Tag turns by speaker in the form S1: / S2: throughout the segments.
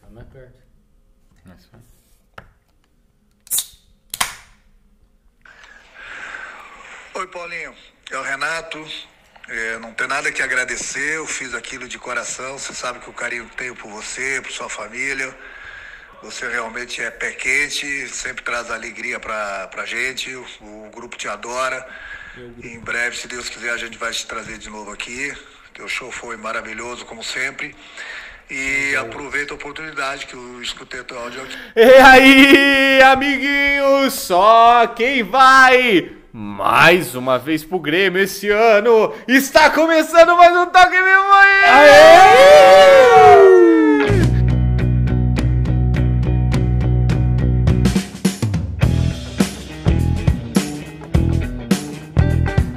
S1: Tá mais perto.
S2: Mas foi.
S3: Oi, Paulinho. É o Renato. É, não tem nada que agradecer, eu fiz aquilo de coração. Você sabe que o carinho que tenho por você, por sua família. Você realmente é pé quente, sempre traz alegria pra, pra gente. O, o grupo te adora. E em breve, se Deus quiser, a gente vai te trazer de novo aqui. Teu show foi maravilhoso, como sempre. E aproveita a oportunidade que eu escutei teu áudio aqui.
S2: E aí, amiguinhos, só quem vai mais uma vez pro Grêmio esse ano está começando mais um Toque Vivo aí!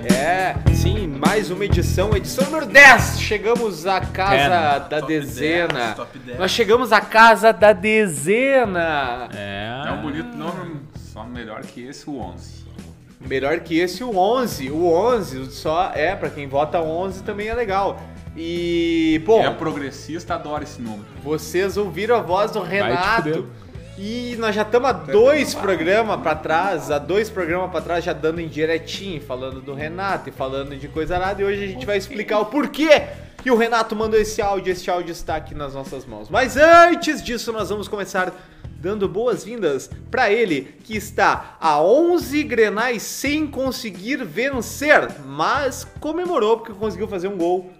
S2: É, sim, mais uma edição, edição número 10. Chegamos à casa
S1: Ten.
S2: da
S4: É, Top
S2: dezena.
S4: 10, top 10.
S2: Nós chegamos à casa da dezena.
S1: É.
S4: É um bonito nome, só melhor que esse, o 11.
S2: Melhor que esse, o 11. O 11 só é, pra quem vota 11 também é legal. E, bom,
S4: É progressista, adora esse número.
S2: vocês ouviram a voz do
S1: te
S2: Renato.
S1: fuder.
S2: E nós já estamos a dois programas pra trás, a dois programas pra trás já dando indiretinho, falando do Renato e falando de coisa nada. E hoje a gente vai explicar o porquê que o Renato mandou esse áudio. Este áudio está aqui nas nossas mãos. Mas antes disso, nós vamos começar dando boas-vindas pra ele, que está a 11 grenais sem conseguir vencer, mas comemorou porque conseguiu fazer um gol.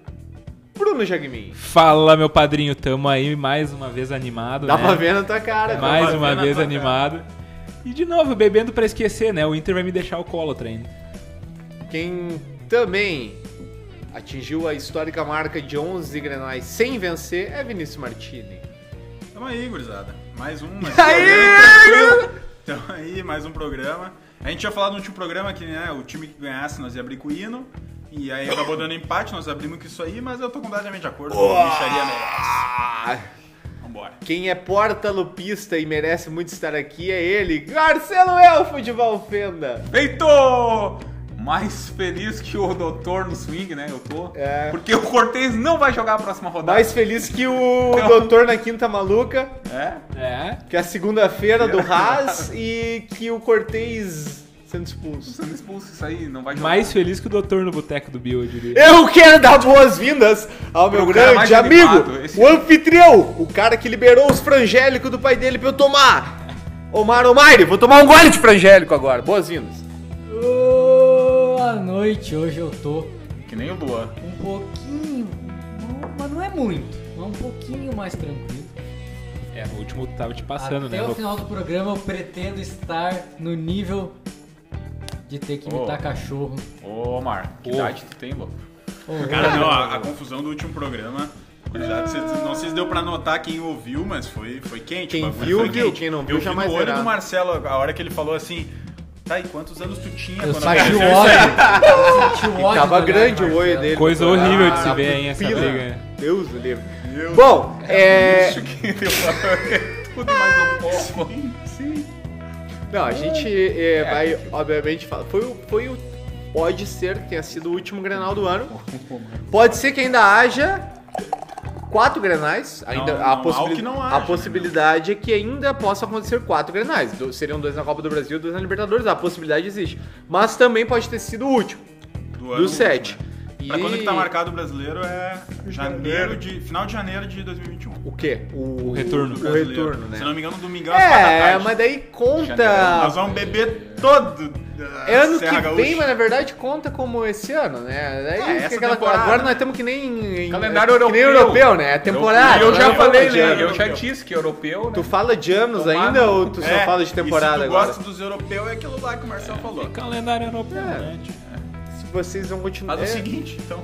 S2: Bruno Jagmin.
S1: Fala, meu padrinho. Tamo aí mais uma vez animado.
S2: Dá
S1: né?
S2: pra ver na tua cara. cara.
S1: Mais
S4: Dá pra
S1: uma
S4: ver na
S1: vez
S4: tua
S1: animado. E de novo, bebendo pra esquecer, né? O Inter vai me deixar o colo treino.
S2: Quem também atingiu a histórica marca de 11 grenais sem vencer é Vinícius Martini.
S5: Tamo aí, gurizada. Mais um. Mais um
S2: Aí!
S5: Tamo aí, mais um programa. A gente tinha falado no último programa que né, o time que ganhasse nós ia abrir com o hino. E aí acabou dando empate, nós abrimos com isso aí, mas eu tô completamente de acordo. O Micharia merece. Vambora.
S2: Quem é porta-lupista e merece muito estar aqui é ele, Marcelo Elfo de Valfenda.
S4: Feito! Mais feliz que o doutor no swing, né? Eu tô.
S2: É.
S4: Porque o Cortez não vai jogar a próxima rodada.
S2: Mais feliz que o doutor na Quinta Maluca,
S4: É?
S1: É.
S2: que é a segunda-feira do Haas e que o Cortez sendo expulso.
S4: Sendo expulso isso aí, não vai jogar.
S1: Mais feliz que o doutor no boteco do Bill, eu diria.
S2: Eu quero dar boas-vindas ao meu
S4: Pro cara é
S2: grande
S4: mais
S2: amigo,
S4: animado, esse-
S2: o anfitrião, o cara que liberou os frangélicos do pai dele pra eu tomar. Omar Omaire, vou tomar um gole de frangélico agora. Boas-vindas.
S6: Boa noite, hoje eu tô
S4: Que nem o Luan.
S6: um pouquinho, não- mas não é muito, mas um pouquinho mais tranquilo.
S1: É, no último tu tava te passando,
S6: Até
S1: né?
S6: o
S1: louco?
S6: final do programa eu pretendo estar no nível de ter que
S4: Oh.
S6: imitar cachorro.
S4: Ô, Omar, que
S1: Ô.
S4: idade tu tem, louco?
S6: Oh,
S5: Cara, não, a, a confusão do último programa. Gurizada, cês- não sei se deu pra notar quem ouviu, mas foi, foi quente.
S2: Quem
S5: o bagulho
S2: viu,
S5: foi
S2: viu.
S5: quente.
S2: Quem não viu,
S5: eu vi
S2: jamais
S5: no olho
S2: verá.
S5: do Marcelo, a hora que ele falou assim. Tá, e quantos anos tu tinha
S6: eu
S5: quando
S6: senti o
S5: aconteceu isso aí?
S6: ódio. Eu senti o
S2: E
S6: ódio.
S2: tava
S6: do olhar
S2: grande
S6: do
S2: o olho
S6: Marcelo.
S2: dele.
S1: Coisa horrível de se
S2: Ah,
S1: ver, hein, essa
S2: pupila.
S4: né?
S1: briga.
S2: Deus do livro.
S5: Meu
S2: Bom, é...
S5: Isso que deu pra Tudo mais um pouco.
S2: Não, a gente é, vai, obviamente, falar. Foi, o- foi o. Pode ser que tenha sido o último grenal do ano. Pode ser que ainda haja quatro grenais. Ainda,
S5: Não,
S2: a,
S5: não, há
S2: possibili-
S5: o que não
S2: a
S5: haja, né,
S2: possibilidade é que ainda possa acontecer quatro grenais. Do- seriam dois na Copa do Brasil dois na Libertadores. A possibilidade existe. Mas também pode ter sido o último,
S5: ano
S2: do sete.
S5: Pra
S2: E-
S5: quando que tá marcado o brasileiro é janeiro de. final de janeiro de 2021.
S2: O quê? O,
S1: retorno.
S2: O
S5: do um. brasileiro.
S2: retorno, né?
S5: Se não me engano, domingão às quatro da
S2: É,
S5: tarde.
S2: mas então. daí
S5: Nós
S2: conta.
S5: vamos beber todo. da
S2: É ano
S5: Serra
S2: que
S5: Gaúcha.
S2: vem, mas na verdade conta como esse ano, né? Daí
S5: É,
S2: fica
S5: essa
S2: aquela coisa.
S5: temporada.
S2: Agora nós temos que nem. em-
S4: Calendário
S2: que nem
S4: europeu.
S2: europeu, né? É temporada.
S4: E eu
S2: né?
S4: já
S2: Não fala
S4: falei,
S2: de
S4: né?
S2: ano.
S4: Eu já disse que europeu, né?
S2: Tu fala de anos
S4: Tomar
S2: ainda
S4: no-
S2: ou tu só
S5: É,
S2: fala de
S5: e se
S2: temporada
S5: tu
S2: agora?
S5: gosta dos europeus, é aquilo lá que o Marcelo falou.
S1: Calendário europeu, né? Tipo,
S2: Se vocês vão continuar.
S5: Faz o seguinte, então.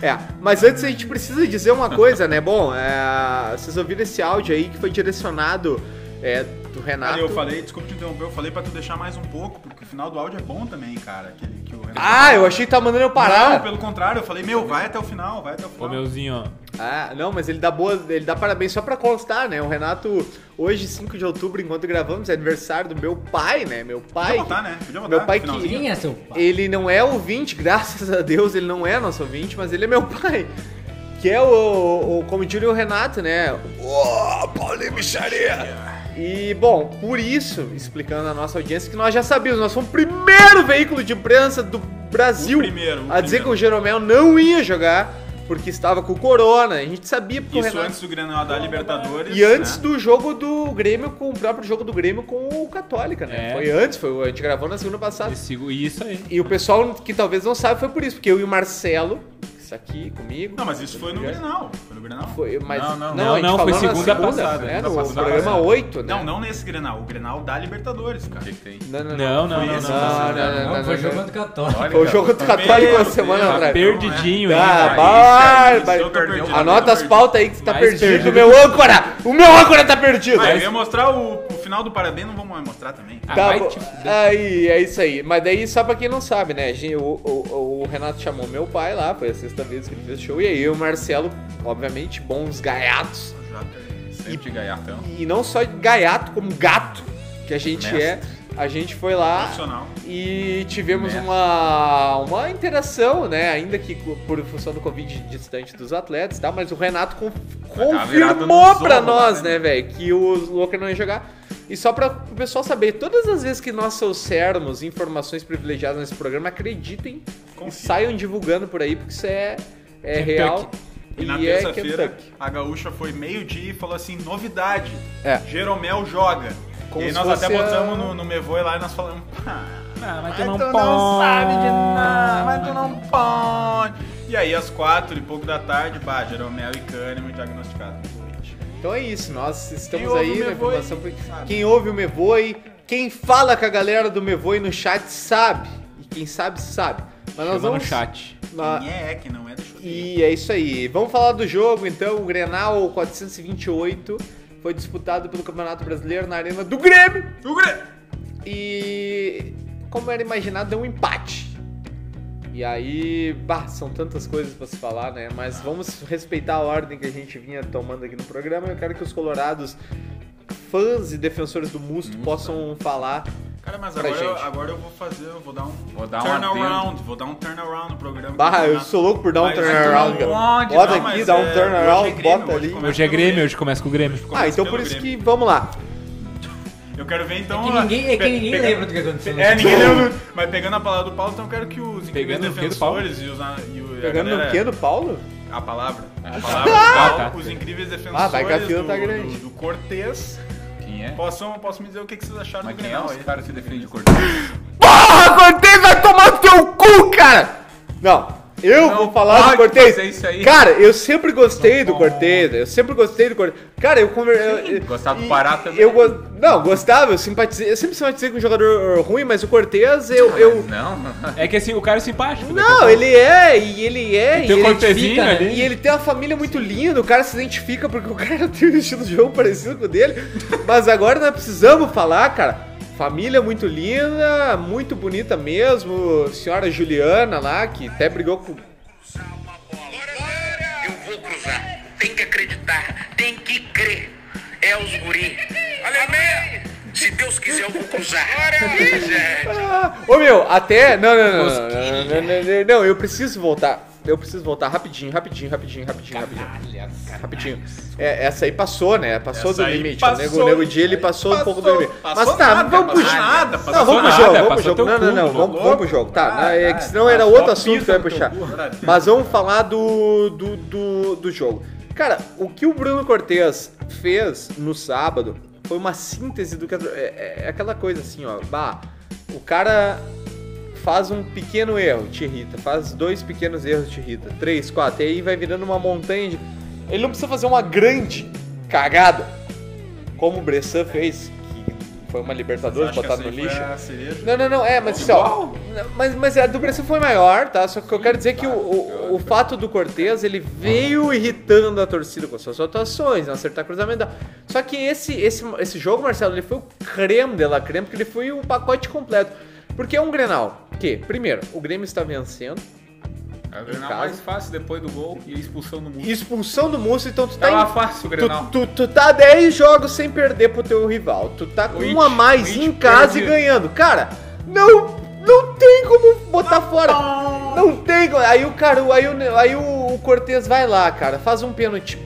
S2: É. É. mas antes a gente precisa dizer uma coisa, né? Bom, é, vocês ouviram esse áudio aí que foi direcionado é, do Renato.
S5: Cara, eu falei, desculpa te interromper, eu falei pra tu deixar mais um pouco, porque o final do áudio é bom também, cara. Aquele que o Renato-
S2: Ah, eu achei que tá mandando eu parar.
S5: Não, pelo contrário, eu falei, meu, vai até o final, vai até o final.
S1: Ô, meuzinho, ó.
S2: Ah, não, mas ele dá boas, ele dá parabéns só pra constar, né? O Renato, hoje, 5 de outubro, enquanto gravamos, é aniversário do meu pai, né? Meu pai.
S5: Podia botar, né? Podia botar.
S2: meu pai que-
S5: finalzinho.
S6: Quem é seu pai?
S2: Ele não é ouvinte, graças a Deus, ele não é nosso ouvinte, mas ele é meu pai. Que é o, o, o Como diria o Renato, né? Ô, Paulinho Micharia! E, bom, por isso, explicando a nossa audiência, que nós já sabíamos, nós fomos o primeiro veículo de imprensa do Brasil
S5: O primeiro, o
S2: a dizer
S5: primeiro.
S2: que o Jeromel não ia jogar porque estava com corona. A gente sabia porque o
S5: Isso
S2: Renato...
S5: antes do Granal da Libertadores.
S2: E antes
S5: né?
S2: do jogo do Grêmio, com o próprio jogo do Grêmio com o Católica, né?
S1: É.
S2: Foi antes, foi, a gente gravou na segunda passada.
S1: E sigo- e isso aí.
S2: E o pessoal que talvez não sabe foi por isso, porque eu e o Marcelo, que está aqui comigo.
S5: Não, mas isso foi no Grenal. Foi no Grenal.
S2: Foi, mas,
S4: Não, não,
S2: a
S1: não,
S2: gente
S1: não, foi
S2: falou na
S1: segunda passada,
S2: Né?
S1: segunda
S2: No
S1: passada.
S2: programa 8, né?
S5: Não, não nesse Grenal. O Grenal da Libertadores, cara.
S4: O que, que tem?
S2: Não, não,
S1: Não, não,
S5: Foi
S1: não, Ah,
S5: esse
S1: não.
S5: passado.
S2: não, não,
S6: Não, foi
S2: não,
S6: jogando
S2: não.
S6: católico.
S2: Foi o jogo do Católico
S5: Meu
S2: uma semana
S5: Deus, é.
S1: Tá
S2: atrás.
S1: perdidinho
S2: Ah,
S1: ainda.
S2: vai, vai.
S5: Isso eu tô perdido.
S2: Anota as pautas aí que você tá
S1: Mais
S2: perdido,
S1: perdido.
S2: meu âncora! O meu âncora tá
S1: é.
S2: perdido!
S5: Mas eu ia mostrar o, o final do parabéns, não vou mais mostrar também.
S1: Ah,
S2: Tá
S1: vai
S2: bom.
S1: te-
S2: Aí, é isso aí. Mas daí, só pra quem não sabe, né? a gente- O, o- o Renato chamou meu pai lá, foi a sexta vez que ele fez show. E aí, eu e o Marcelo, obviamente, bons gaiatos.
S4: Sempre de gaiatão.
S2: E não só gaiato, como gato, que a gente
S4: Mestre.
S2: é. A gente foi lá
S5: Profissional.
S2: e tivemos
S4: Mestre.
S2: uma, uma interação, né? Ainda que co- por função do Covid distante dos atletas e tal, mas o Renato con-
S4: tava virado
S2: confirmou
S4: no
S2: pra
S4: zorro lá,
S2: nós,
S4: né?
S2: né, velho, que o Locker não ia jogar. E só pra o pessoal saber, todas as vezes que nós trouxermos informações privilegiadas nesse programa, acreditem e saiam divulgando por aí, porque isso é, é
S1: Kentucky.
S2: real.
S5: E na
S2: é
S5: terça-feira,
S2: Kentucky.
S5: a gaúcha foi meio-dia e falou assim: novidade.
S2: É.
S5: Jeromel joga.
S2: Como
S5: e aí
S2: se
S5: nós até
S2: fosse a-
S5: botamos no, no Mevoi lá e nós falamos. "Pá,
S1: Ah, mas
S5: Mas
S1: tu
S6: um
S1: não
S5: tu não
S1: pode.
S5: sabe de nada, mas tu não pode. E aí, às quatro e pouco da tarde, bah, Jeromel e Kahneman diagnosticados com Covid.
S2: Então é isso, nós estamos
S5: Quem ouve
S2: aí
S5: o
S2: na
S5: Mevoi,
S2: informação. porque
S5: sabe.
S2: Quem ouve o Mevoi, quem fala com a galera do Mevoi no chat sabe. E quem sabe, sabe. Mas nós
S1: Chama no
S2: vamos.
S1: chat.
S2: na-
S5: Quem é, que não é, deixa eu ver.
S2: E é isso aí. Vamos falar do jogo então. O Grenal 428 foi disputado pelo Campeonato Brasileiro na Arena do Grêmio.
S5: O Grêmio!
S2: E como era imaginado, deu um empate. E aí, bah, são tantas coisas pra se falar, né? Mas vamos respeitar a ordem que a gente vinha tomando aqui no programa. Eu quero que os colorados, fãs e defensores do Musto, possam falar.
S5: Cara, mas
S2: Pra
S5: agora eu,
S2: gente.
S5: agora eu vou fazer, eu vou dar um
S4: Vou dar um
S5: turnaround, vou dar um turnaround no programa.
S2: Bah, eu sou louco por dar um
S5: Mas-
S2: turnaround,
S5: mas
S4: tu não
S2: cara.
S4: pode,
S2: Bota
S5: não,
S2: aqui,
S5: mas
S2: dá um
S5: é- hoje é
S2: turnaround,
S5: Grêmio,
S2: bota
S5: hoje
S2: ali.
S5: começa
S1: Hoje é
S5: pelo
S1: Grêmio, hoje começa com o Grêmio.
S2: Ah,
S5: começa
S2: então
S5: pelo
S2: por isso que
S5: Grêmio.
S2: vamos lá.
S5: Eu quero ver então.
S6: É que ninguém, é que
S5: pe-
S6: ninguém
S5: pega-
S6: lembra do que aconteceu.
S5: É, ninguém lembra. Mas pegando a palavra do Paulo, então eu quero que os incríveis
S1: Pegando o quê do Paulo?
S5: defensores e os. a- E o, e a
S2: Pegando
S5: galera-
S2: no quê do Paulo?
S5: A palavra. A palavra do Paulo,
S1: Ah, tá.
S5: os incríveis defensores
S2: Ah, vai que a fila
S5: do,
S2: tá grande.
S5: do, do Cortez.
S4: Quem é?
S5: Posso, posso me dizer o que que vocês acharam
S4: Mas
S5: do
S4: quem é
S5: Grenal
S4: os
S5: aí?
S4: caras que defendem o Cortez?
S2: Porra, Cortez vai tomar no teu cu, cara! Não, eu
S4: Não
S2: vou falar do
S4: pode
S2: Cortez.
S4: fazer isso aí.
S2: Cara, eu sempre gostei do Cortez, eu sempre gostei do Cortez. Cara, eu conversei.
S4: gostava do Pará também.
S2: Eu go- Não, gostava, eu simpatizei. Eu sempre simpatizei com um jogador ruim, mas o Cortez, eu. eu...
S4: Não.
S1: É que assim, o cara é simpático. né?
S2: Não, ele é, e ele é, e
S1: Tem o
S2: ele,
S1: cortezinho
S6: né?
S1: ali.
S2: e ele tem uma família muito linda, o cara se identifica porque o cara tem um estilo de jogo parecido com o dele. Mas agora nós precisamos falar, cara. Família muito linda, muito bonita mesmo. Senhora Juliana lá, que até brigou com.
S7: Eu vou cruzar. Tem que acreditar. Tem que crer. É os guri. Aleluia. Se Deus quiser, eu vou cruzar.
S2: Ah, ô meu, até. Não, não, não. Não, não, não, não, não, não, eu preciso voltar. Eu preciso voltar rapidinho, rapidinho, rapidinho, rapidinho, rapidinho. Rapidinho. É, essa aí passou, né? Passou
S5: Essa
S2: do
S5: aí
S2: limite.
S5: passou.
S2: o nego, o nego dia ele passou, um pouco do limite.
S5: Passou
S2: Mas tá,
S5: nada,
S2: vamos pro
S5: passou
S2: jogo.
S5: nada,
S2: não,
S5: passou
S2: vamos pro
S1: nada,
S2: jogo, vamos pro
S1: passou
S2: jogo.
S1: teu
S2: Não, não,
S1: cu,
S2: não,
S1: louco.
S2: vamos, vamos pro jogo. Tá,
S5: Ah,
S2: é
S5: tá,
S2: que senão era
S5: tá,
S2: outro
S5: só
S2: assunto que eu ia
S5: pisa
S2: puxar.
S5: no teu cu, né, cara.
S2: Mas vamos falar do, do, do, do jogo. Cara, o que o Bruno Cortez fez no sábado foi uma síntese do que. É, é aquela coisa assim, ó. Bah, o cara faz um pequeno erro, te irrita. Faz dois pequenos erros, te irrita. Três, quatro. E aí vai virando uma montanha de. Ele não precisa fazer uma grande cagada, como o Bressan fez, que foi uma Libertadores
S5: Acho que
S2: botada no
S5: essa aí foi
S2: lixo.
S5: a cereja.
S2: Não, não, não, é, mas assim, ó. Mas, mas a do Brasil foi maior, tá? Só que eu quero dizer que o, o, o fato do Cortez, ele veio irritando a torcida com suas atuações, não acertar cruzamento. e tal. Só que esse, esse, esse jogo, Marcelo, ele foi o creme de la creme, porque ele foi o pacote completo. Porque é um Grenal que, primeiro, o Grêmio está vencendo,
S4: É o Grenal
S2: caso.
S4: mais fácil depois do gol e a expulsão do mundo.
S2: expulsão do Musso, então
S1: É
S2: tu tá
S4: Tava
S2: em...
S4: fácil o
S2: Tu,
S4: Grenal.
S2: tu, tu tá 10 jogos sem perder pro teu rival. Tu tá com
S4: It,
S2: um a mais
S4: it
S2: em casa e
S4: perde.
S2: ganhando. Cara, não, não tem como botar fora. Não tem como. Aí o cara, aí o, aí o, o Cortez vai lá, cara, faz um pênalti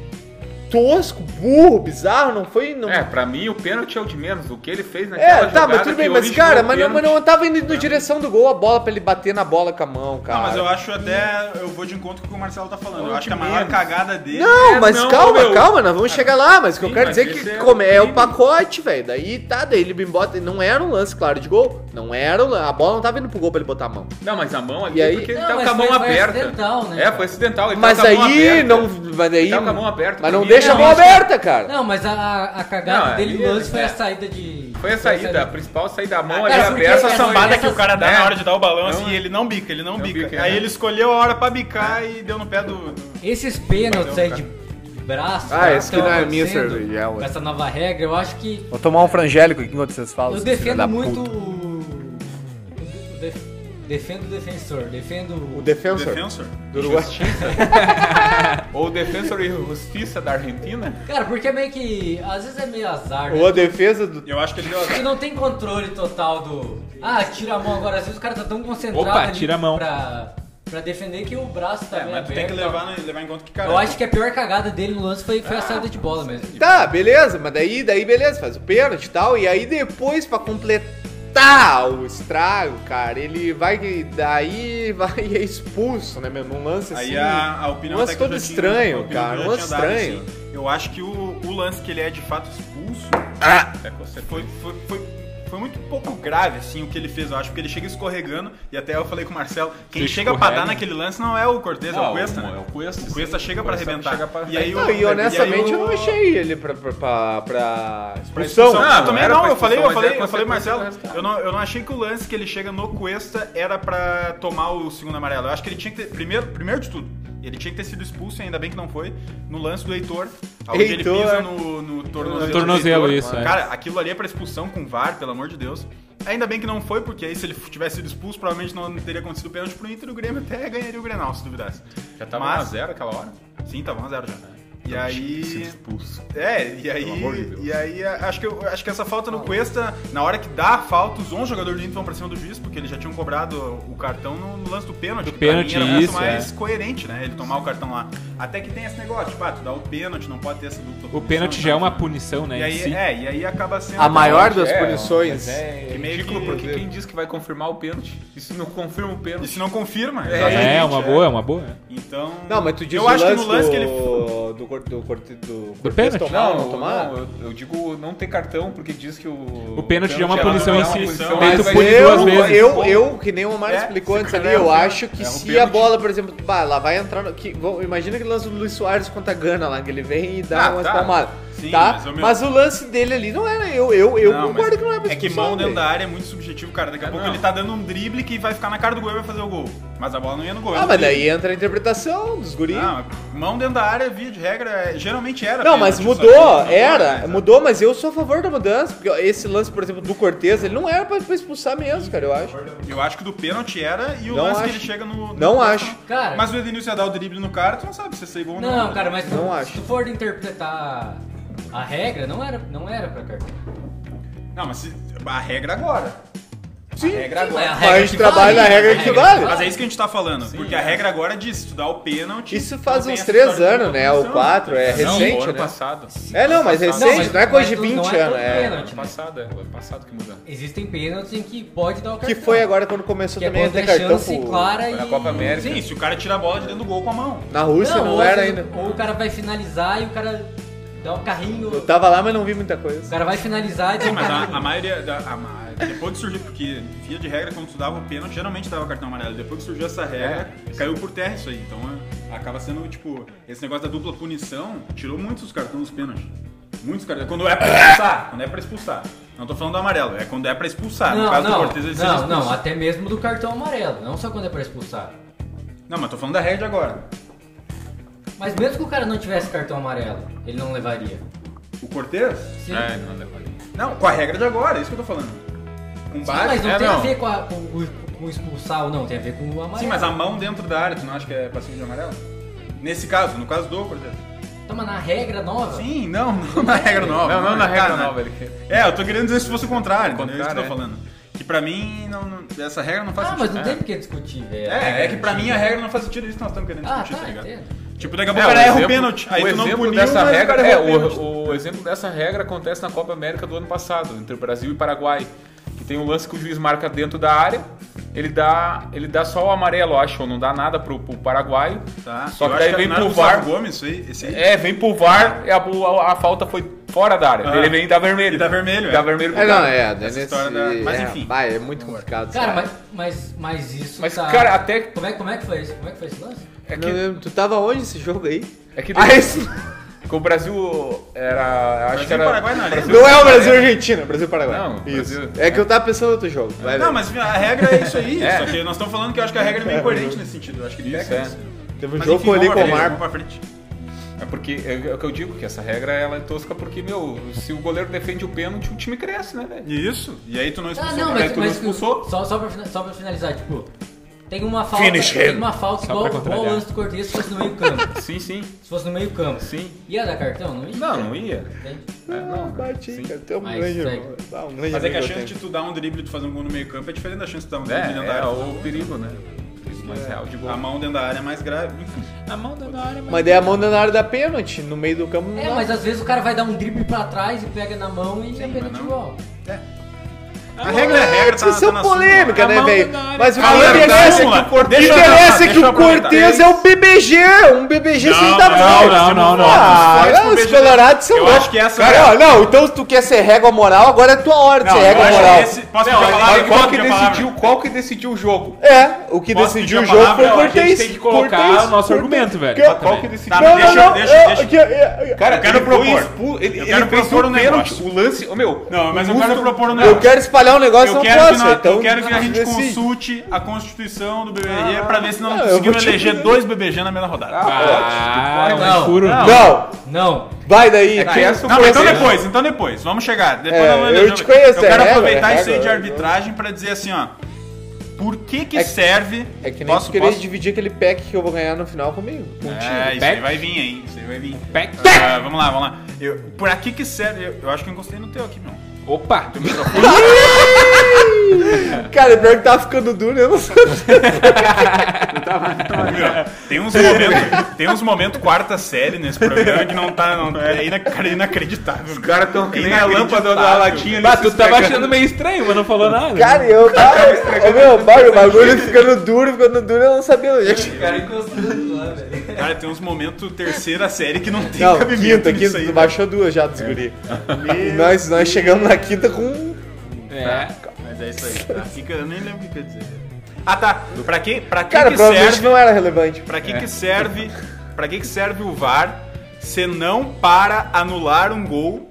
S2: tosco, burro, bizarro, não foi. Não...
S4: É, pra mim o pênalti é o de menos. O que ele fez naquela
S2: É, tá,
S4: jogada
S2: mas tudo bem,
S4: que
S2: mas
S4: originou
S2: cara,
S4: o
S2: mas não, mas
S4: pênalti. né?
S2: não tava indo na direção do gol a bola pra ele bater na bola com a mão, cara.
S5: Não, mas eu acho até. Eu vou de encontro com o que o Marcelo tá falando. Eu acho que a maior cagada dele.
S2: Não,
S4: É,
S2: mas
S4: não,
S2: calma,
S4: meu.
S2: calma, nós vamos chegar lá, mas o que eu
S4: Sim,
S2: quero
S4: mas
S2: dizer é que
S4: esse é
S5: um
S2: como é,
S4: o
S2: o
S4: mínimo.
S2: pacote, velho. Daí tá, daí ele me bota. Não era um lance claro de gol. Não era um lan- A bola não tava indo pro gol pra ele botar a mão.
S4: Não, mas a mão ali,
S2: E aí-
S4: porque ele
S6: Não,
S4: tava
S6: mas
S4: com a mão
S6: foi- foi
S4: aberta.
S6: acidental, né,
S4: É,
S6: cara?
S4: foi acidental. Ele
S2: Mas
S4: tava com a mão
S2: aí
S4: aberta.
S2: não. Mas aí.
S4: Tava com a mão aberta,
S2: Mas
S4: pra
S2: não
S4: mim,
S2: deixa a
S6: não,
S2: mão
S6: isso-
S2: aberta, cara.
S6: Não, mas a, a- a cagada
S4: Não,
S6: dele
S4: ali-
S6: no lance foi
S4: é.
S6: a saída de.
S4: Foi a saída, a principal saída da mão
S6: Ah,
S4: ali
S6: cara, porque
S4: aberta.
S5: Essa
S6: Essa-
S5: sambada que
S6: essa-
S5: o cara dá
S4: É.
S5: na hora de dar o balanço
S4: Não,
S5: e ele não bica, ele não,
S4: não
S5: bica.
S4: bica,
S5: Aí
S4: é.
S5: ele escolheu a hora pra bicar e deu no pé do. do-
S6: Esses pênaltis aí de de braço.
S2: Ah,
S6: cara,
S2: esse
S6: que
S2: que
S6: tão
S2: não é minha
S6: acontecendo
S2: cerveja, é
S6: Com
S2: outra.
S6: essa nova regra, eu acho que
S8: Vou tomar um frangélico aqui enquanto vocês falam.
S6: Eu
S8: seus filha da
S6: defendo muito
S8: puta.
S6: o. o def- Defendo o defensor, defendo
S2: O
S6: o.
S2: defensor.
S5: Defensor?
S2: Do Uruguai.
S4: Ou o defensor e justiça da Argentina.
S6: Cara, porque é meio que. Às vezes é meio azar.
S2: Ou a
S6: Né?
S2: defesa do.
S5: Eu acho que ele deu azar.
S6: Porque não tem controle total do. Ah, tira a mão agora. Às vezes o cara tá tão concentrado
S1: Opa,
S6: ali
S1: tira a mão.
S6: Pra, pra defender que o braço tá
S5: É,
S6: bem
S5: mas tu
S6: aberto.
S5: tem que levar, na- levar em conta que, cara.
S6: Eu acho que a pior cagada dele no lance foi, foi a saída de bola mesmo.
S2: Tá, beleza, mas daí, daí beleza, faz o pênalti e tal. E aí depois, pra completar o estrago, cara, ele vai. que- Daí vai e é expulso, né, meu? Num lance assim.
S5: Aí a, a opinião
S2: um
S5: até
S2: lance
S5: que eu
S2: todo
S5: já tinha- a
S2: estranho,
S5: opinião
S2: cara.
S5: que
S2: Um
S5: eu já
S2: lance
S5: tinha dado,
S2: estranho.
S5: assim, eu acho que o, o lance que ele é de fato expulso
S4: É, com certeza.
S5: foi, foi, foi, foi muito pouco grave, assim, o que ele fez, eu acho, porque ele chega escorregando, e até eu falei com o Marcelo, quem
S4: Ele
S5: chega pra
S4: escorrega.
S5: dar naquele lance não é o Cortez, é
S4: Não,
S5: o Cuesta,
S4: É
S5: né?
S4: o Cuesta.
S5: O Cuesta
S4: sim.
S5: chega pra
S4: Cuesta
S5: arrebentar.
S4: chega pra-
S5: E aí
S2: Não, e
S5: o-
S2: honestamente
S5: e aí
S2: eu
S5: o-
S2: não achei ele pra, pra, pra, pra
S5: Pra
S2: expulsão.
S5: expulsão.
S4: Não,
S5: Ah, também
S4: era
S5: não,
S4: pra
S5: eu falei, eu
S4: expulsão,
S5: falei,
S4: mas era
S5: eu falei,
S4: pra ser
S5: Marcelo,
S4: expulsão.
S5: eu não, eu não achei que o lance que ele chega no Cuesta era pra tomar o segundo amarelo. Eu acho que ele tinha que ter, primeiro, primeiro de tudo, ele tinha que ter sido expulso, e ainda bem que não foi, no lance do Heitor, onde ele
S2: Heitor.
S5: pisa no, no tornozelo. do
S1: Tornozelo,
S5: Heitor.
S1: isso, é.
S5: Cara, aquilo ali é pra expulsão com VAR, pelo amor de Deus. Ainda bem que não foi, porque aí se ele tivesse sido expulso, provavelmente não teria acontecido o pênalti pro Inter e o Grêmio até ganharia o Grenal, se duvidasse.
S4: Já tava
S5: Mas-
S4: 1x0 aquela hora. É. Então,
S5: Sim, tava 1x0 já. E aí...
S4: Sido expulso.
S5: É, e aí,
S4: Pelo amor de Deus.
S5: e aí a- acho que, eu- acho que essa falta no Cuesta, na hora que dá a falta, um os 11 jogadores do Inter vão pra cima do juiz, porque eles já tinham cobrado o cartão no, no lance do pênalti.
S1: Do
S5: que pra mim
S1: pênalti,
S5: era muito
S1: isso, é.
S5: mais coerente, né? Ele tomar o cartão lá. Até que tem esse negócio, tipo, ah, tu dá o pênalti, não pode ter essa dupla
S1: O
S5: punição,
S1: pênalti já é
S5: tá?
S1: uma punição, né?
S5: E
S1: em
S5: aí,
S1: si.
S5: é, e aí acaba sendo.
S2: A maior das
S4: É,
S2: punições.
S4: É
S5: Que meio
S4: ridículo,
S5: que-
S4: porque quem diz que vai confirmar o pênalti? E se não confirma o pênalti?
S5: Isso não confirma.
S4: É,
S5: exatamente,
S1: É, uma boa, é uma boa.
S5: Então.
S2: Não, mas tu diz
S5: Eu
S2: o
S5: acho que
S2: lance
S5: no lance
S2: do...
S5: que ele.
S2: do cor- do cor- do Cortez
S1: pênalti?
S2: tomar
S4: Não,
S2: ou não tomar?
S4: não, eu, eu digo não ter cartão, porque diz que o.
S1: O pênalti já é uma punição
S4: não
S1: em
S4: uma
S1: si.
S4: punição,
S1: Mas
S4: ele vai-
S1: pune duas
S2: eu,
S1: vezes.
S2: eu, eu, que nem o Omar
S4: É,
S2: explicou
S4: se
S2: antes
S4: cara
S2: ali,
S4: é um
S2: eu
S4: pênalti,
S2: acho que
S4: é um
S2: se a
S4: pênalti.
S2: bola, por exemplo, bah, lá vai entrar no. Que, vão- imagina que lança o Luiz Soares contra a Gana lá, que ele vem e dá
S4: Ah,
S2: umas
S4: tá.
S2: palmadas.
S5: Sim,
S2: tá?
S5: mas
S2: Mas,
S5: eu me-
S2: o lance dele ali não era. Eu, eu, eu
S5: Não,
S2: concordo
S5: mas
S2: que não é pra
S5: É que
S2: expulsão,
S5: mão dentro
S2: velho.
S5: da área é muito subjetivo, cara. Daqui a
S4: Ah,
S5: pouco
S4: não.
S5: ele tá dando um drible que vai ficar na cara do gol e vai fazer o gol. Mas a bola não ia no gol. é
S2: Ah,
S5: no
S2: mas
S5: drible.
S2: daí entra a interpretação dos guris. Não,
S5: Não, mão dentro da área, via de regra, é- geralmente era.
S2: mas
S5: pênalti, né?
S2: mudou,
S5: só que-
S2: era,
S5: Exato.
S2: mudou, mas eu sou a favor da mudança, porque esse lance, por exemplo, do Cortez, ele não era pra, pra expulsar mesmo, cara, eu acho.
S5: Eu acho que do pênalti era e o
S2: Não
S5: lance
S2: acho.
S5: que ele chega no. no-
S2: Não acho.
S6: Cara,
S5: Mas o Edenilson ia dar o drible no cara, tu não sabe se isso é gol ou não.
S6: não, cara, mas tu-
S2: Não acho.
S6: se tu for interpretar a regra, não era, não era pra cartão.
S5: Não, mas se- a regra agora.
S2: Sim.
S5: A regra
S6: Mas
S5: agora.
S2: Mas a gente trabalha na regra que vale.
S5: Mas é isso que a gente tá falando, porque a regra agora diz: se tu dá o pênalti.
S2: Isso
S5: não
S2: faz
S5: tem
S2: uns
S5: essa
S2: três
S5: história de
S2: anos, né?
S5: punição.
S2: Ou quatro, é
S4: Não,
S2: recente,
S4: ano
S2: né?
S4: passado.
S2: É, não, mas
S4: Ano
S2: recente, não é coisa de
S6: mas tu-
S2: 20
S6: não é todo
S2: anos, é.
S6: pênalti, né?
S4: Passado, é. Ano passado que mudou.
S6: Existem pênaltis em que pode dar o
S2: Que
S6: cartão.
S2: foi agora quando começou
S6: Que é
S2: também a
S6: quando
S2: ter
S6: é
S2: cartão
S6: chance
S2: pro-
S6: clara
S4: Foi na
S6: e...
S4: Copa
S2: é.
S4: América.
S5: é, Sim, se o cara tira a bola de dentro do gol com a mão.
S2: Na Rússia não,
S6: ou
S2: era
S6: às
S2: ainda.
S6: vezes- assim, Ou o cara vai finalizar e o cara dá um carrinho...
S2: Eu tava lá, mas não vi muita
S6: O
S2: coisa.
S6: cara vai finalizar e dá
S5: Sim,
S6: um
S5: mas a,
S6: carrinho.
S5: a maioria. Da, a ma- depois que surgiu, porque via de regra, quando tu dava o pênalti, geralmente dava cartão amarelo. Depois que surgiu essa regra,
S6: É,
S5: caiu por terra isso aí. Então é, acaba sendo, tipo, esse negócio da dupla punição tirou muitos cartões dos pênaltis. Muitos cartões. Quando é pra expulsar, quando é pra expulsar. Não tô falando do amarelo, é quando é pra expulsar. no
S6: Não,
S5: caso
S6: não,
S5: do Cortez, ele seria
S6: não,
S5: expulso.
S6: não, até mesmo do cartão amarelo, não só quando é pra expulsar.
S5: Não, mas tô falando da regra de agora.
S6: Mas mesmo que o cara não tivesse cartão amarelo, ele não levaria.
S5: O Cortez?
S6: Sim.
S4: É, não leva ali.
S5: Não, com a regra de agora, é isso que eu tô falando. Com
S6: Sim, mas
S5: base.
S6: não
S5: é,
S6: tem a ver com, a- com o- com o expulsar ou não, tem a ver com o amarelo.
S5: Sim, mas a mão dentro da área, tu não acha que é passivo de amarelo? Nesse caso, no caso do Cortez.
S6: Tá, mas na regra nova.
S5: Sim, não, não na regra nova.
S4: Não, não na regra
S5: Cara, né?
S4: nova. Ele... que-
S5: É, eu tô querendo dizer se fosse o contrário, entendeu? É isso que eu tô
S4: contrário,
S5: falando. Que pra mim, não, não- essa regra não faz
S6: Ah, mas
S5: sentido.
S6: não tem por que discutir, velho. É.
S5: É, é que pra mim a regra não faz sentido, isso que nós estamos querendo
S6: Ah,
S5: discutir,
S6: tá,
S5: tá ligado?
S6: entendo.
S5: Tipo, daqui a
S9: É,
S5: pouco o cara erra o
S9: exemplo-
S5: pênalti. Aí
S9: o
S5: tu não
S9: exemplo
S5: puniu,
S9: dessa
S5: mas o
S9: regra,
S5: cara
S9: é,
S5: errou o pênalti.
S9: o, o exemplo dessa regra acontece na Copa América do ano passado, entre Brasil e Paraguai, que tem um lance que o juiz marca dentro da área, ele dá, ele dá só o amarelo, eu acho, ou não dá nada pro, pro Paraguai.
S5: Tá.
S9: Só
S5: Eu
S9: que
S5: acho
S9: daí
S5: era
S9: vem
S5: nada
S9: pro
S5: do Gustavo
S9: VAR.
S5: Gomes, isso aí, esse aí.
S9: É, vem pro VAR e a, a- a falta foi fora da área.
S5: Ah.
S9: Ele vem e dá vermelho.
S5: E dá vermelho,
S9: Dá
S5: é.
S9: vermelho pro
S2: É, não,
S9: cara.
S2: é, nesse,
S5: história da- mas
S2: é,
S5: enfim.
S2: Vai, é muito complicado.
S6: Cara,
S2: sabe?
S6: mas, mas, mas isso.
S9: Mas,
S6: tá-
S9: cara, até-
S6: Como é, como é que foi isso? Como é que foi esse lance?
S9: É
S2: Não,
S9: que,
S2: Tu tava onde esse jogo aí?
S9: é que,
S2: Ah, esse...
S9: que o Brasil era... Acho que
S5: Brasil e
S9: era...
S5: Paraguai na arena.
S2: Não é o Brasil e Argentina, é Brasil e Paraguai.
S9: Não,
S2: Isso.
S9: Brasil-
S2: É que eu tava pensando em outro jogo. Vai,
S5: Não,
S2: vai.
S5: mas a regra é isso aí.
S9: É.
S5: Só que nós estamos falando que eu acho que a regra é meio coerente nesse sentido. Eu acho que ele
S9: Isso,
S5: pega
S9: é.
S2: Teve um
S5: Mas
S2: jogo
S5: enfim,
S2: com ali com
S5: vamos pra
S2: o
S5: frente,
S2: Marco.
S5: vamos pra frente.
S9: É porque é, o que eu digo, que essa regra ela é tosca porque, meu, se o goleiro defende o pênalti, o time cresce, né, velho?
S5: Isso. E aí tu não
S6: Ah,
S5: expulsou.
S6: não,
S5: cara,
S6: mas,
S5: tu não
S6: mas
S5: expulsou.
S6: só, só, pra, fina- só pra finalizar, tipo, tem uma falta.
S8: Finish him.
S6: tem uma falta
S1: Só
S6: igual,
S1: pra contrariar.
S6: igual o lance do Cortez se fosse no meio campo.
S9: Sim, sim,
S6: se fosse no meio campo.
S9: sim.
S6: Ia dar cartão? Não ia?
S9: Não, não ia.
S6: Entende?
S9: É, não.
S2: Bati, cara. Tem um
S6: Mas
S2: grande
S6: segue.
S2: irmão. Dá um grande
S5: Mas é que a
S2: amigo eu
S5: chance de
S2: tenho.
S5: tu dar um drible e tu fazer um gol no meio campo é diferente da chance de tu dar um drible dentro da
S9: É, é
S5: área.
S9: o perigo, né? Perigo mais real de gol.
S5: A mão dentro da área é mais grave, enfim.
S1: A mão dentro da área,
S2: Mas daí a mão deu na área da pênalti, no meio do campo. não
S6: É,
S2: dá.
S6: mas às vezes o cara vai dar um drible pra trás e pega na mão e é pênalti
S5: não-
S6: igual.
S5: A regra é regra, tá, tá
S2: Discussão
S5: na
S2: polêmica,
S1: A
S2: né,
S1: mão
S2: velho?
S1: dentro da área.
S2: Mas o que
S5: tá Calma,
S2: interessa é que
S5: calma.
S2: o Cortez,
S5: Deixa eu
S2: interessa
S5: aproveitar,
S2: é que
S5: deixa eu
S2: o Cortez é um BBG, um BBG sem
S5: Não,
S2: dar
S5: mas
S2: pau.
S1: não, não, não, não.
S2: Ah,
S5: Não, não.
S2: os colorados são
S5: Eu
S2: loucos.
S5: acho que essa- é
S2: Cara, ó, não, então se tu quer ser régua moral, agora é tua hora de ser
S5: Eu
S2: régua
S5: acho que
S2: moral.
S5: esse- Posso pedir a palavra?
S9: qual,
S5: Posso
S9: que
S5: pedir a palavra?
S9: decidiu, qual que decidiu o jogo?
S2: É, o que
S5: Posso
S2: decidiu o
S5: pedir a
S2: jogo foi
S5: palavra?
S2: o
S5: Não, a
S2: Cortez.
S1: gente tem que colocar
S2: Cortez,
S1: o nosso
S2: Cortez.
S1: argumento, velho.
S2: Que-
S1: Exatamente.
S2: Qual que
S5: Tá,
S2: decidiu? Não,
S5: deixa-
S2: não, não.
S5: deixa-
S2: eu-
S5: deixa.
S2: que- é, eu- eu-
S9: Cara,
S5: Eu quero
S9: ele foi
S5: propor.
S9: expulso, ele,
S5: Eu
S9: ele
S5: quero
S9: fez
S5: propor
S9: o
S5: um
S9: pênalti,
S5: negócio.
S9: o lance, ô meu.
S5: Não, mas eu
S9: o
S5: quero
S9: Russo-
S5: propor um
S2: Eu
S5: negócio.
S2: quero espalhar um negócio,
S5: Eu
S2: não
S5: quero, que,
S2: posso.
S5: nós-
S2: então-
S5: eu quero que a gente
S2: Decide.
S5: consulte a constituição do BBG pra ver se Ah, não,
S2: Não, eu
S5: conseguimos
S2: vou te-
S5: eleger dois BBG na mesma rodada.
S1: Ah,
S9: ótimo.
S1: não,
S6: Não,
S1: furo.
S2: Não,
S6: Não,
S2: vai daí.
S9: É que essa
S5: Não,
S9: foi
S5: mas então
S9: a-
S5: depois, então depois. Vamos chegar. Depois
S2: É,
S5: nós vamos
S2: eu
S5: eleger
S2: te
S5: o-
S2: conheço,
S5: Eu
S2: é
S5: quero
S2: regra,
S5: aproveitar
S2: é
S5: isso aí de
S2: regra,
S5: arbitragem pra dizer assim, ó. Por que que
S2: É que-
S5: serve...
S2: É que nem tu querer dividir aquele pack que eu vou ganhar no final comigo.
S5: É, isso aí
S1: Back.
S5: vai vir, hein? Isso aí vai vir.
S1: Back.
S5: Ah, vamos lá, vamos lá. Eu, por aqui que serve... Eu, eu acho que eu encostei no teu aqui, meu.
S1: Opa!
S5: É.
S2: Cara, é pior que tava ficando duro, eu não sei.
S5: Tem uns momentos, tem uns momentos quarta série nesse programa que não tá, não, é ina- cara, inacreditável. Os
S9: cara tão que tá nem a lâmpada da latinha ali
S1: Bah,
S9: se
S1: tu tá tava
S9: esfregando.
S1: achando meio estranho, mas não falou nada.
S2: Cara, eu tava.
S5: é
S2: Ô, meu, bar- o bagulho ficando duro, ficando duro, eu não sabia. Eu achei-
S6: cara encostando lá, velho.
S5: Cara, tem uns momentos terceira série que não tem
S2: Não,
S5: cabimento
S2: quinta,
S5: nisso
S2: quinta,
S5: aí. né? É.
S2: tu baixou duas já dos guri. E nós, nós chegamos na quinta com.
S1: É.
S5: Mas é isso aí. tá? Fica- eu nem lembro o que eu ia dizer. Ah, tá. Pra que, pra que,
S2: Cara,
S5: que
S2: provavelmente
S5: serve...
S2: não era relevante.
S5: Pra
S9: É.
S5: que, que serve... Pra que, que serve o VAR se não para anular um gol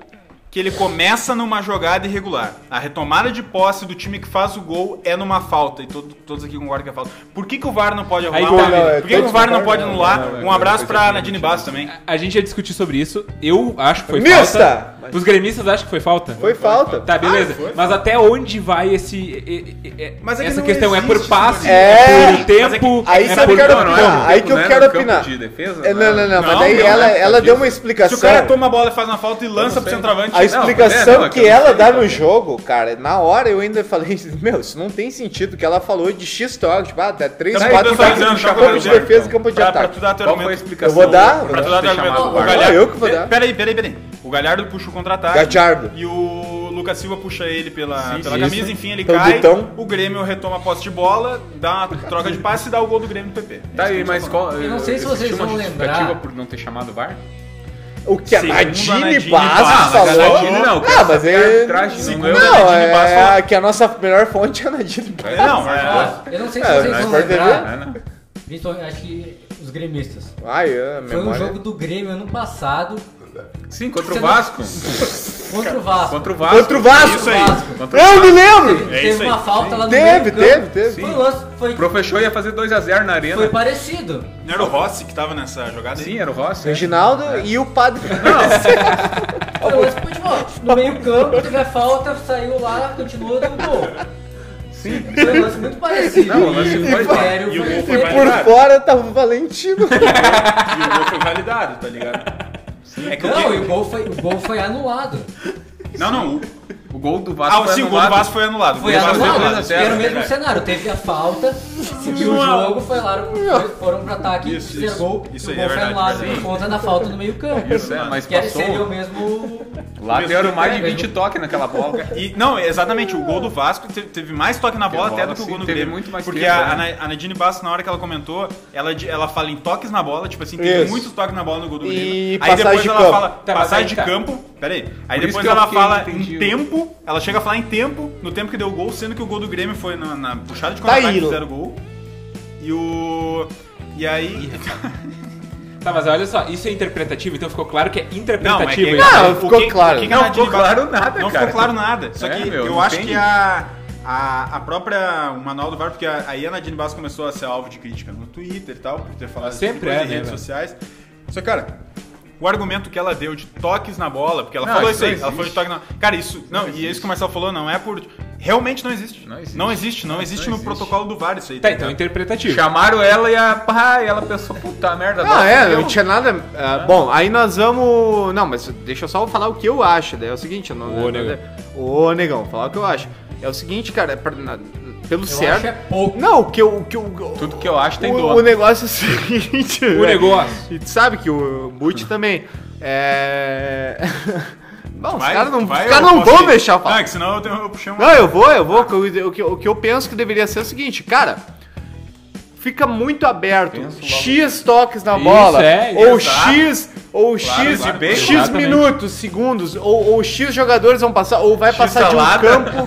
S5: que ele começa numa jogada irregular? A retomada de posse do time que faz o gol é numa falta. E todo- todos aqui concordam que é falta. Por que, que o VAR não pode anular?
S1: Aí, não,
S2: é,
S5: Por que, que o
S2: todos
S5: VAR não
S2: concordam,
S5: pode
S2: não,
S5: anular?
S9: não, é
S5: um abraço
S9: coisa
S5: pra
S9: que
S5: Nadine Bastos também.
S1: A gente já discutiu sobre isso. Eu acho que foi
S2: Mista!
S1: falta. Os gremistas acham que foi falta?
S2: Foi falta.
S1: Tá,
S9: Ah,
S1: beleza. Mas até onde vai esse. e- e- e-
S5: Mas é que
S1: essa
S5: não
S1: questão? É por
S5: existe
S9: né?
S1: passe?
S5: isso,
S2: É.
S1: por tempo?
S2: Aí
S1: é
S2: sabe
S1: por
S2: que era-
S1: Não, não é
S2: Não,
S1: bom.
S2: aí que eu
S9: né,
S2: quero
S9: no campo
S2: opinar.
S9: de defesa,
S2: É, não, não, não, mas
S5: Não,
S2: daí
S5: não,
S2: ela,
S9: né?
S2: ela deu uma
S5: Se
S2: explicação.
S5: o cara é toma a bola, faz uma falta e lança pro
S9: sei.
S5: centroavante.
S2: A explicação
S9: não, é que
S2: que
S9: eu
S2: ela
S9: não sei,
S2: dá
S9: cara.
S2: no jogo, cara, na hora eu ainda falei, meu, isso não tem sentido, que ela falou de X toques, tipo, ah, até 3,
S5: Tá
S2: 4
S5: contextualizando,
S2: campo de
S5: tá
S2: campo de
S5: contextualizando.
S2: defesa e campo de
S5: Pra, pra
S2: ataque.
S5: tu dar teu
S9: Qual foi a
S5: argumento.
S9: explicação?
S2: Eu vou dar-
S9: pra
S5: Pra tu dar
S9: ser
S5: teu argumento.
S9: chamado
S5: O
S9: VAR?
S2: Não,
S5: Galhardo-
S2: eu que vou dar.
S5: Peraí, peraí, peraí. O Galhardo puxa o contra-ataque.
S2: Gadiardo.
S5: E o Lucas Silva puxa ele pela,
S1: Sim,
S5: pela
S1: sim.
S5: camisa, enfim, ele
S2: Pelo
S5: cai.
S2: botão.
S5: O Grêmio retoma a posse de bola, dá uma troca de passe e dá o gol do Grêmio do PP.
S9: Tá aí, mas qual.
S6: Eu não sei se vocês
S9: existiu uma
S6: vão
S9: justificativa
S6: lembrar.
S9: por não ter chamado o VAR?
S2: O que a
S5: Segundo a
S2: Nadine
S5: Nadine
S2: Bastos
S5: Bastos,
S2: falou?
S5: a
S9: Nadine não,
S2: ah,
S9: cara,
S2: mas
S9: essa cara
S2: ele...
S9: atrás,
S2: Não,
S9: não,
S5: a Nadine
S2: é
S5: Bastos
S2: que a nossa melhor fonte é a Nadine Bastos.
S5: Não, é,
S6: Ah, eu não sei se
S2: É,
S6: vocês
S2: mas
S6: vão
S2: pode
S6: lembrar,
S9: Né, né?
S6: principalmente, acho que os gremistas.
S2: Ai, é,
S6: Foi um
S2: memória.
S6: jogo do Grêmio ano passado
S9: Sim, contra
S6: Você
S9: o
S6: não-
S9: Vasco.
S6: contra o Vasco.
S9: Contra o Vasco.
S2: Contra o Vasco!
S5: Isso aí.
S9: Contra o
S2: Eu me lembro!
S6: Teve,
S5: É
S6: teve
S5: isso aí.
S6: uma falta lá no
S2: Teve,
S6: meio do campo.
S2: teve, teve.
S6: Foi um lance, foi,
S9: O professor ia fazer 2x0 na arena.
S6: foi parecido.
S5: não era o Rossi que tava nessa jogada? aí?
S9: Sim, era o Rossi. é.
S2: Reginaldo e o Padre.
S6: Foi um lance pro futebol. No meio campo, teve a falta, saiu lá, continuou, deu gol.
S9: Sim.
S6: Foi um lance muito parecido.
S9: Não, o lance
S6: E
S9: foi-
S6: o Império
S1: é.
S5: e o gol
S6: foi, foi,
S5: foi
S2: E por
S5: Validado.
S2: fora tava o Valentino.
S5: E o gol foi validado, tá ligado? É que eu
S6: Não, e
S5: tenho-
S6: o gol foi, o gol foi anulado.
S5: não, não. O, o
S9: gol do Vasco
S5: Ah, o
S9: foi
S5: segundo
S9: anulado.
S5: Vasco foi anulado.
S6: Foi
S9: Ele
S5: Vasco
S9: bateu
S6: anulado.
S9: dois a
S6: Era o
S9: zero,
S6: mesmo
S5: né?
S6: cenário. Teve a falta, seguiu o
S5: Não.
S6: jogo, foi lá, foram pro ataque,
S5: Isso,
S6: fizeram
S5: isso.
S6: gol. e o
S5: Isso aí,
S6: gol
S5: é
S6: foi um
S5: verdade,
S6: anulado
S5: verdade.
S6: por conta da falta no meio-campo.
S9: Isso, é, mas
S6: Que era-
S9: passou.
S6: seria o mesmo.
S9: Lá deram mais de
S6: Ganhou.
S9: 20 toques naquela bola.
S5: E, não, exatamente, o gol do Vasco te- teve mais toque na bola até
S9: Teve bola,
S5: do que o
S9: sim,
S5: gol no
S9: teve
S5: Grêmio.
S9: muito mais
S5: porque
S9: tempo,
S5: a,
S9: né?
S5: a, a Nadine Bastos, na hora que ela comentou, ela, di- ela fala em toques na bola, tipo assim, teve
S2: Isso.
S5: muitos toques na bola no gol do
S2: E
S5: Grêmio. Aí
S2: passagem
S5: depois
S2: de
S5: ela
S2: campo.
S5: fala
S1: Tá, mas
S5: passagem
S1: aí
S5: de
S1: tá.
S5: campo. Pera aí. Aí
S9: Por isso
S5: depois
S9: que eu
S5: ela
S9: fiquei
S5: fala em
S9: entendido.
S5: tempo, ela chega a falar em tempo, no tempo que deu o gol, sendo que o gol do Grêmio foi na, na puxada de
S2: Tá aí,
S5: contra-ataque
S2: Lu.
S5: fizeram o gol. E o. E aí.
S1: Tá, mas olha só, isso é interpretativo, então ficou claro que é
S5: Não, mas é
S1: interpretativo.
S5: que-
S1: hein?
S2: Não,
S5: o
S2: ficou
S5: que-
S2: claro.
S5: o que que a
S9: Não
S5: Nadine
S9: ficou
S5: Bastos-
S9: claro nada,
S5: Não
S9: cara.
S5: ficou claro nada. Só
S9: É,
S5: que
S9: meu,
S5: eu
S9: não
S5: acho
S9: tem.
S5: que a, a, a própria. O manual do VAR, porque a, aí a Nadine Bastos começou a ser alvo de crítica no Twitter e tal, por ter falado
S1: Sempre
S5: tipo de coisa
S1: é,
S5: em
S1: né,
S5: redes
S1: velho?
S5: sociais. Só que, cara, o argumento que ela deu de toques na bola, porque ela
S9: Não,
S5: falou
S9: isso
S5: isso aí,
S9: não
S5: ela falou de toque na. Cara, isso. Não, e isso que o Marcelo falou, não é por. Realmente não existe.
S9: Não existe.
S5: Não existe, não
S9: Não,
S5: existe
S9: não
S5: no
S9: existe.
S5: protocolo do VAR isso aí.
S1: Tá,
S5: tá
S1: então é
S5: ligado?
S1: interpretativo.
S9: Chamaram ela e a pá, e ela pensou, puta merda.
S2: Ah,
S9: agora
S2: é,
S9: fudeu.
S2: não tinha nada. ah, Bom, aí nós vamos. Não, mas deixa eu só falar o que eu acho. Daí é o seguinte, eu não.
S1: Ô, negão.
S2: Ô, negão, falar o que eu acho. É o seguinte, cara, é pra- na- pelo certo.
S6: acho é pouco.
S2: Não, o que eu. O que eu
S9: Tudo que eu acho tem
S2: o,
S9: dono.
S2: o negócio é o seguinte.
S1: O
S2: velho.
S1: negócio.
S2: E tu sabe que o Boot também. É. Bom, os
S5: Vai,
S2: caras não, os
S5: vai,
S2: caras
S5: eu
S2: não
S5: posso
S2: vão
S5: ir.
S2: deixar eu falar.
S5: Não, é que senão eu, tenho, eu puxei uma.
S2: Não, eu vou, eu vou. O que eu- o que, eu- o que eu penso que deveria ser é o seguinte, cara. Fica muito aberto. X toques na
S1: Isso,
S2: bola.
S1: é,
S2: ou
S5: exato.
S2: X. Ou
S5: Claro,
S2: X,
S5: claro,
S2: X
S1: exatamente.
S2: minutos, segundos. Ou, ou X jogadores vão passar. Ou vai passar
S9: salada.
S2: de um campo.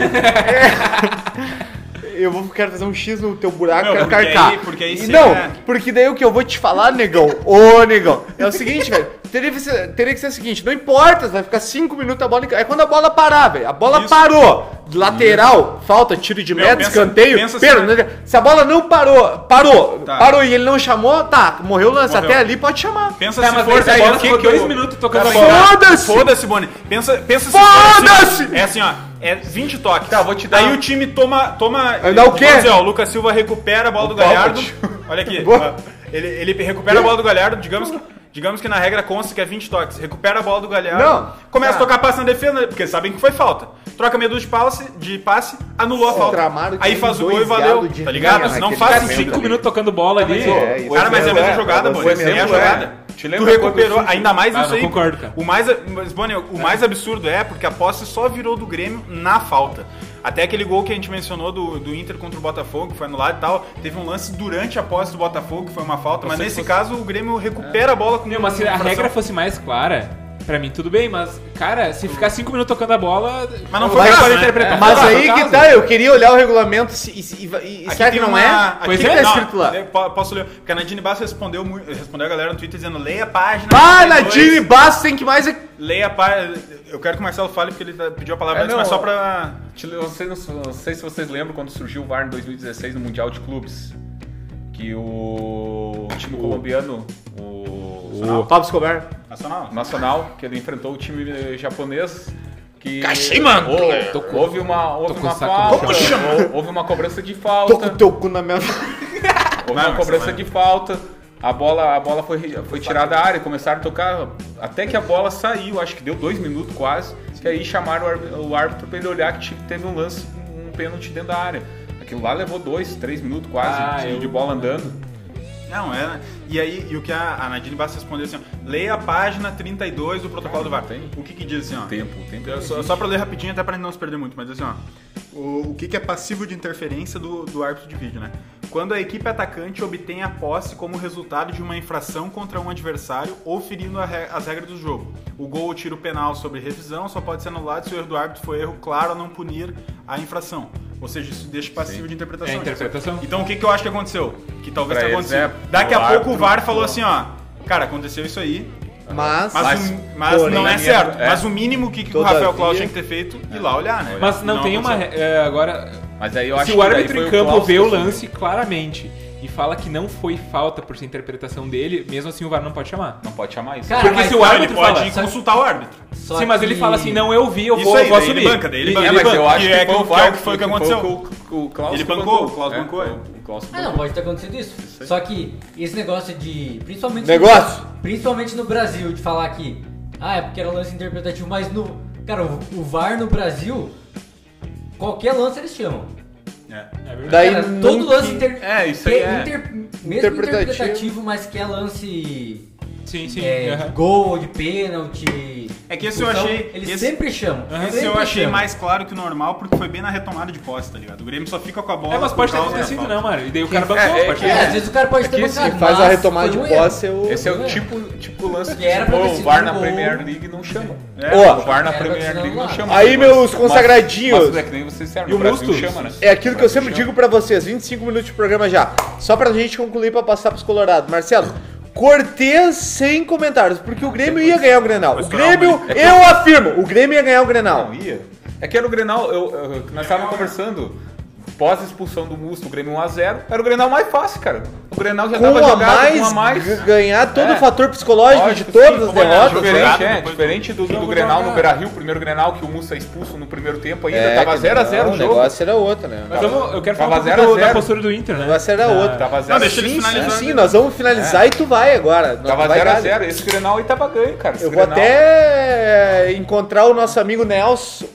S2: É. Eu vou, quero fazer um X no teu buraco,
S5: Não,
S2: quero
S5: porque aí-
S2: carcar.
S5: porque aí
S2: E
S5: você
S2: não,
S5: é-
S2: porque daí o que eu vou te falar, negão, ô negão, é o seguinte, velho. Teria, que ser- teria que ser o seguinte: não importa, vai ficar 5 minutos a bola. em- É quando a bola parar, velho. A bola
S5: Isso.
S2: parou. Lateral, falta, tiro de
S5: Meu,
S2: meta,
S5: pensa-
S2: escanteio.
S5: pensa assim,
S2: pênalti,
S5: né?
S2: Se a bola não parou, parou,
S5: Tá.
S2: parou e ele não chamou, tá, morreu o lance
S5: Morreu.
S2: até ali, pode chamar.
S5: Pensa
S1: Tá,
S5: se
S1: mas
S5: for
S1: aí se a
S5: aí,
S1: bola
S5: o que
S1: ficou
S5: que eu-
S1: dois minutos tocando
S5: Tá
S1: a
S5: bem,
S1: bola.
S2: Foda-se!
S5: Foda-se, Boni! Pensa, pensa se
S2: Foda-se!
S5: É assim, ó. É 20 toques. Tá,
S9: vou te dar-
S5: Aí o time toma. toma
S2: Vai dar o quê?
S5: Vamos dizer, ó, o Lucas Silva recupera a bola do Galhardo. Olha aqui.
S2: Boa.
S5: ó, ele, ele recupera a bola do Galhardo, digamos que. Digamos que na regra consta que é 20 toques. Recupera a bola do Galhardo.
S2: Não.
S5: Começa
S2: Tá.
S5: a tocar passe na defesa, porque sabem que foi falta. Troca meia dúzia de passe, de passe anulou a falta.
S2: tramaram que
S5: Aí faz o
S2: dois
S5: gol e
S2: gado
S5: valeu.
S2: de
S5: Tá ligado?
S2: linha
S5: Mas não
S2: naquele
S5: faz
S2: momento
S5: sentido.
S1: Cinco minutos tocando bola ali.
S2: é, isso
S5: Cara, mas é a mesma
S9: é,
S5: jogada,
S9: o
S5: Bonnie.
S9: exemplo
S5: É a
S9: é.
S5: jogada.
S9: Te lembra
S5: Tu
S9: quando eu
S5: recuperou,
S9: fiz-
S5: ainda mais
S1: Ah,
S5: isso
S1: eu
S5: aí.
S1: concordo, cara.
S5: O mais, mas, Bonnie, o mais absurdo é porque a posse só virou do Grêmio na falta. Até aquele gol que a gente mencionou do, do Inter contra o Botafogo, que foi anulado e tal, teve um lance durante a posse do Botafogo, que foi uma falta, mas
S1: Você
S5: nesse
S1: fosse-
S5: caso o Grêmio recupera a bola com
S1: Meu, mas se
S5: com
S1: a
S5: fração.
S1: regra fosse mais clara, pra mim tudo bem, mas, cara, se ficar cinco minutos tocando a bola.
S5: Mas não
S1: eu
S5: foi
S1: acho
S5: caso,
S1: que
S5: né?
S1: interpretar.
S2: Mas
S1: Não,
S2: aí
S1: foi
S2: que
S1: caso.
S2: tá, eu queria olhar o regulamento se- e, e- e-
S5: Aqui
S2: será que
S5: tem
S2: não
S5: uma-
S2: é?
S5: aqui
S2: O que
S5: tem-
S2: tá
S5: não,
S2: escrito lá?
S5: eu po- Posso ler? Porque a Nadine Basso respondeu, mu- respondeu a galera no Twitter dizendo: leia a página.
S2: Ah,
S5: 42,
S2: Nadine Bastos tem que mais. é-
S5: Leia a página. Eu quero que o Marcelo fale, porque ele tá- pediu a palavra
S9: É,
S5: antes,
S9: não,
S5: mas só pra.
S9: Te- Eu não sei, não sei se vocês lembram quando surgiu o VAR em 2016 no Mundial de Clubes. Que o time colombiano, o
S2: Pablo Escobar.
S5: Nacional.
S9: Nacional, que ele enfrentou o time eh, japonês. Que Kashima! houve uma, houve
S1: Tô com
S9: uma
S1: o saco no
S9: falta,
S1: chão.
S9: hou- houve uma cobrança de falta.
S2: Tô com o teu cu na minha.
S9: Houve
S5: Vai,
S9: uma
S5: Marcelo,
S9: cobrança
S5: vai.
S9: de falta, a bola, a bola foi, foi tirada da área, começaram a tocar, até que a bola saiu, acho que deu dois minutos quase, que aí chamaram o árbi- o árbitro pra ele olhar que tinha- teve um lance, um pênalti dentro da área. Aquilo lá levou dois, três minutos quase
S1: Ah,
S9: de,
S1: eu-
S9: de bola andando.
S5: Não, é. né? E aí, e o que a, a Nadine Bastos respondeu assim: ó, leia a página 32 do protocolo do VAR.
S9: tem.
S5: O que que diz assim, ó?
S9: Tempo, tempo.
S5: Eu Só, só pra ler rapidinho, até pra não se perder muito, mas assim, ó. O, o que, que é passivo de interferência do, do árbitro de vídeo, né? Quando a equipe atacante obtém a posse como resultado de uma infração contra um adversário ou ferindo a re- as regras do jogo. O gol ou tiro penal sobre revisão só pode ser anulado se o erro do árbitro for erro claro ao não punir a infração. Ou seja, isso deixa passivo de interpretação.
S1: É interpretação.
S5: Então o que, que eu acho que aconteceu? Que talvez
S9: Pra
S5: tenha
S9: eles
S5: acontecido.
S9: é
S5: Daqui
S9: o
S5: a pouco o
S9: árbitro-
S5: VAR falou assim, ó. Cara, aconteceu isso aí,
S2: Mas.
S5: mas,
S9: Mas,
S5: o- mas
S2: porém,
S5: não
S9: na
S5: é
S9: minha-
S5: certo.
S9: é.
S5: Mas o mínimo que, que o
S2: Todavia-
S5: Rafael Claus tinha que ter feito ir lá olhar, né?
S1: Mas não, tem uma.
S5: aconteceu.
S1: é, agora,
S9: Mas aí eu acho
S1: se
S9: que
S1: o
S9: daí
S1: árbitro
S9: foi assim.
S1: em campo
S9: Klaus
S1: vê o
S9: que-
S1: lance claramente e fala que não foi falta por ser interpretação dele, mesmo assim o VAR não pode chamar.
S9: Não pode chamar isso.
S6: Cara,
S1: Porque
S6: mas-
S1: se o
S5: Não,
S1: árbitro
S5: ele pode
S1: fala.
S5: ir consultar o árbitro.
S6: Só
S1: Sim, mas
S6: que-
S1: ele fala assim, não, eu vi, eu
S5: Isso
S1: vou,
S5: aí,
S1: eu vou
S5: daí ele
S1: assumir.
S5: banca, daí ele
S1: E-
S5: banca.
S9: É,
S1: é,
S9: mas eu
S5: ban-
S9: acho
S5: e
S9: que,
S5: é
S9: foi
S5: que
S9: o
S5: o
S9: VAR
S5: que foi que aconteceu.
S1: um
S9: O, o, o Klaus
S5: Ele
S9: que
S5: bancou, o Klaus
S9: É,
S5: bancou, é.
S9: o Klaus
S6: Ah, não,
S9: bancou.
S6: pode ter acontecido isso. Só que esse negócio de. Principalmente.
S2: Negócio?
S6: principalmente no Brasil, de falar que. Ah, é porque era lance interpretativo, mas no. Cara, o, o VAR no Brasil, qualquer lance eles chamam.
S1: é.
S2: Daí
S6: Cara,
S2: não
S6: todo lance
S2: que-
S6: inter...
S9: É, isso
S6: que
S9: aí é.
S6: inter- mesmo
S2: Interpretativo.
S6: interpretativo. mas que é lance
S1: Sim, sim.
S6: é, de
S1: aham.
S6: gol, de pênalti.
S5: É que esse eu
S6: expulsão,
S5: achei-
S6: Eles
S5: esse-
S6: sempre chamam.
S5: Esse
S6: sempre
S5: eu achei
S6: chamam.
S5: mais claro que o normal, porque foi bem na retomada de posse, tá ligado? O Grêmio só fica com a bola.
S1: É, mas
S5: por
S1: pode ter
S5: causa da
S1: acontecido,
S5: falta.
S1: né, mano? E daí o cara bancou
S9: é,
S1: a partida.
S6: É, às vezes o cara pode ter
S9: que esse
S6: bancado,
S2: Quem faz a
S6: mas
S2: retomada de
S6: foi um erro.
S2: posse é o.
S9: Esse é o
S6: Não é.
S9: tipo, tipo lance que,
S6: Que era
S9: tipo,
S6: pra ter
S9: o
S6: sido
S9: VAR
S6: um
S9: na
S6: gol.
S9: Premier League não chama.
S5: É,
S2: Ó,
S9: o VAR na
S6: era pra
S9: Premier
S6: ter sido
S9: League não
S6: anulado.
S9: chama.
S2: Aí,
S9: Mas-
S2: meus consagradinhos.
S9: Mas, mas é que nem vocês disseram,
S1: E o
S9: o Brasil
S1: Musto?
S9: chama, né?
S2: É aquilo que eu sempre
S9: Brasil
S2: digo pra vocês, 25 minutos de programa já. Só pra gente concluir pra passar pros Colorado. Marcelo, Cortez sem comentários, porque o Grêmio ia ganhar o Grenal. O Grêmio, eu afirmo, o Grêmio ia ganhar o Grenal.
S9: Não, ia. É que era o Grenal, eu, eu- nós
S6: né?
S9: estávamos conversando, pós expulsão do Musto, o Grêmio 1x0, era o Grenal mais fácil, cara. O Grenal já
S2: Com
S9: tava
S2: a
S9: jogado,
S2: mais,
S9: com a mais.
S2: g- ganhar todo
S9: É.
S2: o fator psicológico de
S9: Lógico,
S2: todas
S9: sim,
S2: as
S9: como era
S2: derrotas. né?
S9: Diferente,
S5: né?
S9: é, diferente do, do Grenal no Beira Rio, o primeiro Grenal que o Musta é expulso no primeiro tempo ainda,
S2: É,
S9: tava
S2: que
S9: 0x0
S2: não,
S9: o
S2: o
S9: jogo.
S2: negócio era outro, né?
S1: Mas eu, vou- eu quero falar
S9: Tava
S1: um pouco
S9: zero a
S1: do- da
S9: zero.
S1: postura do Inter, né?
S2: O negócio era outro.
S9: Tava
S5: Não,
S9: 0
S5: deixa ele
S2: sim, sim,
S5: finalizando.
S2: sim, nós vamos finalizar e tu vai agora. Nós
S9: É. Tava
S2: vai
S9: 0x0,
S2: dar- né?
S9: esse Grenal aí tava ganho, cara. Esse
S2: Eu vou
S9: Grenal-
S2: até encontrar o nosso amigo Nelson.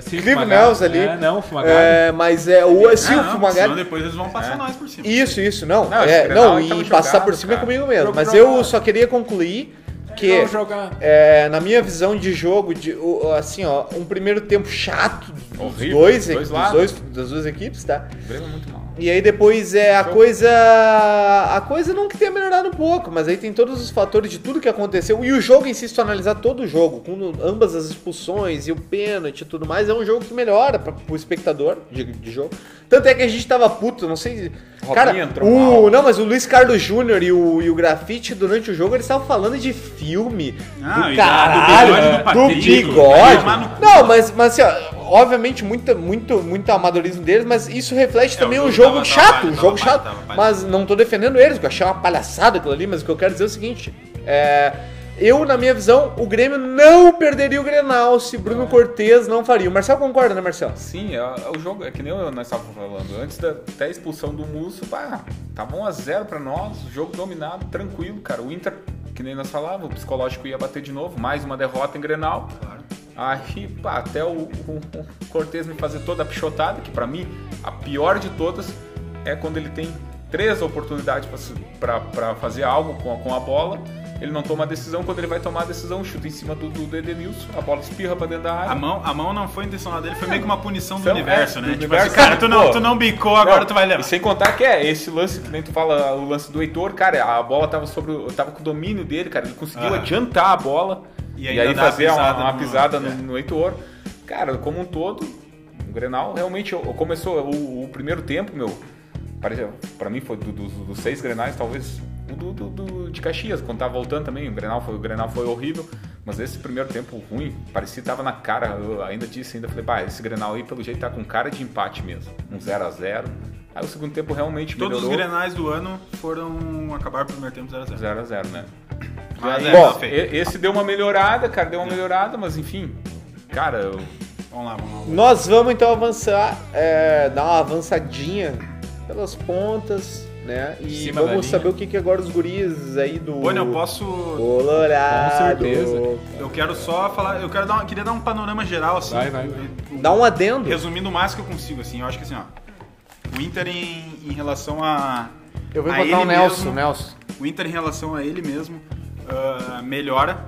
S1: Sim,
S2: Incrível
S1: fumagado.
S2: Nelson ali.
S1: É, não, fumagado.
S2: É, mas é o se
S5: Ah,
S2: o
S5: não,
S2: Fumagalli.
S5: senão depois eles vão
S9: É.
S5: passar nós por cima.
S2: Isso, isso, não.
S9: Não,
S2: é,
S9: esse Grenal
S2: não,
S9: aí
S2: e
S9: tava
S2: passar
S9: jogado,
S2: por cima é
S9: cara.
S2: comigo mesmo.
S1: Jogo
S2: Mas
S1: jogado.
S2: eu só queria concluir que
S1: Vamos jogar.
S2: é, na minha visão de jogo, de, o- assim, ó, um primeiro tempo chato dos
S9: Horrível,
S2: dois,
S9: dos dois
S2: dos
S9: lados.
S2: dois- das duas equipes, tá?
S9: O Grêmio é muito mal.
S2: E aí depois é a coisa. A coisa não que tenha melhorado um pouco, mas aí tem todos os fatores de tudo que aconteceu. E o jogo em si, se tu analisar todo o jogo, com ambas as expulsões e o pênalti e tudo mais, é um jogo que melhora pra, pro espectador de, de jogo. Tanto é que a gente tava puto, não sei.
S9: Robinho
S2: Cara,
S9: entrou
S2: o,
S9: mal.
S2: não, mas o Luiz Carlos Júnior e o, e o Grafite durante o jogo, eles estavam falando de filme,
S5: Ah,
S2: do
S5: e da- do
S2: caralho,
S5: bigode do
S2: do
S5: Patrick, vai
S2: bigode.
S5: tomar no cu.
S2: Não, mas, mas assim, ó, obviamente, muita, muito, muito amadorismo deles, mas isso reflete também
S5: o
S2: um
S5: jogo
S2: jogo
S5: tava-
S2: chato,
S5: tava
S2: um jogo
S5: palha,
S2: chato.
S5: tava palha.
S2: mas não tô defendendo eles, que eu achei uma palhaçada aquilo ali, mas o que eu quero dizer é o seguinte: é, eu, na minha visão, o Grêmio não perderia o Grenal se Bruno Cortez não faria. O Marcel concorda, né, Marcel?
S9: Sim, é, é o jogo, é que nem eu- nós estávamos falando, antes da até a expulsão do Musso, pá, tava 1 a 0 pra nós, o jogo dominado, tranquilo, cara. O Inter, que nem nós falávamos, o psicológico ia bater de novo, mais uma derrota em Grenal. Aí, pá, até o, o, o Cortez me fazer toda a pichotada, que pra mim, a pior de todas é quando ele tem três oportunidades pra se- pra pra fazer algo com a, com a bola. Ele não toma a decisão, quando ele vai tomar a decisão, chuta em cima do, do Edenilson, a bola espirra pra dentro da área.
S5: A mão, a mão não foi intencional dele, foi meio que uma punição do
S9: Então,
S5: universo,
S9: é,
S5: né?
S9: do
S5: tipo
S9: universo,
S5: assim, cara, tu não,
S9: pô.
S5: tu não bicou, agora
S9: Não,
S5: tu vai
S9: E
S5: levar.
S9: sem contar que é esse lance, que nem tu fala, o lance do Heitor, cara, a bola tava sobre. o- tava com o domínio dele, cara. Ele conseguiu
S5: Aham.
S9: adiantar a bola
S5: Ah. E
S9: e,
S5: ainda
S9: aí
S5: dá a
S9: fazer uma-
S5: pisada
S9: uma,
S5: no-
S9: pisada no,
S5: é.
S9: no Heitor. Cara, como um todo, o Grenal realmente eu- eu começou o, o primeiro tempo, meu. Parece, pra mim foi do- dos dos seis Grenais, talvez. O do, do- do- de Caxias, quando tava voltando também, o Grenal foi, o Grenal foi horrível. Mas esse primeiro tempo ruim, parecia que tava na cara. Eu ainda disse, ainda falei, bah, esse Grenal aí pelo jeito tá com cara de empate mesmo. Um 0x0. Aí o segundo tempo realmente
S5: Todos os
S9: melhorou.
S5: grenais do ano foram acabar o primeiro tempo 0x0.
S9: 0x0, né?
S5: Mas é,
S2: Bom,
S5: tá feio.
S9: E- Esse deu uma melhorada, cara, deu uma melhorada, mas enfim. Cara, eu-
S5: Vamos lá, vamos lá.
S2: Nós vamos então avançar, é, dar uma avançadinha pelas pontas, né? E
S1: Cima da
S2: vamos
S1: linha.
S2: saber o que, que agora os guris aí do.
S5: Olha, eu posso.
S2: Colorado.
S1: Com certeza.
S5: Eu quero só falar. Eu quero dar, uma- queria dar um panorama geral, assim.
S1: Vai, vai, vai.
S2: Dá um adendo.
S5: Resumindo o mais que eu consigo, assim. Eu acho que assim, ó. O Inter em, em relação a.
S2: Eu vou
S5: a
S2: botar
S5: ele
S2: o Nelson,
S5: mesmo,
S2: Nelson.
S5: O Inter em relação a ele mesmo ah, melhora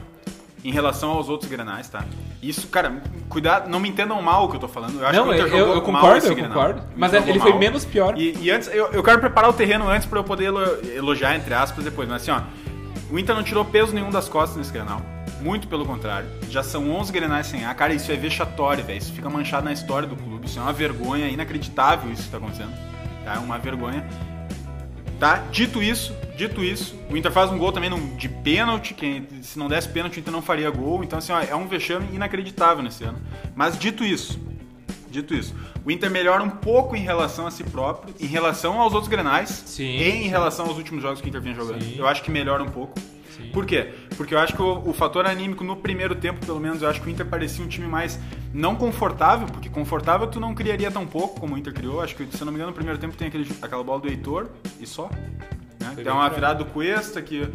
S5: em relação aos outros grenais, tá? Isso, cara, cuidado, não me entendam mal o que eu tô falando. Eu acho que
S1: Não,
S5: o Inter
S1: eu,
S5: jogou
S1: eu
S5: mal
S1: concordo,
S5: esse
S1: eu
S5: Grenal.
S1: concordo.
S5: O Inter
S1: Mas ele
S5: jogou
S1: foi
S5: mal.
S1: menos pior.
S5: E, e antes, eu, eu quero preparar o terreno antes pra eu poder elo- elogiar, entre aspas, depois. Mas assim, ó, o Inter não tirou peso nenhum das costas nesse Grenal. Muito pelo contrário. Já são 11 Grenais sem A. Cara, isso é vexatório, velho. Isso fica manchado na história do clube. Isso é uma vergonha, é inacreditável isso que tá acontecendo. Tá? É uma vergonha. Tá? Dito isso, dito isso, o Inter faz um gol também num- de pênalti, que se não desse pênalti o Inter não faria gol. Então, assim, ó, é um vexame inacreditável nesse ano. Mas dito isso, dito isso, o Inter melhora um pouco em relação a si próprio, em relação aos outros grenais
S1: Sim,
S5: e em relação aos últimos jogos que o Inter vinha jogando.
S1: Sim.
S5: Eu acho que melhora um pouco.
S1: Sim.
S5: Por quê? Porque eu acho que o, o fator anímico no primeiro tempo, pelo menos, eu acho que o Inter parecia um time mais não confortável, porque confortável tu não criaria tão pouco como o Inter criou. Acho que, se eu não me engano, no primeiro tempo tem aquele, aquela bola do Heitor e só. Né? Tem uma virada do Cuesta que.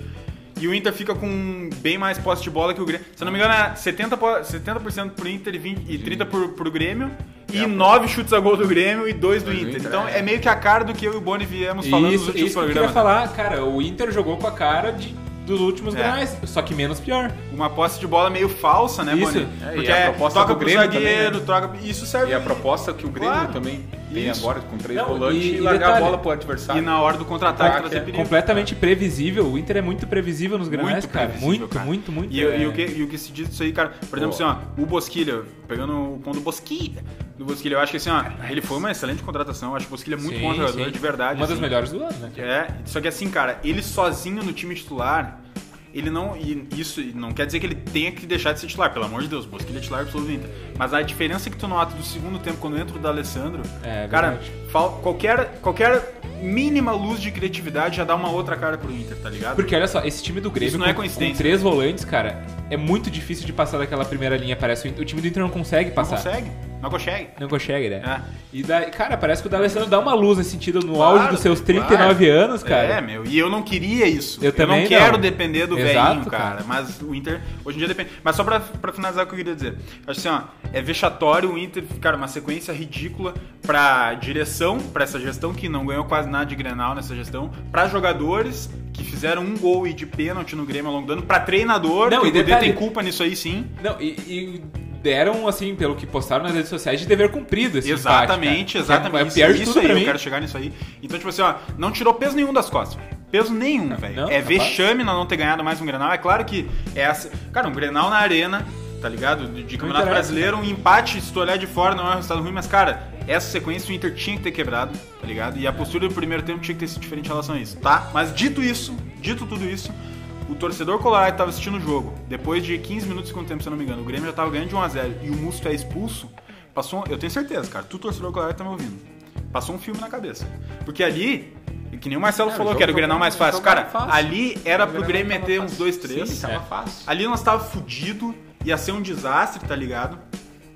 S5: E o Inter fica com bem mais posse de bola que o Grêmio. Se eu não me engano, é 70%, po- 70 pro Inter e, 20, e 30% pro, pro Grêmio. E 9 chutes É a gol do Grêmio e 2 do Inter. Então é meio que a cara do que eu e o Boni viemos falando nos
S1: Isso,
S5: últimos
S1: isso que eu
S5: programas.
S9: né?
S1: queria falar, cara, o Inter jogou com a cara de- dos últimos
S5: É.
S1: granais, só que menos pior.
S5: Uma posse de bola meio falsa, né,
S1: Isso.
S5: Boni?
S9: É, e
S5: Porque
S9: a
S5: é,
S9: proposta
S5: toca
S9: do
S5: pro
S9: Grêmio
S1: né?
S5: zagueiro, troca. Isso serve.
S9: E a proposta que o Grêmio
S5: Claro.
S9: também tem
S5: Isso.
S9: agora, com três
S1: Não,
S9: volantes,
S1: e-
S9: e,
S1: e
S9: largar
S1: detalhe,
S9: a bola pro
S1: tá
S9: adversário.
S5: E na hora do contra-ataque
S9: Ataque
S5: Ah, trazer
S9: é
S5: perigo.
S1: Completamente previsível. O Inter é muito previsível nos granais,
S5: Muito
S1: cara.
S5: previsível,
S1: Muito,
S5: cara.
S1: muito, muito. é.
S5: E, e o que, é e o que se diz disso aí, cara? Por exemplo, assim, ó, o Bosquilha, pegando o ponto do Bosquilha, do Bosquilha, eu acho que assim, ó, ele foi uma excelente contratação. Eu acho que o Bosquilha é muito
S1: Sim,
S5: bom jogador,
S1: sim.
S5: de verdade.
S1: Uma das
S5: assim.
S1: melhores do ano, né?
S5: É, só que assim, cara, ele sozinho no time titular, ele não. e Isso não quer dizer que ele tenha que deixar de ser titular, pelo amor de Deus, Bosquilha é titular absoluto do Inter. Mas a diferença que tu nota do segundo tempo quando entra o D'Alessandro,
S1: É,
S5: cara,
S1: verdade.
S5: fal- qualquer, qualquer mínima luz de criatividade já dá uma outra cara pro Inter, tá ligado?
S1: Porque olha só, esse time do Grêmio
S5: Isso não é
S1: com,
S5: coincidência.
S1: com três volantes, cara, é muito difícil de passar daquela primeira linha. Parece o Inter- o time do Inter não consegue
S5: não
S1: passar.
S5: consegue, não consegue.
S1: Não consegue, né?
S5: É.
S1: E daí, cara, parece que o D'Alessandro dá uma luz nesse sentido no
S5: Claro,
S1: auge dos seus 39 anos, cara.
S5: É, meu, e eu não queria isso.
S1: Eu também
S5: não
S1: não.
S5: quero depender do
S1: Exato,
S5: velhinho, cara.
S1: cara.
S5: Mas o Inter, hoje em dia depende. Mas só pra, pra finalizar o que eu queria dizer. Acho assim, ó, é vexatório o Inter, cara, uma sequência ridícula pra direção, pra essa gestão que não ganhou quase nada de Grenal nessa gestão, pra jogadores que fizeram um gol e de pênalti no Grêmio ao longo do ano, pra treinador,
S1: Não,
S5: que
S1: e
S5: o Kudê
S1: detalhe-
S5: tem culpa nisso aí sim.
S1: Não, e, e deram, assim, pelo que postaram nas redes sociais, de dever cumprido esse
S5: Exatamente,
S1: empate, cara. Que
S5: exatamente.
S1: É, é pior
S5: isso,
S1: de
S5: isso
S1: tudo
S5: aí,
S1: pra
S5: eu
S1: mim.
S5: quero chegar nisso aí. Então, tipo assim, ó, não tirou peso nenhum das costas. Peso nenhum, velho.
S1: não,
S5: É
S1: capaz.
S5: vexame não ter ganhado mais um Grenal. É claro que é essa. Cara, um Grenal na arena, tá ligado? De, de Campeonato
S1: interessa,
S5: Brasileiro, um empate, se tu olhar de fora, não é um resultado ruim, mas, cara, essa sequência o Inter tinha que ter quebrado, tá ligado? E a postura do primeiro tempo tinha que ter sido diferente em relação a isso, tá? Mas dito isso, dito tudo isso. O torcedor colorado que tava assistindo o jogo. Depois de 15 minutos do segundo tempo, se eu não me engano, o Grêmio já tava ganhando de 1x0 e o Musto é expulso. Passou, um- eu tenho certeza, cara. Tu, torcedor colorado, tá me ouvindo. Passou um filme na cabeça. Porque ali, que nem o Marcelo falou que era o Grenal mais fácil. Cara, ali era pro Grêmio meter uns dois, três. É.
S9: Sim, tava
S1: é.
S9: fácil.
S5: Ali nós tava fudido, ia ser um desastre, tá ligado?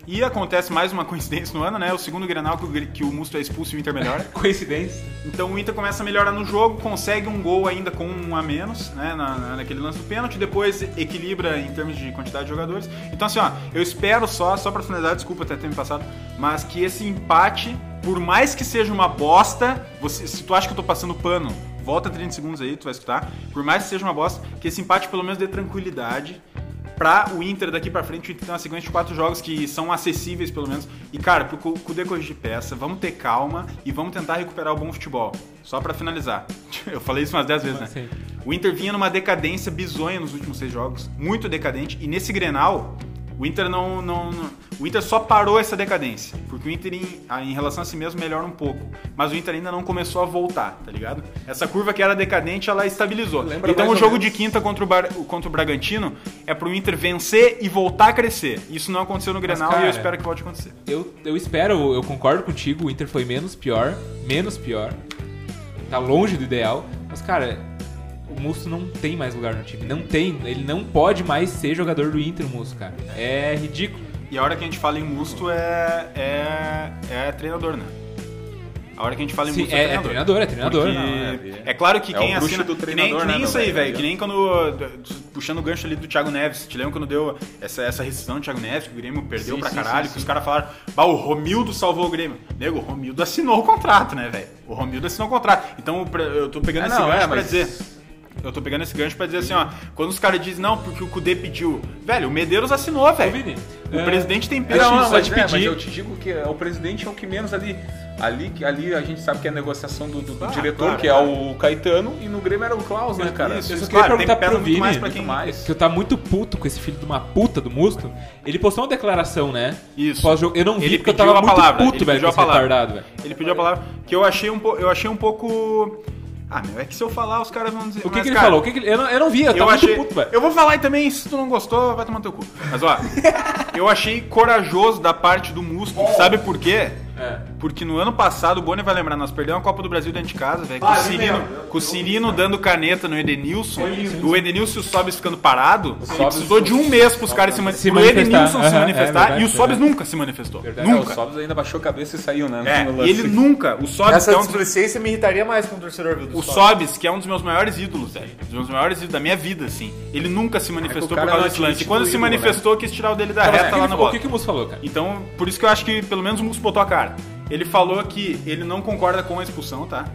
S5: E acontece mais uma coincidência no ano, né? O segundo Grenal que o, Gre- que o Musto é expulso e o Inter melhora.
S1: Coincidência.
S5: Então o Inter começa a melhorar no jogo, consegue um gol ainda com um a menos, né? na- na- naquele lance do pênalti, depois equilibra em termos de quantidade de jogadores. Então, assim, ó, eu espero só, só pra finalizar, desculpa até ter me passado, mas que esse empate, por mais que seja uma bosta, você- se tu acha que eu tô passando pano, volta 30 segundos aí, tu vai escutar. Por mais que seja uma bosta, que esse empate pelo menos dê tranquilidade. Pra o Inter daqui pra frente, o Inter tem uma sequência de quatro jogos que são acessíveis, pelo menos. E, cara, pro Cu- Kudê corrigir peça, vamos ter calma e vamos tentar recuperar o bom futebol. Só pra finalizar. Eu falei isso umas 10 vezes, né?
S1: Sim.
S5: O Inter vinha numa decadência bizonha nos últimos seis jogos, muito decadente. E nesse Grenal, o Inter não, não, não- O Inter só parou essa decadência. Porque o Inter, em, a- em relação a si mesmo, melhora um pouco. Mas o Inter ainda não começou a voltar, tá ligado? Essa curva que era decadente, ela estabilizou.
S1: Lembra
S5: então
S1: mais
S5: o
S1: ou
S5: jogo
S1: menos.
S5: de quinta contra o, Bar- contra o Bragantino é pro Inter vencer e voltar a crescer. Isso não aconteceu no Grenal e eu
S1: cara,
S5: espero que volte a acontecer.
S1: Eu, eu espero, eu concordo contigo, o Inter foi menos pior, menos pior. Tá longe do ideal, mas cara, o Musso não tem mais lugar no time, não tem, ele não pode mais ser jogador do Inter, o Musso, cara. É ridículo.
S5: E a hora que a gente fala em Musto é, é, é treinador, né? A hora que a gente fala em
S1: Sim,
S5: Musto
S1: é, é treinador, é treinador.
S5: Porque é claro que
S9: É
S5: quem
S9: o bruxo
S5: assina.
S9: do
S5: que nem,
S9: treinador,
S5: que nem
S9: né,
S5: isso
S9: meu
S5: aí,
S9: velho?
S5: velho. Que nem quando. Puxando o gancho ali do Thiago Neves. Te lembra quando deu essa, essa rescisão do Thiago Neves, que o Grêmio perdeu pra caralho, que os caras falaram, bah, o Romildo salvou o Grêmio. Nego, o Romildo assinou o contrato, né, velho? O Romildo assinou o contrato. Então pra- eu tô pegando
S9: Ah,
S5: esse
S9: não,
S5: gancho
S9: é,
S5: pra
S9: mas-
S5: dizer. Eu tô pegando esse gancho pra dizer assim, ó. Quando os caras dizem, não, porque o Kudê pediu. Velho, o Medeiros assinou, velho.
S1: Vini,
S5: O
S1: é-
S5: presidente tem
S9: Não,
S5: peso
S9: não,
S5: só
S9: mas,
S5: de
S9: é, mas
S5: pedir.
S9: eu te digo que é, o presidente é o que menos ali. Ali, que- ali a gente sabe que é a negociação do, do- do
S5: Claro,
S9: diretor,
S5: claro,
S9: que
S5: claro.
S9: é o Caetano, e no Grêmio era o Klaus, né, cara?
S5: Isso,
S1: Eu só
S5: isso,
S1: queria
S5: claro, tem
S1: perguntar
S5: peso
S1: pro
S5: muito
S1: Vini.
S5: mais pra quem
S9: mais.
S1: Que eu tava muito puto com esse filho de uma puta do Musto. Ele postou uma declaração, né?
S5: Isso.
S1: Pós-jogo. Eu não vi
S5: Ele
S1: porque eu
S5: pediu
S1: tava
S5: a
S1: muito
S5: palavra, ele
S1: puto, velho,
S5: pediu
S1: com
S5: a
S1: esse
S5: palavra.
S1: retardado, velho.
S5: Ele pediu a palavra. Que eu achei um pouco. Eu achei um pouco. Ah, meu, é que se eu falar, os caras vão dizer.
S1: O que,
S5: Mas,
S1: que ele
S5: cara,
S1: falou? O que que ele- Eu, não, eu não vi, eu,
S5: Eu
S1: tava
S5: achei.
S1: muito puto, velho.
S5: eu vou falar e também, se tu não gostou, vai tomar no teu cu. Mas ó, eu achei corajoso da parte do Musto, sabe por quê?
S1: É.
S5: Porque no ano passado, o Boni vai lembrar, nós perdemos a Copa do Brasil dentro de casa, velho. Com,
S4: Ah,
S5: o
S4: eu
S5: Cirino-
S4: lembro. Eu-
S5: com o Cirino dando caneta no Edenilson.
S4: Foi isso.
S5: O Edenilson e o Sobis ficando parado. e
S9: Sobis
S5: precisou de um mês pros caras se, mani-
S1: Se
S5: pro
S1: manifestar.
S5: Edenilson se
S1: Aham, é
S5: manifestar.
S1: verdade,
S5: e o Sobis
S1: verdade.
S5: nunca se manifestou.
S1: Verdade,
S9: É,
S5: nunca.
S9: o Sobs ainda baixou a cabeça e saiu, né?
S5: É,
S9: No lance.
S5: ele nunca. O Sobis, que
S8: Essa
S5: é um dos
S8: displicência me irritaria mais com o torcedor do
S5: O Sobis, que é um dos meus maiores ídolos, velho. Um dos meus maiores ídolos da minha vida, assim. Ele nunca se
S9: É que
S5: manifestou
S9: o
S5: por
S9: cara
S5: causa
S9: não
S5: desse lance. E
S9: atinge
S5: quando
S9: o
S5: se
S9: ídolo,
S5: manifestou, quis tirar o dele da
S1: Tá, mas
S5: reta
S1: o que
S5: lá
S1: que-
S5: na
S1: O
S5: bola.
S1: que, que o Musso falou, cara?
S5: Então, por isso que eu acho que pelo menos o Musso botou a cara. Ele falou que ele não concorda com a expulsão, tá?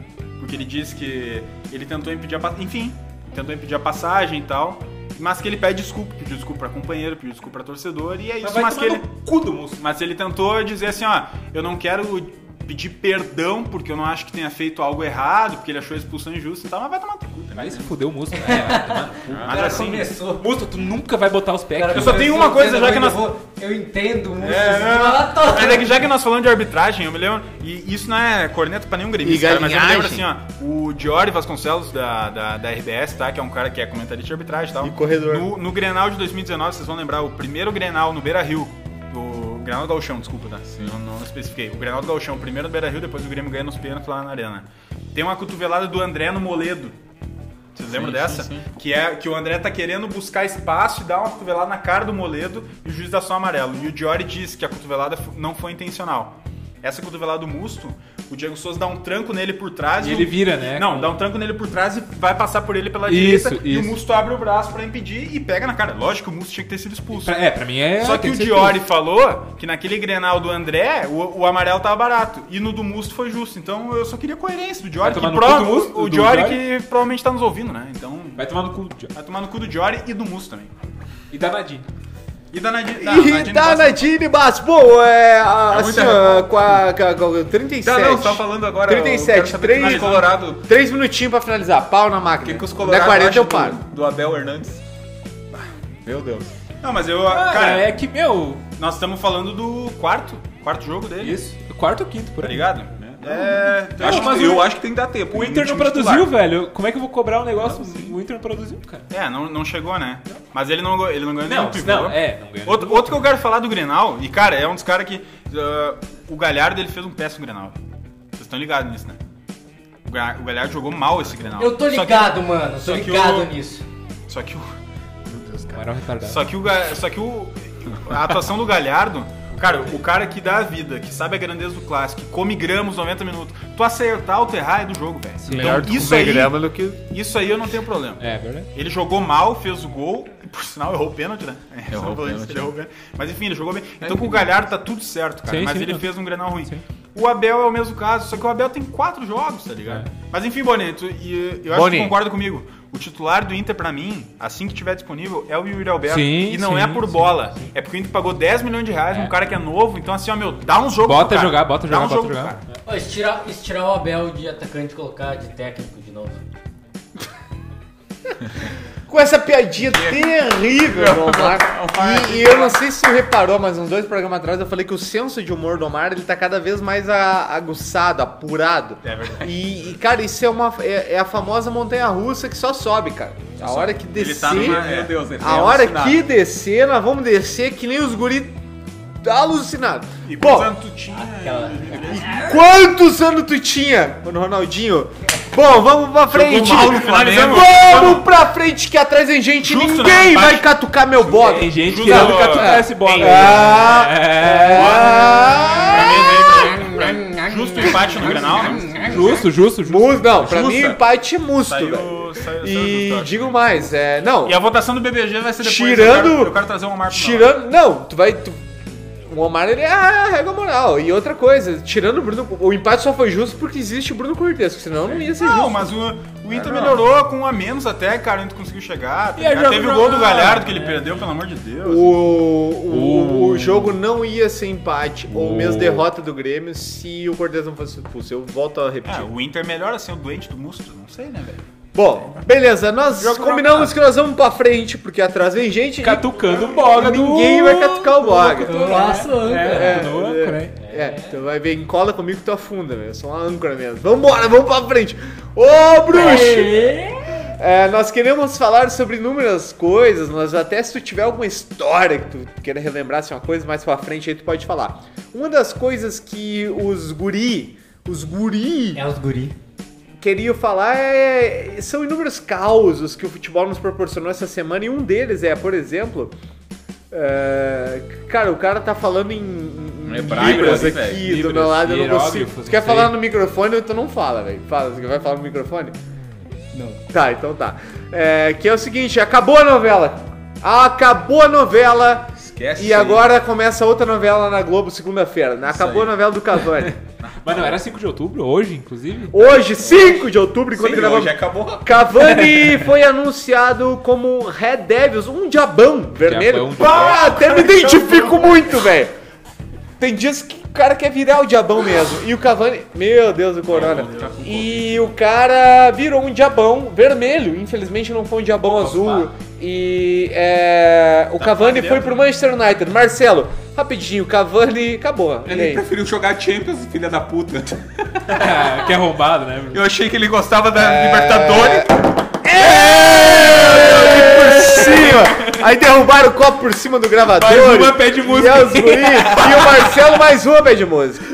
S5: Porque ele disse que ele tentou impedir a passagem. Enfim, tentou impedir a passagem e tal. Mas que ele pede desculpa, pediu desculpa pra companheiro, pediu desculpa pra torcedor, e é isso.
S1: vai
S5: Mas que
S1: tomar
S5: ele.
S1: no cu do Musso.
S5: Mas ele tentou dizer assim, ó, eu não quero pedir perdão porque eu não acho que tenha feito algo errado, porque ele achou a expulsão injusta e tal, mas vai tomar no teu cu também.
S1: Vai se fuder o Musso. né? Vai tomar no cu.
S6: Ah.
S5: Mas assim,
S6: começou.
S1: Musso, tu nunca vai botar os pés.
S6: Cara,
S1: aqui.
S5: eu só tenho uma coisa, já que nós-
S6: Eu, eu entendo muito.
S5: É,
S6: isso, mas tá-
S5: Mas é que já que nós falamos de arbitragem, eu me lembro. E isso não é corneta pra nenhum gremista,
S2: E
S5: cara, mas eu me lembro assim,
S2: galinhagem.
S5: ó. O Diori Vasconcelos da, da, da RBS, tá? Que é um cara que é comentarista de arbitragem e tal.
S2: E corredor.
S5: No, no Grenal de 2019, vocês vão lembrar, o primeiro Grenal no Beira Rio. O Grenal do Galchão, desculpa, tá? Eu não especifiquei. O Grenal do Galchão, o primeiro no Beira Rio, depois o Grêmio ganha nos pênaltis lá na arena. Tem uma cotovelada do André no Moledo. Vocês lembram dessa? Que é que o André tá querendo buscar espaço e dar uma cotovelada na cara do Moledo e o juiz dá só amarelo. E o Diori diz que a cotovelada f- não foi intencional. Essa cotovelada do Musto, o Diego Souza dá um tranco nele por trás
S1: E
S5: o-
S1: ele vira, né?
S5: Não, dá um tranco nele por trás e vai passar por ele pela
S1: Isso,
S5: direita e o
S1: isso.
S5: Musto abre o braço pra impedir e pega na cara. Lógico que o Musto tinha que ter sido expulso.
S1: Pra- É, pra mim é.
S5: Só que
S1: tem
S5: o
S1: ser
S5: Diori
S1: expulso.
S5: falou que naquele Grenal do André, o, o amarelo tava barato. E no do Musto foi justo. Então eu só queria coerência do Diori.
S1: Vai
S5: Que
S1: tomar no cu
S5: pro-
S1: do Musto,
S5: o
S1: do
S5: Diori
S1: Diori?
S5: que provavelmente tá nos ouvindo, né? Então
S1: Vai tomar no cu, Diori.
S5: vai tomar no cu do Diori e do Musto também.
S1: E da Nadine.
S5: E da Nadine. da-
S2: E
S5: Nadine
S2: da
S5: Bastos.
S2: Nadine Bass. Bom, é. a-
S9: Tá, É
S2: assim,
S9: muita
S2: ó, com a. com a- com a- 37.
S5: Ah,
S9: Tá, não, só falando agora. eu
S2: 37,
S9: quero saber
S2: três-
S9: do time Colorado.
S2: Três minutinhos pra finalizar. Pau na máquina.
S9: O que, que os
S2: Na
S9: Colorados
S2: 40
S9: acham
S2: eu paro.
S9: do, do Abel Hernandes? Ah, Meu Deus.
S5: Não, mas eu.
S1: Cara,
S5: cara,
S1: é que, meu.
S5: nós estamos falando do quarto. Quarto jogo dele.
S1: Isso. Quarto ou quinto, por
S5: Tá
S1: aí.
S5: ligado? É.
S9: Eu acho,
S1: mas
S9: que,
S1: o-
S9: eu acho que tem que dar tempo.
S1: O Inter não
S9: time
S1: produziu,
S9: titular.
S1: velho. Como é que eu vou cobrar um negócio? o Inter não produziu, cara.
S5: É, não, não chegou, né? Mas ele não, go- ele não ganhou
S1: Não,
S5: nenhum pivô.
S1: não, é, não ganhou
S5: Outro, outro que eu quero falar do Grenal, e cara, é um dos caras que. ah, o Galhardo ele fez um péssimo Grenal. Vocês estão ligados nisso, né? O Ga- O Galhardo jogou mal esse Grenal.
S6: Eu tô
S5: Só que-
S6: ligado, mano. Tô
S5: só que
S6: ligado
S5: o-
S6: nisso.
S5: Só que o.
S1: Amaral é um retardado.
S5: Só que o. Ga- Só que o. A atuação do Galhardo. Cara, o cara que dá a vida, que sabe a grandeza do clássico, que come gramos 90 minutos, tu acertar ou tu errar é do jogo, velho.
S2: Melhor
S5: Então,
S2: tu
S5: isso aí,
S2: comer grama do que.
S5: isso aí eu não tenho problema.
S1: É, verdade.
S5: Ele jogou mal, fez o gol, e por sinal errou o pênalti, né? É, só
S9: Errou o
S5: falando isso,
S9: pênalti.
S5: ele errou o pênalti. Mas enfim, ele jogou bem. Então com o Galhardo tá tudo certo, cara.
S1: né? Sim,
S5: mas
S1: sim,
S5: ele
S1: não.
S5: fez um grenal ruim.
S1: Sim.
S5: O Abel é o mesmo caso, só que o Abel tem quatro jogos, tá
S1: É.
S5: ligado? Mas enfim, Bonito, e eu acho que
S2: Boni.
S5: tu concorda comigo. O titular do Inter, pra mim, assim que tiver disponível, é o Yuri Alberto.
S1: Sim,
S5: e não
S1: sim,
S5: é por
S1: sim,
S5: bola. É porque o Inter pagou 10 milhões de reais num cara que é novo. Então, assim, ó, meu, dá um jogo
S1: Bota
S5: pro cara.
S1: jogar, bota
S5: Dá
S1: jogar,
S5: um
S1: bota
S5: jogo pro
S1: jogar.
S5: cara.
S6: Ó, estirar, estirar o Abel de atacante e colocar de técnico de novo.
S2: Com essa piadinha terrível do Omar. E, e eu não sei se você reparou, mas uns dois programas atrás eu falei que o senso de humor do Omar ele tá cada vez mais a- aguçado, apurado.
S5: É verdade.
S2: E, e, cara, isso é uma é, é a famosa montanha russa que só sobe, cara. A hora que descer,
S5: Ele tá numa-
S9: Meu Deus, ele
S2: a
S9: é
S2: hora
S9: alucinado.
S2: que descer, nós vamos descer que nem os guri alucinados.
S5: E
S2: Bom,
S5: portanto, tinha...
S2: Quantos anos tu tinha, mano Ronaldinho? Bom, vamos pra frente.
S5: mal no Flamengo.
S2: Vamos pra frente que atrás tem gente.
S5: Justo,
S2: Ninguém
S5: né?
S2: vai catucar meu bode.
S1: Tem gente
S5: Júnior-
S1: querendo catucar esse bola. né?
S2: Ah,
S5: É, Pra
S2: ah,
S5: mim, veio- pra mim, pra mim, Justo empate no Grenal, né?
S1: É, Justo, justo, justo.
S2: Mus- não, pra
S5: Justa.
S2: mim empate é musto. velho.
S5: Saiu, saiu, saiu
S2: e
S5: do
S2: digo mais, é, não,
S5: E a votação do BBG vai ser depois.
S2: Tirando-
S5: Eu quero, eu quero trazer uma marca.
S2: tirando, não, tu vai tu- o Omar ele é a regra moral. E outra coisa, tirando o Bruno, o empate só foi justo porque existe o Bruno Cortez, senão não ia ser
S5: Não,
S2: justo.
S5: mas o, o
S2: É,
S5: Inter melhorou com um a menos até, cara. O Inter conseguiu chegar. tá
S1: E aí,
S5: ligado? Teve
S1: jogo
S5: o gol do
S1: jogado.
S5: Galhardo que ele perdeu, pelo amor de Deus.
S2: O, o, o jogo não ia ser empate ou mesmo derrota do Grêmio se o Cortez não fosse expulso. Eu volto a repetir.
S5: É, o Inter melhora assim, o doente do Musto. Não sei, né, velho?
S2: Bom, beleza, nós
S5: Jogo
S2: combinamos que nós vamos pra frente porque atrás vem gente. e
S1: Catucando o boga do-
S2: Ninguém vai catucar o boga.
S6: Eu faço âncora.
S1: É, do âncora, hein?
S2: É, tu vai ver, encola comigo que tu afunda, meu. Eu sou uma âncora mesmo. Vambora, vamos pra frente. Ô, bruxo! É, nós queremos falar sobre inúmeras coisas, mas até se tu tiver alguma história que tu queira relembrar, se é uma coisa mais pra frente, aí tu pode falar. Uma das coisas que os guri, os guri
S6: É os guri.
S2: queriam falar é, são inúmeros causos que o futebol nos proporcionou essa semana, e um deles é, por exemplo, é, cara, o cara tá falando em, em
S9: É hebraico,
S2: libras
S9: né,
S2: aqui
S1: velho?
S2: do meu lado, eu não
S1: Libras,
S2: consigo.
S1: hieróglifos,
S2: Tu quer
S1: não sei.
S2: falar no microfone ou tu não fala, velho? Fala, você vai falar no microfone?
S6: Não.
S2: Tá, então tá. É, que é o seguinte, acabou a novela. Acabou a novela.
S9: Esquece
S2: E
S9: aí.
S2: agora começa outra novela na Globo segunda-feira. né? Acabou a
S9: aí.
S2: novela do Cavani.
S1: Mas não, era 5 de outubro, hoje, inclusive?
S2: Hoje, 5 de outubro, enquanto
S9: Sim,
S2: gravamos.
S9: hoje acabou.
S2: Cavani foi anunciado como Red Devils, um diabão vermelho.
S1: Diabão,
S2: Pá, até me identifico muito, velho. Tem dias que o cara quer virar o diabão mesmo. E o Cavani. Meu Deus do Corona.
S1: Tá
S2: E o cara virou um diabão vermelho. Infelizmente não foi um diabão azul. E é,
S1: Tá
S2: o Cavani foi pro Manchester United. Marcelo, rapidinho, Cavani acabou.
S9: Ele
S2: Bem.
S9: preferiu jogar Champions, filha da puta.
S1: que é roubado, né?
S9: Eu achei que ele gostava da
S5: É,
S2: É.
S9: Libertadores.
S2: por cima. Aí derrubaram o copo por cima do gravador.
S1: Mais uma pede música.
S2: E, os guri, e o Marcelo mais uma pede música.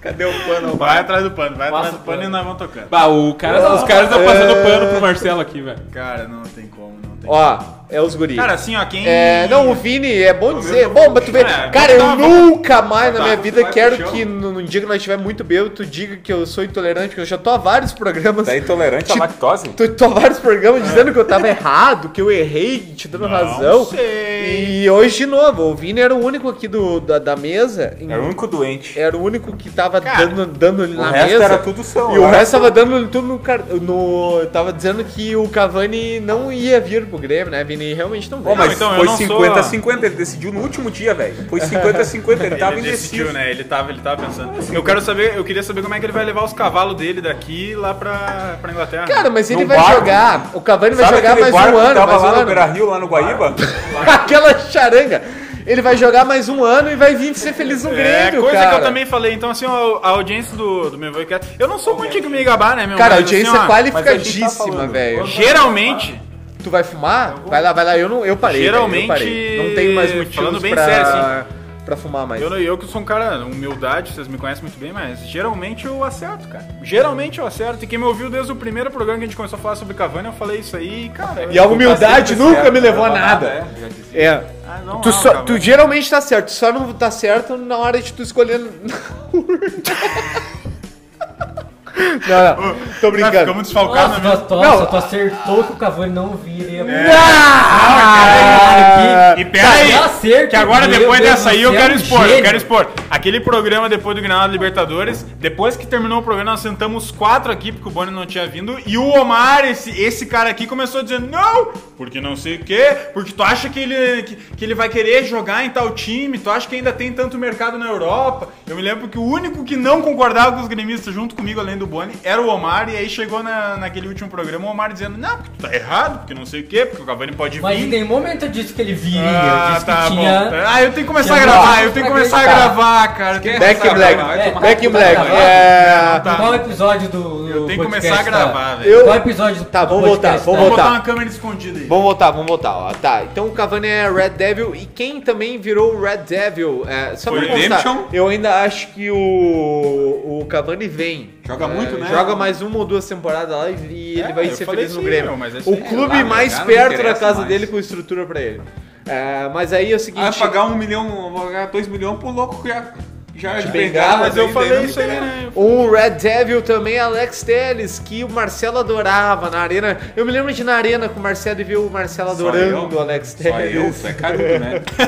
S9: Cadê o pano?
S5: Vai atrás do pano, vai atrás
S6: Passa
S5: do
S6: o
S5: pano
S6: pano.
S5: e nós vamos tocando.
S1: Bah, o cara, os caras estão passando pano pro Marcelo aqui, velho.
S5: Cara, não tem como, não tem
S2: Ó, é os guri.
S5: Cara, assim, ó, quem.
S2: É, não, o Vini, é bom dizer.
S5: meu
S2: Bom, mas tu vê.
S5: É,
S2: Cara, eu
S5: tá bom.
S2: nunca mais na
S9: Tá,
S2: minha vida
S9: vai pro
S2: quero
S9: chão.
S2: que no- num dia que nós estiver muito bêbado, tu diga que eu sou intolerante, porque eu já tô há vários programas.
S8: Tá intolerante à lactose?
S2: Tô, tô há vários programas dizendo que eu tava errado, que eu errei, te dando razão.
S5: sei.
S2: E hoje de novo, o Vini era o único aqui do, da, da mesa. em-
S8: Era É o único doente.
S2: era o único que tava
S5: Cara,
S2: dando, dando
S8: O
S2: na
S8: resto
S2: mesa.
S8: era tudo são.
S2: E o
S8: lá.
S2: resto tava dando tudo no, car- no. Tava dizendo que o Cavani não ia vir pro Grêmio, né, Vini? Realmente não veio.
S8: Pô, mas
S5: Não, então, eu
S8: foi
S5: não sou-
S8: 50 a 50, ele decidiu no último dia, velho. Foi 50 a 50, ele tava
S5: Ele decidiu,
S8: indeciso.
S5: né? Ele tava, ele tava pensando.
S2: Assim,
S5: eu
S2: né?
S5: quero saber, eu queria saber como é que ele vai levar os cavalos dele daqui lá pra, pra Inglaterra.
S2: Cara, mas ele
S8: Num
S2: vai
S8: barco.
S2: jogar. O Cavani vai
S8: Sabe
S2: jogar
S8: aquele
S2: mais um
S8: barco que
S2: ano.
S8: tava
S2: mais um
S8: lá no
S2: ano.
S8: Beira Rio, lá no Guaíba?
S2: Aquela charanga. Ele vai jogar mais um ano e vai vir ser feliz no Grêmio,
S5: é, coisa
S2: cara.
S5: que eu também falei. Então, assim, ó, a audiência do, do meu podcast. Eu não sou muito de me gabar, né, meu?
S2: Cara, a
S5: Mas,
S2: audiência
S5: assim, ó,
S2: é
S8: tá
S2: qualificadíssima, velho.
S5: Geralmente,
S2: Tu vai fumar? Vai lá, vai lá. Eu não, eu parei. velho, eu
S5: Geralmente,
S2: parei. Não tenho mais motivos
S5: falando bem
S2: pra,
S5: sério, assim.
S2: pra fumar mais.
S5: eu, não- eu que sou um cara, humildade, vocês me conhecem muito bem, mas geralmente eu acerto, cara. Geralmente eu acerto. E quem me ouviu desde o primeiro programa que a gente começou a falar sobre Cavani, eu falei isso aí, cara.
S2: E a humildade
S8: sempre
S2: nunca
S8: certo,
S2: me levou a
S8: não
S2: nada. É.
S5: Ah, não,
S2: Tu,
S5: não,
S2: só-
S5: Cavani.
S2: tu geralmente tá certo, só não tá certo na hora de tu escolher. na urna. não, não, tô
S5: Ah,
S2: brincando.
S5: ficamos desfalcados,
S6: Nossa,
S5: né?
S6: nossa, nossa, tu acertou que o Cavani não viria.
S2: Ah!
S5: É. E pera aí,
S6: Cadê o tá, acerto?
S5: que agora
S6: Meu
S5: depois
S6: Deus
S5: dessa
S6: do
S5: aí eu
S6: céu,
S5: quero
S6: um
S5: expor, eu
S6: gênio.
S5: quero expor. Aquele programa depois do Granada Libertadores, depois que terminou o programa nós sentamos os quatro aqui, porque o Boni não tinha vindo, e o Omar, esse, esse cara aqui, começou dizendo, não, porque não sei o quê, porque tu acha que ele, que, que ele vai querer jogar em tal time, tu acha que ainda tem tanto mercado na Europa. Eu me lembro que o único que não concordava com os gremistas junto comigo, além do Boni, era o Omar, e aí chegou na, naquele último programa o Omar dizendo, não, porque tu tá errado, porque não sei o quê, porque o Cavani pode
S6: Mas
S5: vir.
S6: em nenhum momento eu disse que ele viria. eu
S5: Ah,
S6: disse
S5: tá
S6: que tinha.
S5: bom. Ah, eu tenho que começar a
S6: tinha
S5: gravar,
S6: motivos
S5: eu tenho que
S6: pra
S5: começar a
S6: acreditar.
S5: gravar, cara. Tem que
S2: Back in
S5: começar a
S2: black.
S5: gravar.
S6: É,
S2: Back
S6: tá
S2: in black.
S6: gravado.
S2: É.
S5: Tá.
S6: Qual episódio do.
S5: Eu tenho que
S6: podcast
S5: começar a
S6: tá?
S5: gravar, velho.
S2: Eu-
S6: Qual episódio do
S2: Tá, vamos
S6: podcast
S2: voltar,
S6: tá?
S5: Vou
S2: voltar.
S5: botar uma câmera escondida aí.
S2: Vamos voltar, vamos voltar. Ó. Tá, então o Cavani é Red Devil e quem também virou o Red Devil? É, só
S9: Foi
S2: pra
S9: o
S2: constar,
S9: Redemption?
S2: eu ainda acho que o, o Cavani vem. É,
S9: Joga muito, né?
S2: Joga mais uma ou duas temporadas lá e ele
S5: É,
S2: vai
S5: eu
S2: ser
S5: falei
S2: feliz no
S5: isso aí,
S2: Grêmio.
S5: meu, mas é isso
S2: o
S5: aí.
S2: clube
S9: assim, Lá,
S2: mais
S9: já não
S2: perto da
S9: interessa
S2: casa
S9: mais.
S2: dele com estrutura pra ele. É, mas aí é o seguinte.
S9: Ah, pagar um milhão, pagar dois milhões pro louco que já, já é de
S2: bengala,
S9: bengala.
S5: Mas eu
S9: daí- daí
S5: falei
S9: não
S5: isso aí,
S9: tem-
S5: né?
S2: Um Red Devil também, Alex Telles, que o Marcelo adorava na arena. Eu me lembro de ir na arena com o Marcelo e ver o Marcelo
S9: Só
S2: adorando
S9: eu?
S2: o Alex
S9: Só eu,
S2: Telles.
S9: tu é carudo, né? Tu é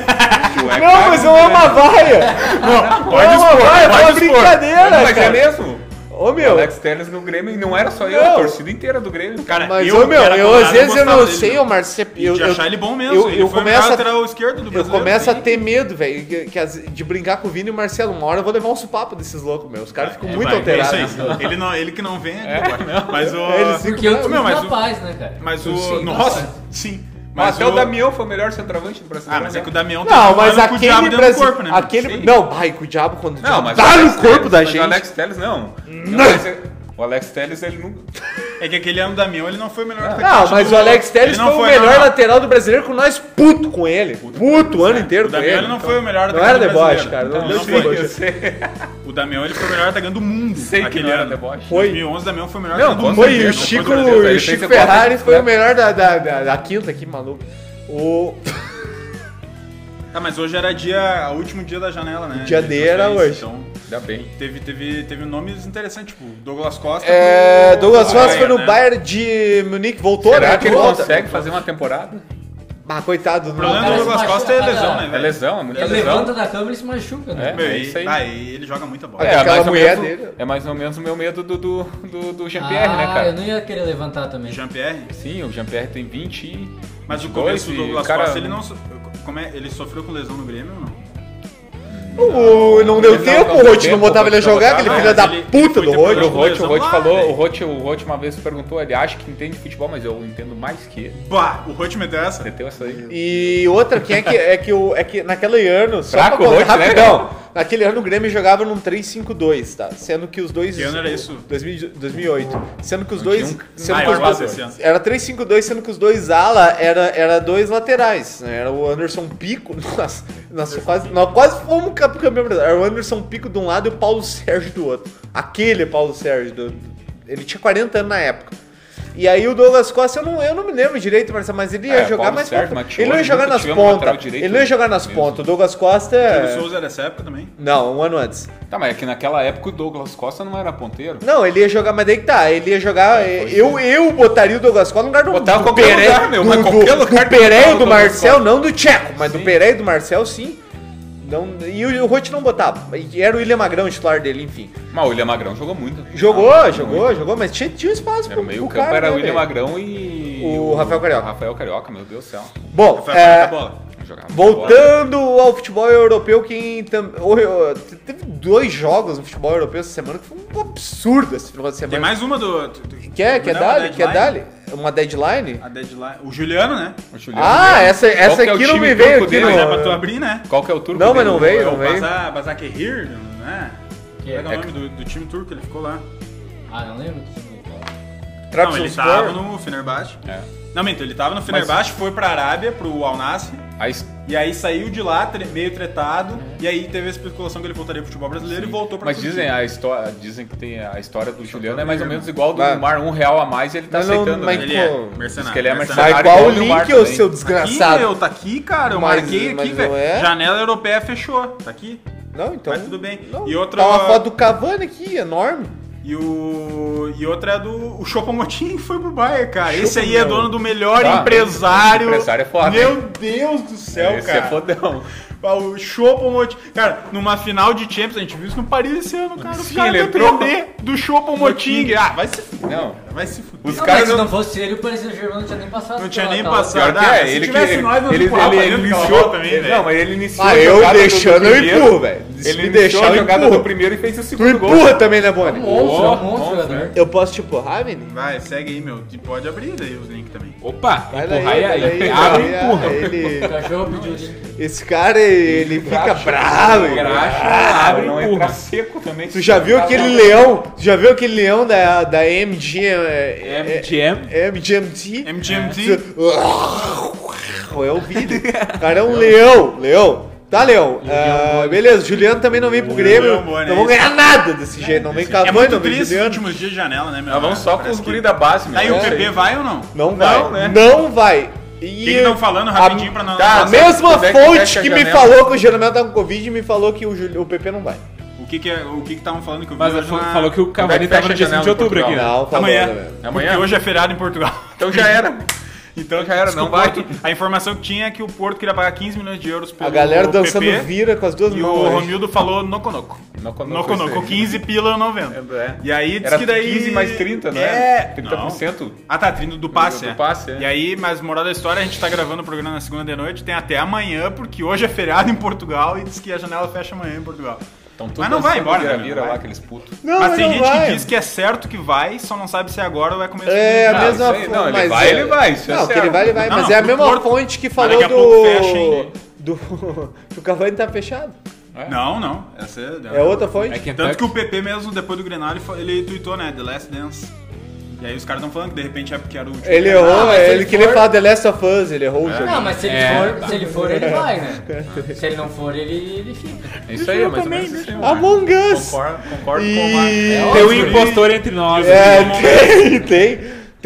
S2: Não, mas eu amo a vaia!
S5: né? Pode
S2: Não,
S5: expor,
S2: vai, é uma
S5: pode expor.
S2: brincadeira,
S9: Mas é
S2: cara.
S9: mesmo?
S2: Ô, meu.
S9: Alex Telles no Grêmio, e não era só eu,
S2: Não.
S9: a torcida inteira do Grêmio.
S5: Cara,
S2: Mas, eu, meu,
S5: era
S2: eu,
S5: colorado,
S2: às vezes eu
S5: gostava
S2: não
S5: dele,
S2: sei,
S5: meu.
S2: ô, Marcelo.
S5: E
S2: Eu,
S5: de
S2: eu-
S5: achar ele bom mesmo.
S2: eu-
S5: ele
S2: eu
S5: foi um
S2: começo
S5: o melhor
S2: a-
S5: lateral esquerdo do
S2: Eu
S5: Brasil.
S2: começo a ter medo, velho, que- que as- de brincar com o Vini e o Marcelo. Uma hora eu vou levar um sopapo desses loucos, meu. Os caras
S5: é,
S2: ficam muito É? alterados.
S5: Ele, não, ele que não vem, né, cara? Mas o...
S2: Eles ficam-
S6: Porque eu
S5: Meu,
S6: sou
S5: mas o-
S6: capaz, né, cara?
S5: Mas
S6: Eu
S5: o...
S6: sei,
S5: Nossa, sim.
S9: Mas
S5: Mas
S9: até o Damião foi o melhor centroavante do
S5: Ah,
S9: Brasileiro.
S5: mas é
S9: né?
S5: que o Damião
S2: Não,
S5: tá
S2: mas
S5: com o diabo
S2: aquele
S5: dentro do
S2: Brasil.
S5: corpo, né?
S2: aquele.
S9: Sim.
S2: Não, vai, com o diabo quando o
S9: Não,
S2: diabo
S9: mas
S2: tá
S9: o
S2: no
S9: Alex
S2: corpo
S9: Telles-
S2: da
S9: mas
S2: gente.
S9: O Alex Telles não. Não, mas, é- o Alex Telles ele nunca.
S5: É que aquele ano da Damião ele não foi o melhor
S2: Não, mas o Alex Telles
S5: Ele
S2: foi,
S5: não
S2: o
S5: foi,
S2: melhor
S5: não.
S2: lateral do brasileiro com nós puto com ele. Puto, o ano inteiro
S5: O
S2: com
S5: Damião
S2: ele. então.
S5: ele não foi o melhor
S2: Não era
S5: atacante
S2: deboche,
S5: brasileiro.
S2: cara. Não,
S5: Não, não
S2: foi.
S5: foi. O Damião ele foi o melhor atacante do mundo
S1: Sei que
S5: aquele
S1: não era
S5: ano.
S1: deboche.
S2: Foi.
S5: Em 2011 o Damião foi o melhor
S2: Não,
S5: atacante do mundo.
S2: foi o
S5: Com
S2: Chico,
S5: certeza.
S2: o
S1: ele
S2: Chico
S1: fez a
S2: Ferrari
S1: quarta,
S2: foi
S1: né?
S2: o melhor da, da, da, da quinta, que maluco. O
S5: Ah, mas hoje era dia, o último dia da janela, né?
S2: dia D era
S5: transferência,
S2: hoje.
S5: Então,
S1: Ainda bem.
S5: teve, teve, teve nomes interessantes, tipo Douglas Costa.
S2: é,
S5: pro-
S2: Douglas
S5: pro
S2: Costa foi
S5: Bayern,
S2: no
S5: né?
S2: Bayern de Munique, voltou, né?
S1: Será que ele
S2: Volta.
S1: consegue fazer uma temporada?
S2: Ah, coitado.
S5: O problema
S2: Não.
S5: do
S6: Cara,
S5: Douglas
S6: se
S5: Costa é
S6: machuca,
S5: lesão,
S6: cara.
S5: né,
S1: É
S5: velho?
S1: lesão, é muita
S6: Ele
S1: lesão.
S6: levanta da cama e se machuca, né?
S5: Meu,
S1: É
S5: e-
S1: isso aí.
S5: Ah, e ele joga muita bola.
S2: É,
S1: É
S2: aquela
S1: mais, ou
S2: mulher
S1: menos,
S2: dele.
S1: é mais ou menos o meu medo do, do, do, do
S6: Ah,
S1: Jean-Pierre, né,
S6: eu
S1: cara?
S6: não ia querer levantar também.
S5: Jean-Pierre.
S1: Sim, o Jean-Pierre tem 20 e...
S5: Mas o
S1: 22
S5: começo do
S1: e
S5: Douglas
S1: o cara-
S5: Costa, ele não. so- Como é? Ele sofreu com lesão no Grêmio ou não?
S2: O- Não deu
S1: Não,
S2: tempo,
S1: não
S2: o
S1: deu
S2: Rote não
S1: tempo,
S2: botava ele a
S1: não
S2: jogar,
S1: botava,
S2: aquele
S5: não,
S2: filho da
S5: mas ele-
S2: puta
S5: ele
S2: do
S5: foi
S1: O
S2: Rote.
S5: temporada-
S1: Rote, o Rote
S5: Lá,
S1: falou,
S5: velho.
S1: o Rote, o Rote uma vez perguntou, ele acha que entende futebol, mas eu entendo mais que ele.
S5: Bah, o é Roth meteu essa.
S2: É.
S1: Meteu essa aí.
S2: E outra, quem é que é que, o, é que naquele ano, só pra
S1: Fraco
S2: contar
S1: o Rote, né,
S2: rapidão, naquele ano o Grêmio jogava num 3-5-2, tá? Sendo que os dois...
S5: Que ano era isso?
S2: 2000 2008. Sendo que os dois...
S1: um
S2: Sendo
S5: Ah,
S2: que
S5: eu
S2: os
S5: acho
S2: dois-
S5: esse ano.
S2: era 3-5-2, sendo que os dois ala era, era dois laterais, né? Era o Anderson Pico, nossa, nossa quase, nós quase fomos cap- campeão brasileiro. Era o Anderson Pico de um lado e o Paulo Sérgio do outro. Aquele Paulo Sérgio, do- do- ele tinha 40 anos na época. E aí o Douglas Costa, eu não, eu não me lembro direito, Marcelo, mas ele ia
S1: É,
S2: jogar
S1: Paulo
S2: mais
S1: Sérgio,
S2: ponta.
S1: Matioli,
S2: Ele não ia jogar
S1: nunca
S2: nas
S1: tivemos lateral
S2: pontas.
S1: direito
S2: Ele não ia jogar nas
S1: mesmo.
S2: pontas. O Douglas
S5: Ele
S2: Costa. é-
S5: Souza era dessa época também.
S2: Não, um ano antes.
S1: Tá, mas é que naquela época o Douglas Costa não era ponteiro.
S2: Não, ele ia jogar, mas daí que tá. Ele ia jogar. eu, eu botaria o Douglas Costa no lugar do
S1: Botava
S2: do
S1: qualquer
S2: Pere-
S1: lugar, meu,
S2: Do,
S1: mas
S2: do,
S1: qualquer
S2: do
S1: lugar que
S2: Pereira
S1: botava
S2: e
S1: o
S2: do
S1: Douglas
S2: Marcel,
S1: Costa.
S2: não do Tcheco, mas do
S1: Sim.
S2: Pereira e do Marcel, sim. Não, e o, o Roth não botava. E Era o William Magrão, o titular dele, enfim.
S1: Mas o William Magrão jogou muito.
S2: Jogou,
S1: Ah,
S2: jogou, jogou, mas tinha, tinha espaço
S1: Era
S2: pro-
S1: o meio
S2: pro
S1: campo,
S2: cara,
S1: era
S2: né,
S1: o William
S2: velho?
S1: Magrão e...
S2: O Rafael Carioca.
S1: Rafael Carioca, meu Deus do céu.
S2: Bom,
S5: Foi
S2: é,
S5: a bola.
S1: Jogava
S2: Voltando ao futebol europeu, quem tam- o- o- teve dois jogos no futebol europeu essa semana que foi um absurdo esse final de semana.
S5: Tem mais uma do. do- do-
S2: Quer, quer
S5: não, a
S2: dar? Quer
S5: deadline.
S2: dar? Uma deadline?
S5: A deadline. O Juliano, né?
S1: O Juliano
S2: Ah,
S1: Guilherme.
S2: essa, essa
S1: Qual que é o
S2: aqui não
S1: time
S2: me
S1: turco
S2: veio aqui
S1: dele?
S5: Mas é pra tu
S2: no...
S5: abrir, né?
S1: Qual que é o turco
S2: Não, mas
S1: dele?
S2: não veio,
S5: É
S2: não
S5: o
S2: veio.
S5: Baza- Bazakehir, né? Como é que é o nome do, do time turco? Ele ficou lá.
S6: Ah, não lembro que time ele tava.
S5: Não, ele
S2: Trabzonspor.
S5: tava no Fenerbahçe.
S2: É.
S5: Não, minto, ele tava no Fenerbahçe, foi pra Arábia, pro Al Nassr,
S1: Aí s-
S5: e aí saiu de lá tre- meio tretado,
S2: Uhum.
S5: e aí teve a especulação que ele voltaria pro futebol brasileiro e voltou pra
S1: Mas
S5: Turquia.
S1: dizem a história, dizem que tem a história do Juliano é mais ou menos igual do
S2: Vai.
S1: Neymar, um real a mais ele tá
S2: Mas não-
S1: aceitando.
S2: mas
S1: né?
S5: Ele é
S2: ah, Pô,
S5: mercenário.
S1: Diz que ele é
S2: Mas
S1: mercenário.
S2: qual o
S1: igual o Neymar
S2: link, ô
S1: também.
S2: seu
S5: Aqui,
S2: desgraçado?
S5: eu, tá aqui, cara, eu
S2: Mas-
S5: marquei
S2: mas
S5: aqui,
S2: não
S5: velho.
S2: é?
S5: Janela europeia fechou, tá aqui.
S2: Não, então...
S5: Mas tudo bem.
S2: não.
S5: E outra-
S2: Tá uma foto do Cavani aqui, enorme.
S5: E o e outra é do o Chopomotin foi pro Bayern, cara. Esse aí é
S2: meu.
S5: dono do melhor
S1: Tá,
S5: empresário.
S1: esse empresário é foda,
S5: Meu Deus do céu,
S1: Esse
S5: cara.
S1: é fodão.
S5: Ah, O Chopomotin. Cara, numa final de Champions, a gente viu isso no Paris esse ano, cara. O
S1: Sim,
S5: cara
S1: ele
S5: quer
S1: entrou.
S5: perder do Chopomotin. Ah, vai se fuder.
S1: Não.
S5: cara, Vai se fuder.
S1: Os
S6: Não,
S1: caras
S6: mas se
S1: não-
S6: não fosse ele, o Paris Saint-Germain não tinha nem passado.
S5: Não
S6: pela
S5: tinha nem
S6: tal-
S5: passado.
S1: Pior que
S5: Ah,
S1: é,
S5: se
S1: ele
S5: tivesse
S1: que,
S5: nós, nós
S1: ele,
S5: empurrava
S1: ele
S5: dentro daquela
S1: iniciou
S5: bola também,
S1: ele-
S5: velho.
S1: Não, mas ele iniciou
S2: Ah,
S1: a
S2: eu
S1: jogada do- do
S2: deixando, eu
S1: primeiro.
S2: empurro, velho. Se
S1: Ele
S2: me
S1: iniciou
S2: deixar,
S1: a
S2: eu
S1: jogada
S2: empurro.
S1: do primeiro e fez o
S2: Tu
S1: segundo
S2: empurra
S1: gol.
S2: também, né, Boni?
S6: Monstro, é um monstro,
S1: monstro,
S6: jogador.
S1: né?
S2: Eu posso te empurrar, menino?
S5: Vai, segue aí, meu. E Pode abrir daí os links também.
S10: Opa,
S2: Vai
S10: empurrar e
S2: vai
S10: aí.
S2: daí,
S10: Abre e
S2: vai,
S10: empurra.
S2: ele-
S6: O cachorro pediu de...
S2: Esse cara, ele fica bravo. ele-
S10: Graxa, abre
S1: não
S10: e
S1: entra
S10: empurra.
S1: seco também.
S2: Tu já
S5: Tá
S2: viu aquele leão? Tu já viu aquele leão da, da MG, é,
S10: MGM.
S2: é, MGMT?
S5: MGMT.
S2: É o vídeo. O cara é um leão, leão. Tá, Leão. Ah, beleza, Juliano também não vem pro Grêmio.
S5: Leão Boni,
S2: não
S5: é
S2: vão
S5: isso.
S2: ganhar nada desse jeito. Não vem
S5: É
S2: Cavani,
S5: muito
S2: não vem
S5: triste os
S2: Juliano.
S5: últimos dias de janela, né, meu?
S1: Nós Ah, vamos só com os
S5: Parece que- Tá
S1: guri da base, meu.
S5: Aí o
S1: É.
S5: PP vai ou não?
S2: Não vai. Não,
S5: né?
S2: vai. E
S5: que tão falando rapidinho pra não-
S2: Tá, a
S5: não-
S2: mesma
S1: Quando é que
S2: fonte
S1: fecha
S2: que
S1: a
S2: me
S1: janela?
S2: falou que o Jeromel tá com Covid me falou que o, Jul- o PP não vai.
S5: O que que é- o que que estavam falando que eu vi
S10: Mas
S5: hoje
S10: fa-
S5: na-
S10: falou que o Cavani
S1: fecha
S10: tava no
S1: a
S10: dia 5 de
S1: janela em
S10: outubro aqui, né?
S1: Portugal?
S2: Não, falou, né,
S5: Amanhã.
S2: velho?
S1: Amanhã?
S5: Porque hoje é feriado em Portugal.
S1: Então já era.
S5: Então
S1: já era,
S5: diz
S1: não
S5: que o
S1: vai.
S5: Porto- a informação que tinha é que o Porto queria pagar 15 milhões de euros pelo
S2: A galera
S5: PP,
S2: dançando vira com as duas
S5: E
S2: mãos.
S5: o
S2: hoje.
S5: Romildo falou Noconoco.
S1: Noco Noco,
S5: Noconoco,
S1: isso aí.
S5: 15 pila eu não vendo.
S1: É.
S5: E aí diz
S1: Era
S5: que daí.
S1: 15 mais 30, não
S5: é?
S1: é? 30%.
S5: Ah tá, 30 do passe.
S1: Do
S5: é.
S1: passe, é.
S5: E aí, mas moral da história, a gente tá gravando o programa na segunda de noite, tem até amanhã, porque hoje é feriado em Portugal e diz que a janela fecha amanhã em Portugal.
S1: Então, tu
S5: mas não vai
S1: dançando
S5: embora, né?
S1: Vira,
S5: meu?
S1: vira
S5: Não
S1: lá
S5: vai.
S1: aqueles putos.
S2: Não,
S5: mas tem
S2: não
S5: gente
S2: vai.
S5: que diz que é certo que vai, só não sabe se é agora ou é começo
S2: É a
S5: de
S1: Ah,
S5: janeiro.
S2: mesma
S1: isso aí- não, ele
S2: mas
S1: vai,
S2: é-
S1: ele vai, isso é
S2: Não, que
S1: certo.
S2: ele vai, ele vai,
S5: Tá Não,
S2: mas
S5: não,
S2: é a
S5: pro
S2: mesma
S5: Porto.
S2: fonte que
S5: Mas
S2: falou
S5: daqui a pouco fecha, hein?
S2: do. do. que o Cavani tá fechado.
S5: Não, não. Essa é,
S2: É outra fonte?
S10: É Kentucky.
S5: Tanto que o PP mesmo, depois do Grenal, ele, fa- ele tweetou, né? The Last Dance. E aí os caras estão falando que de repente é porque era o último. Ah,
S2: Ele
S5: Renato.
S2: errou, é,
S6: mas se
S2: ele,
S6: ele
S2: queria
S6: for-
S2: falar The Last of Us, ele errou o jogo.
S6: Não, mas se ele,
S1: É.
S6: for, se ele for, ele vai, né? Se ele não for, ele, ele fica.
S9: É isso aí, é mais ou menos assim.
S1: Ah,
S2: Among Us!
S9: Concordo, concordo
S2: E-
S9: com o Marco.
S1: Tem um impostor entre nós.
S2: É,
S1: aqui.
S2: tem, tem. Tem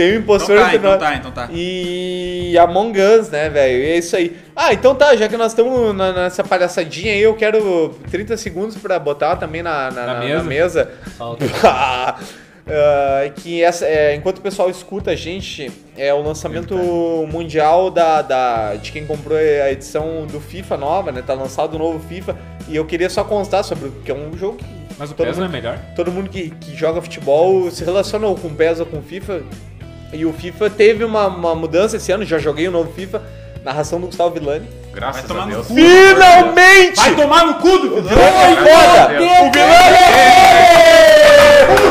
S2: um
S5: Então
S2: impostor
S5: tá,
S2: entre
S5: então
S2: nós.
S5: tá, então tá.
S2: E Among Us, né, velho? É isso aí. Ah, então tá, já que nós estamos na- nessa palhaçadinha aí, eu quero 30 segundos pra botar também na, na,
S1: Na
S2: na-
S1: mesa?
S2: na mesa.
S6: Falta.
S2: Ah, ah, que essa, é, enquanto o pessoal escuta a gente, é o lançamento mundial da, da- de quem comprou a edição do FIFA nova, né? Tá lançado o novo FIFA. E eu queria só constar sobre o que é um jogo que
S1: Mas o
S2: Todo
S1: peso não é melhor?
S2: todo mundo que, que joga futebol se relaciona ou com PES ou com FIFA. E o FIFA teve uma, uma mudança esse ano, já joguei o novo FIFA, narração do Gustavo Villani.
S9: Graças
S5: tomar
S9: a
S5: no
S9: Deus.
S5: cu.
S2: Finalmente!
S5: Vai tomar no cu do.
S2: Foi foda! O
S5: é
S2: Villani!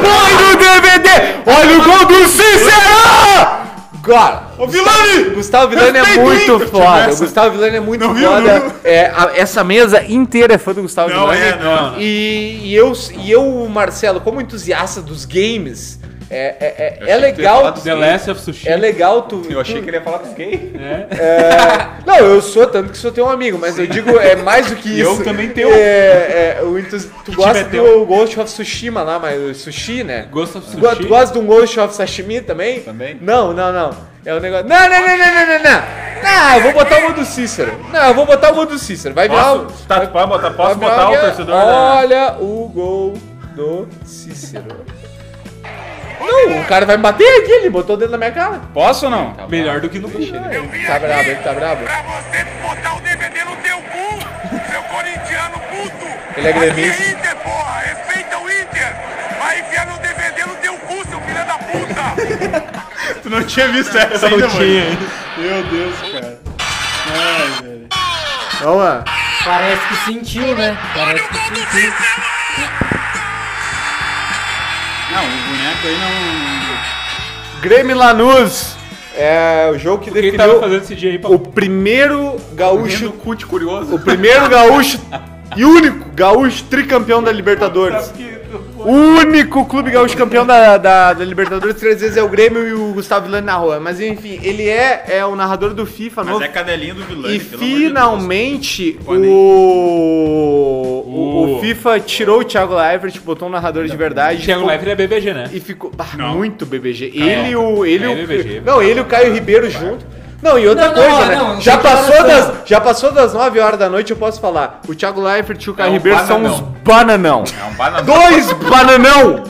S2: Vai no DVD! Olha o gol do Cícero! Cara,
S5: Ô, Vilani!
S2: Gustavo Villani é
S5: Respeita o
S2: muito
S5: Inter,
S2: foda.
S5: tivesse.
S2: O Gustavo Villani é muito
S5: Não viu,
S2: foda.
S5: não viu?
S2: É, a- essa mesa inteira é fã do Gustavo
S5: Não,
S2: Villani.
S5: é, não.
S2: E, e eu, e eu, Marcelo, como entusiasta dos games, é, é, é, é
S9: achei que tu ia falar
S2: legal.
S9: dos
S1: The Last of Sushi. É,
S2: É legal tu.
S9: Eu achei
S2: tu-
S9: que ele ia falar dos gays.
S2: Não, eu sou, tanto que sou teu amigo, mas eu digo, é mais do que
S9: eu
S2: isso.
S9: também tenho. um.
S2: É, é, o entus- tu gosta
S1: meteu.
S2: do Ghost of Tsushima lá, mas o sushi, né?
S1: Ghost of
S2: Tu go- Tu
S1: Sushi?
S2: gosta de um Ghost of Sashimi também?
S9: Também.
S2: Não, não, não. É um negócio. Não, não, não, não, não, não, não. Não, eu vou botar o gol do Cícero. Não, eu vou botar o gol do Cícero. Vai virar o.
S9: Posso, tá, pode botar, posso
S2: vai
S9: botar o
S2: virar- é?
S9: torcedor né? da...
S2: Olha o gol do Cícero. Não, o cara vai me bater aqui, ele botou o dedo na minha cara.
S9: Posso ou não?
S1: Melhor do que no cu.
S7: Eu vim
S2: Tá
S7: aqui
S2: brabo, ele tá brabo.
S7: Pra você botar o DVD no teu cu, seu corintiano puto.
S2: Ele é gremista.
S7: Aqui é Inter, porra. Respeita o Inter. Vai enfiar no DVD no teu cu, seu filho da puta.
S5: Tu não tinha visto essa ainda, mano. Meu Deus, cara. Ai, velho.
S2: Vamos lá.
S6: Parece que sentiu, né? Parece que sentiu.
S5: Não, o boneco aí não.
S2: Grêmio e Lanús. É o jogo que
S1: Quem tava
S2: definiu
S1: fazendo esse dia aí pra...
S2: o primeiro gaúcho
S9: Puxa o cu de curioso.
S2: O primeiro gaúcho e único gaúcho tricampeão da Libertadores. O único clube gaúcho campeão da, da, da Libertadores três vezes é o Grêmio e o Gustavo Villani na rua. Mas enfim, ele é, é o narrador do FIFA
S5: Mas
S2: novo.
S5: é cadelinha do vilão.
S2: e
S5: pelo amor de
S2: finalmente
S5: Deus. Podem-
S2: o, o, o
S1: Uh.
S2: FIFA tirou o Thiago Leifert, botou um narrador de verdade.
S1: Thiago Leifert é BBG, né?
S2: E ficou bah,
S5: Não.
S2: muito BBG. Ele e o. Ele,
S1: Ele
S2: o
S1: é BBG,
S2: não, ele e o Caio Ribeiro junto. Não, e outra
S6: Não, não,
S2: coisa,
S6: ó,
S2: né?
S6: não, não
S2: já,
S6: tem
S2: passou
S6: comparação.
S2: das, já passou das 9 horas da noite, eu posso falar. O Thiago Leifert e
S5: É
S2: o Caio
S9: um
S2: Ribeiro são uns bananão.
S9: bananão. É um bananão.
S2: Dois bananão!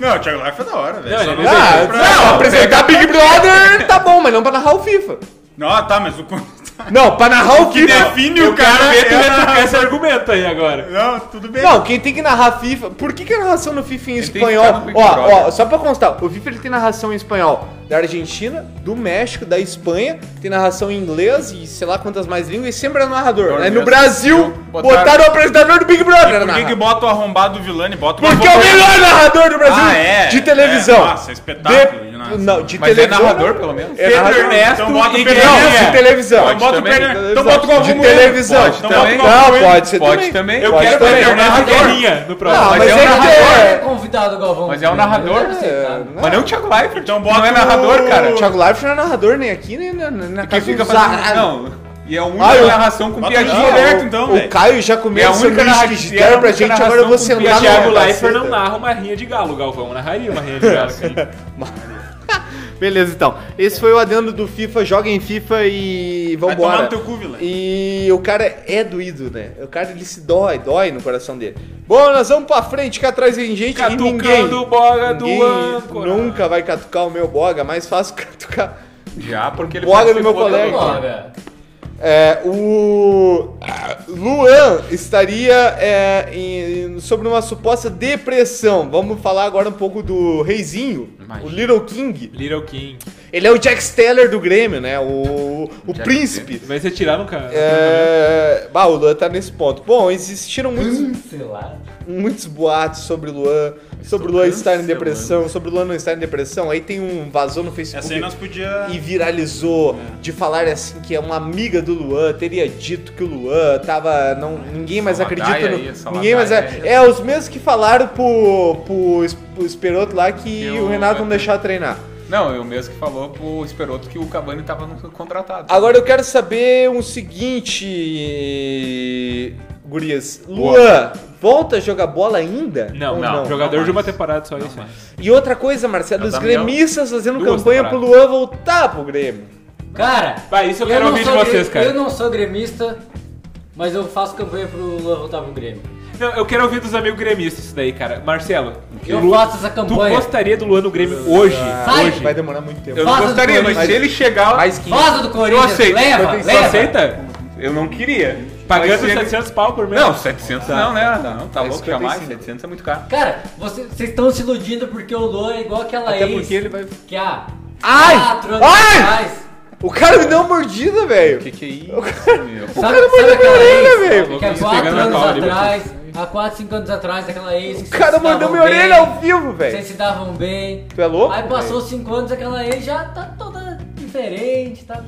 S5: Não, o Thiago Life é da hora, velho.
S1: Não,
S5: Só
S1: ele
S5: não-
S2: Ah,
S5: pra-
S2: não, apresentar Big Brother tá bom, mas não pra narrar o FIFA.
S5: Não, tá, mas o. con-
S2: Não, pra narrar o,
S5: que
S2: FIFA.
S5: define
S1: Eu
S5: o cara.
S1: quero ver tu
S5: é
S1: ia
S5: a-
S1: trocar esse argumento aí agora.
S5: Não, tudo bem.
S2: Não, quem tem que narrar FIFA. Por que, que a narração no FIFA em
S9: tem que
S2: espanhol?
S9: ficar no Big
S2: Ó, ó,
S9: Brother.
S2: só pra constar, o FIFA ele tem narração em espanhol da Argentina, do México, da Espanha, tem narração em inglês e sei lá quantas mais línguas, e sempre é narrador. Né? No
S9: mesmo.
S2: Brasil, botaram...
S9: Botaram-
S2: o apresentador do Big Brother.
S5: Por que,
S2: narrar.
S5: que bota o arrombado do vilão e bota
S2: Porque é o melhor narrador do Brasil
S5: Ah, é?
S2: de televisão.
S5: É, nossa, espetáculo
S2: De-
S5: de narração.
S2: Não, de
S9: Mas é
S2: televisão.
S9: narrador, é. pelo menos.
S2: É
S5: Pedro
S2: narrador.
S5: Ernesto
S2: Então
S5: bota o
S2: e
S5: Pedro
S2: não,
S5: Ernesto.
S2: de televisão.
S5: Então bota o
S9: também.
S5: Pedro. Então bota o
S2: de
S5: Galvão Bueno.
S2: televisão.
S9: Pode
S2: Então
S9: também.
S2: bota o Galvão Bueno. Não, pode ser
S9: Pode
S2: também.
S9: também.
S2: Eu
S9: Eu
S2: pode
S9: quero
S2: também.
S9: ver o
S1: Ernesto
S9: narrador.
S1: Guerrinha no
S2: Não,
S1: próximo.
S2: mas,
S9: Mas é um
S2: é que
S9: narrador.
S6: É
S2: tem-
S6: convidado o Galvão.
S9: Mas é um narrador.
S2: né?
S9: Mas não é o Thiago Leifert.
S5: Então
S9: Então
S5: bota
S9: não é narrador,
S5: o-
S9: cara.
S2: O Thiago Leifert não é narrador nem aqui, nem na, na na
S9: Quem
S2: casa
S9: fica
S2: do
S9: fazendo...
S2: Zarra.
S9: Não. E é a única
S2: Ah, eu-
S9: narração com
S5: Bota o
S9: piadinha.
S5: João
S9: né?
S5: Roberto, então,
S2: o
S5: velho.
S2: Caio já comeu
S9: É a
S2: o
S9: única narra-
S2: sanduíche de
S9: é a
S2: terra pra
S9: única
S2: gente, agora eu vou
S9: narração com
S2: sentar no
S9: piada.
S1: Thiago
S9: Não,
S1: Leifert não narra uma rinha de galo, Galvão. Narraria uma rinha de galo, sim.
S2: Beleza, então. Esse foi o adendo do FIFA, joga em FIFA e
S5: Vai tomar
S2: vambora.
S5: no teu cu, vilão.
S2: E o cara é doído, né? O cara ele se dói, dói no coração dele. Bom, nós vamos pra frente, que atrás vem gente e ninguém.
S1: Catucando boga do
S2: ninguém
S1: âncora.
S2: nunca vai catucar o meu boga, mais fácil catucar.
S9: Já, porque ele...
S2: Boga do
S9: participou
S2: meu
S9: da-
S2: colega.
S6: Olha,
S2: É, o Luan estaria é, em- sobre uma suposta depressão. Vamos falar agora um pouco do Reizinho, o Little King.
S1: Little King.
S2: Ele é o Jack Steller do Grêmio, né? O, o príncipe.
S1: Vai ser tirar no cara.
S2: É, bah, o Luan tá nesse ponto. Bom, existiram muitos,
S6: sei lá.
S2: muitos boatos sobre o Luan, sobre o Luan estar em depressão, sobre o Luan não estar em depressão. Aí tem um vazou no Facebook
S5: Essa aí nós podia.
S2: e viralizou de falar assim que é uma amiga do Luan teria dito que o Luan tava não ninguém mais
S9: Saladaia
S2: acredita
S9: aí,
S2: no,
S9: saladaia
S2: ninguém mais é,
S9: aí.
S2: é os mesmos que falaram pro pro, Es- pro Esperoto lá que
S9: Eu-
S2: o Renato não deixar treinar
S9: Não, eu mesmo que falou pro Esperoto que o Cavani tava no- contratado.
S2: Agora eu quero saber o seguinte, gurias. Luan, volta a jogar bola ainda?
S1: Não,
S2: Ou
S1: não, jogador de uma temporada só isso.
S2: E outra coisa, Marcelo, os
S9: Daniel,
S2: gremistas fazendo
S1: duas
S2: campanha pro Luan voltar pro Grêmio.
S6: Cara,
S1: Vai, isso eu quero
S6: não
S1: ouvir de
S6: sou
S1: vocês,
S6: gre-
S1: cara.
S6: Eu não sou gremista, mas eu faço campanha pro Luan voltar pro Grêmio.
S1: Não, eu quero ouvir dos amigos gremistas isso daí, cara. Marcelo,
S6: Eu
S1: Lu-
S6: faço essa
S1: tu
S6: campanha.
S1: gostaria do Luan no Grêmio hoje?
S6: Sai!
S1: Hoje?
S2: Vai demorar muito tempo.
S9: Eu não
S6: Vaza do
S9: gostaria, mas
S6: Corinthians.
S9: se ele chegar,
S8: Mais 15.
S6: Foda do
S9: eu
S6: Corinthians,
S9: aceito.
S6: leva,
S1: Você
S6: leva.
S1: aceita?
S9: eu não queria. Mas
S1: Pagando
S9: se ele-
S1: 700 pau por mês?
S9: Não, 700 não, né? Não, tá louco,
S2: 55.
S9: jamais. 700 é muito caro.
S6: Cara, você- vocês estão se iludindo porque o Luan é igual aquela
S2: Até
S6: ex
S2: porque ele vai-
S6: que há
S2: Ai!
S6: quatro anos
S2: Ai!
S6: atrás.
S2: O cara me deu uma mordida, velho.
S9: Que que é isso, meu?
S6: Sabe,
S2: cara né?
S6: sabe
S2: mordeu
S6: aquela
S2: minha orelha,
S6: ex
S2: velho.
S6: que há
S9: Isso
S6: quatro
S9: tá pegando na
S6: anos
S9: cola ali,
S6: atrás, há quatro, cinco anos atrás, aquela ex que
S2: O cara mordeu minha orelha ao vivo,
S6: Vocês
S2: velho.
S6: se davam bem.
S2: Tu é louco,
S6: Aí passou os 5 anos, aquela ex já tá toda diferente, tá.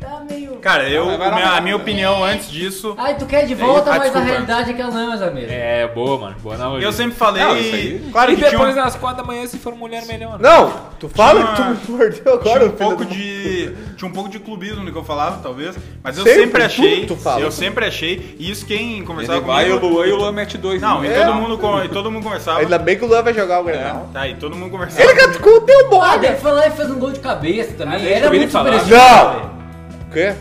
S6: Tá meio.
S5: Cara, eu,
S9: vai lá,
S5: minha-
S9: vai lá.
S5: a minha opinião antes disso,
S6: Ai, tu quer de volta,
S5: Ah,
S6: mas
S5: desculpa.
S6: na realidade é que ela não é mais a
S9: tá-
S6: mesma.
S1: É, boa, mano. Boa analogia.
S5: eu sempre falei.
S9: Não, isso aí-
S5: Claro
S1: E
S5: que tinha
S1: depois
S5: um,
S1: nas quatro da manhã, se for mulher, melhor. né?
S2: Não, tu fala que
S5: Tinha uma-
S2: tu me mordeu agora.
S5: tinha um
S2: filho
S5: pouco
S2: da-
S5: de tinha um pouco de clubismo no que eu falava, talvez, mas eu
S2: Sempre,
S5: sempre,
S2: tudo
S5: achei,
S2: tu fala.
S5: eu sempre achei, e isso quem conversava
S9: Ele vai, o
S5: comigo.
S9: Luan e o Luan mete dois.
S5: Não,
S9: né?
S5: e
S2: É.
S5: todo mundo con- e todo mundo conversava.
S2: Ainda bem que o Luan vai jogar o Grenal.
S5: Tá, e todo mundo conversava.
S2: Ele catucou o teu
S6: Ah,
S2: bode.
S6: daí foi lá e fez um gol de cabeça também.
S1: deixa
S6: Era
S1: eu ver ele
S6: muito
S1: falar.
S6: superestimado.
S2: Não! O quê?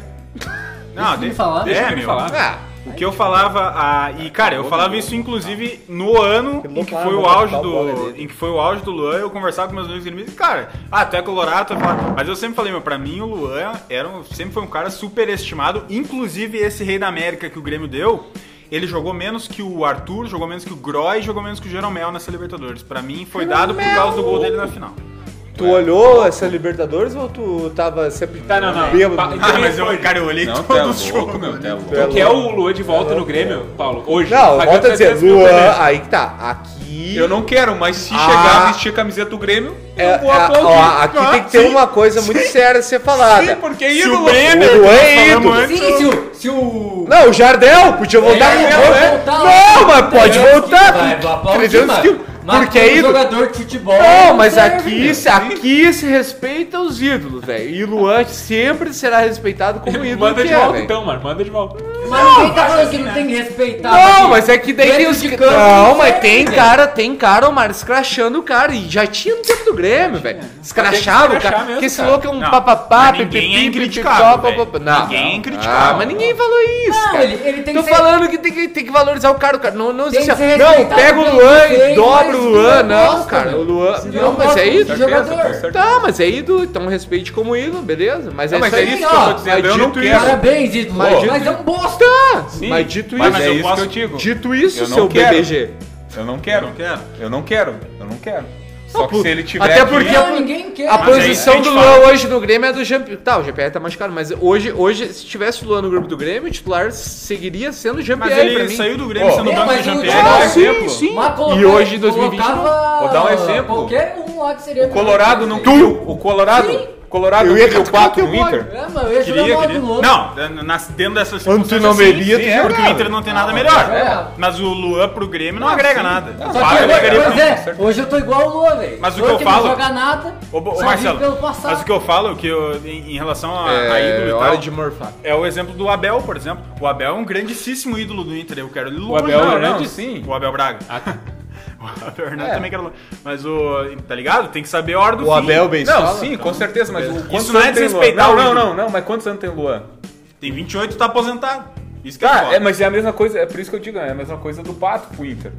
S5: Não,
S6: ele falar.
S1: Deixa
S5: é,
S1: ele
S5: meu.
S1: falar.
S2: Ah,
S5: O que eu falava, ah, e cara, eu falava isso inclusive no ano
S2: Que
S5: em que
S2: loucura,
S5: foi o
S2: vou
S5: auge
S2: botar o bola
S5: do,
S2: ali.
S5: em que foi o auge do Luan, eu conversava com meus amigos inimigos, cara, ah, tu é colorado, tu é colorado. mas eu sempre falei, meu, pra mim o Luan era um- sempre foi um cara superestimado, inclusive esse Rei da América que o Grêmio deu, ele jogou menos que o Arthur, jogou menos que o Groy, jogou menos que o Jeromel nessa Libertadores. Pra mim foi dado por causa do gol dele na final.
S2: tu olhou essa Libertadores ou tu tava sempre
S1: Tá, não, não.
S2: bêbado?
S1: Pa-
S5: Ah, mas eu, cara, eu olhei
S9: Não, tu é
S5: todos os
S9: louco,
S5: jogos.
S9: meu, tu é louco.
S2: Tu
S1: Tu quer Então, o Luan de volta no Grêmio, Paulo? Hoje?
S2: Não,
S1: Pagando
S2: volta a dizer,
S1: 700 mil por mês.
S2: Luan, aí que tá. Aqui.
S9: Eu não quero, mas se
S2: Ah.
S9: chegar a vestir a camiseta do Grêmio,
S2: É,
S9: eu vou
S2: é,
S9: aplaudir.
S2: ó, aqui
S9: Ah,
S2: tem que ter
S9: sim,
S2: uma coisa muito séria a ser falada.
S9: Sim,
S1: é
S9: porque
S5: Se
S9: ídolo.
S5: o Brenner,
S2: O
S5: que nós
S2: é
S5: falamos
S2: ídolo.
S5: antes,
S6: Sim, se o. Se o...
S2: Não, o Jardel podia voltar
S6: Ele
S2: com
S6: vai
S2: o
S6: É, voltar lá.
S2: né? Não, mas pode
S6: 300
S2: voltar.
S6: quilos, vai, vai aplaudir,
S2: 300
S6: mas-
S2: quilos.
S6: mas
S2: Porque
S6: como
S2: é ídolo.
S6: jogador de futebol.
S2: Não, mas
S6: serve,
S2: aqui,
S6: meu.
S2: se, aqui se respeita os ídolos, velho. E Luan sempre será respeitado como ídolo.
S1: Manda
S2: que
S1: de
S2: é,
S1: volta
S2: velho.
S1: então, mano. Manda de volta.
S6: Mas ninguém tá falando que não tem que respeitar.
S2: Não,
S6: assim.
S2: mas é que daí
S6: Dentro
S2: tem os.
S6: de
S2: que-
S6: campo,
S2: Não,
S6: não
S2: mas
S6: serve,
S2: tem
S6: velho.
S2: cara, tem cara, o Mar escrachando o cara. E já tinha no tempo do Grêmio, velho. Escrachava o
S1: escrachar
S2: cara.
S1: mesmo,
S2: Porque esse
S1: cara.
S2: louco é um
S5: Não,
S2: papapá,
S5: mas ninguém é
S2: pipipi,
S5: incriticável,
S2: pipipó,
S5: velho.
S2: papapá. Não,
S5: Ninguém é
S2: não.
S5: incriticável.
S2: Ah, mas ninguém falou isso.
S6: Não,
S2: cara.
S6: ele- ele tem
S2: Tô
S6: que ser-
S2: falando que tem que, tem que valorizar o cara. O cara não, não
S6: Tem
S2: existe.
S6: que ser
S2: Não,
S6: respeitado
S2: pega o
S6: pelo
S2: Luan
S6: que
S2: e
S6: fez,
S2: dobra o
S6: mas
S2: Luan.
S6: Luan
S2: Não,
S6: gosta,
S2: cara,
S6: meu.
S2: o Luan.
S6: Senão
S2: Não, mas
S6: gosta
S2: é
S6: de
S2: ídolo.
S6: jogador.
S2: Tá, mas é ídolo. Então respeite como ídolo, beleza? Mas é
S9: Não, mas
S2: isso
S9: é
S2: aí.
S9: isso que eu tô dizendo, eu não
S2: dito
S9: quero.
S6: Parabéns, ídolo.
S2: Mas
S6: Mas,
S2: dito-
S6: é um bosta.
S2: Tá, mas dito
S9: mas é
S2: isso.
S9: isso
S5: posso-
S9: que eu digo.
S2: Dito isso,
S9: Eu não
S2: seu
S9: quero.
S2: BBG.
S9: Eu não
S5: eu
S9: quero.
S5: não quero.
S9: Eu não quero. Eu não quero. Só que
S2: pô,
S9: se ele tiver
S2: até
S9: aqui-
S2: porque-
S6: Não, ninguém quer.
S2: A
S5: Mas é isso que
S2: posição
S5: a
S2: do
S5: gente
S2: Luan
S5: fala.
S2: hoje no Grêmio é do Jean-Pierre. Tá, o Jean-Pierre tá machucado, mas hoje, hoje se tivesse o Luan no grupo do Grêmio, o titular seguiria sendo o
S5: Mas
S2: Jean-Pierre pra
S5: ele
S2: mim.
S5: saiu do Grêmio
S9: Ó.
S5: sendo
S6: É,
S5: banco
S6: mas
S5: do
S6: o
S5: Jean-Pierre.
S6: Jorge-
S9: Vou dar um
S2: Ah, sim,
S9: exemplo.
S2: sim.
S6: Mas colocava-
S2: E hoje, em 2020,
S6: colocava
S9: Vou dar um exemplo.
S6: Qualquer um lá que seria.
S9: O Colorado não
S6: melhor.
S9: queria. O Colorado.
S6: Sim.
S9: O Colorado
S2: Eu
S9: não
S2: ia
S9: queria o
S2: catucar
S9: 4
S2: o
S9: no
S2: teu
S9: Inter.
S6: É, mas eu ia jogar
S5: Queria,
S6: bola
S5: queria.
S6: do Luan.
S5: Não, nas- dentro dessas
S2: Antinomilia,
S5: sim,
S2: tu Ah,
S5: sim, é, porque
S2: jogava.
S5: o Inter não tem nada
S6: jogava.
S2: é.
S5: melhor. Mas o Luan pro Grêmio
S2: Ah,
S5: não agrega nada.
S6: Só
S5: Claro
S6: que,
S5: que agregaria
S6: pois
S5: pra-
S6: é, hoje eu tô igual o Luan, velho.
S5: Mas o
S6: Luan
S5: que eu falo-
S6: Não joga nada.
S5: Ô, bo- ô,
S6: só
S5: Marcelo,
S6: vive pelo passado.
S5: mas o que eu falo que eu- em, em relação a, a ídolo e
S2: É
S5: tal,
S2: hora de morfar.
S5: é o exemplo do Abel, por exemplo. O Abel é um grandíssimo ídolo do Inter. Eu quero ele longe.
S1: Abel
S5: não,
S1: Hernandes?
S5: não, sim. O Abel Braga.
S2: Ah, tá.
S5: o Abel Hernandes também quero longe. Mas o... Tá ligado? Tem que saber a hora do
S2: O
S5: fim.
S2: Abel bem
S9: Não, sim, com certeza, mas o quantos
S5: não é
S9: anos tem Luan?
S5: desrespeitar
S9: Não,
S5: o
S9: não,
S5: ídolo.
S9: não, não, mas quantos anos tem Luan?
S5: Tem 28 e tá aposentado. Isso que
S9: Tá,
S5: foda.
S9: é, mas é a mesma coisa, é por isso que eu digo, é a mesma coisa do Pato pro Inter.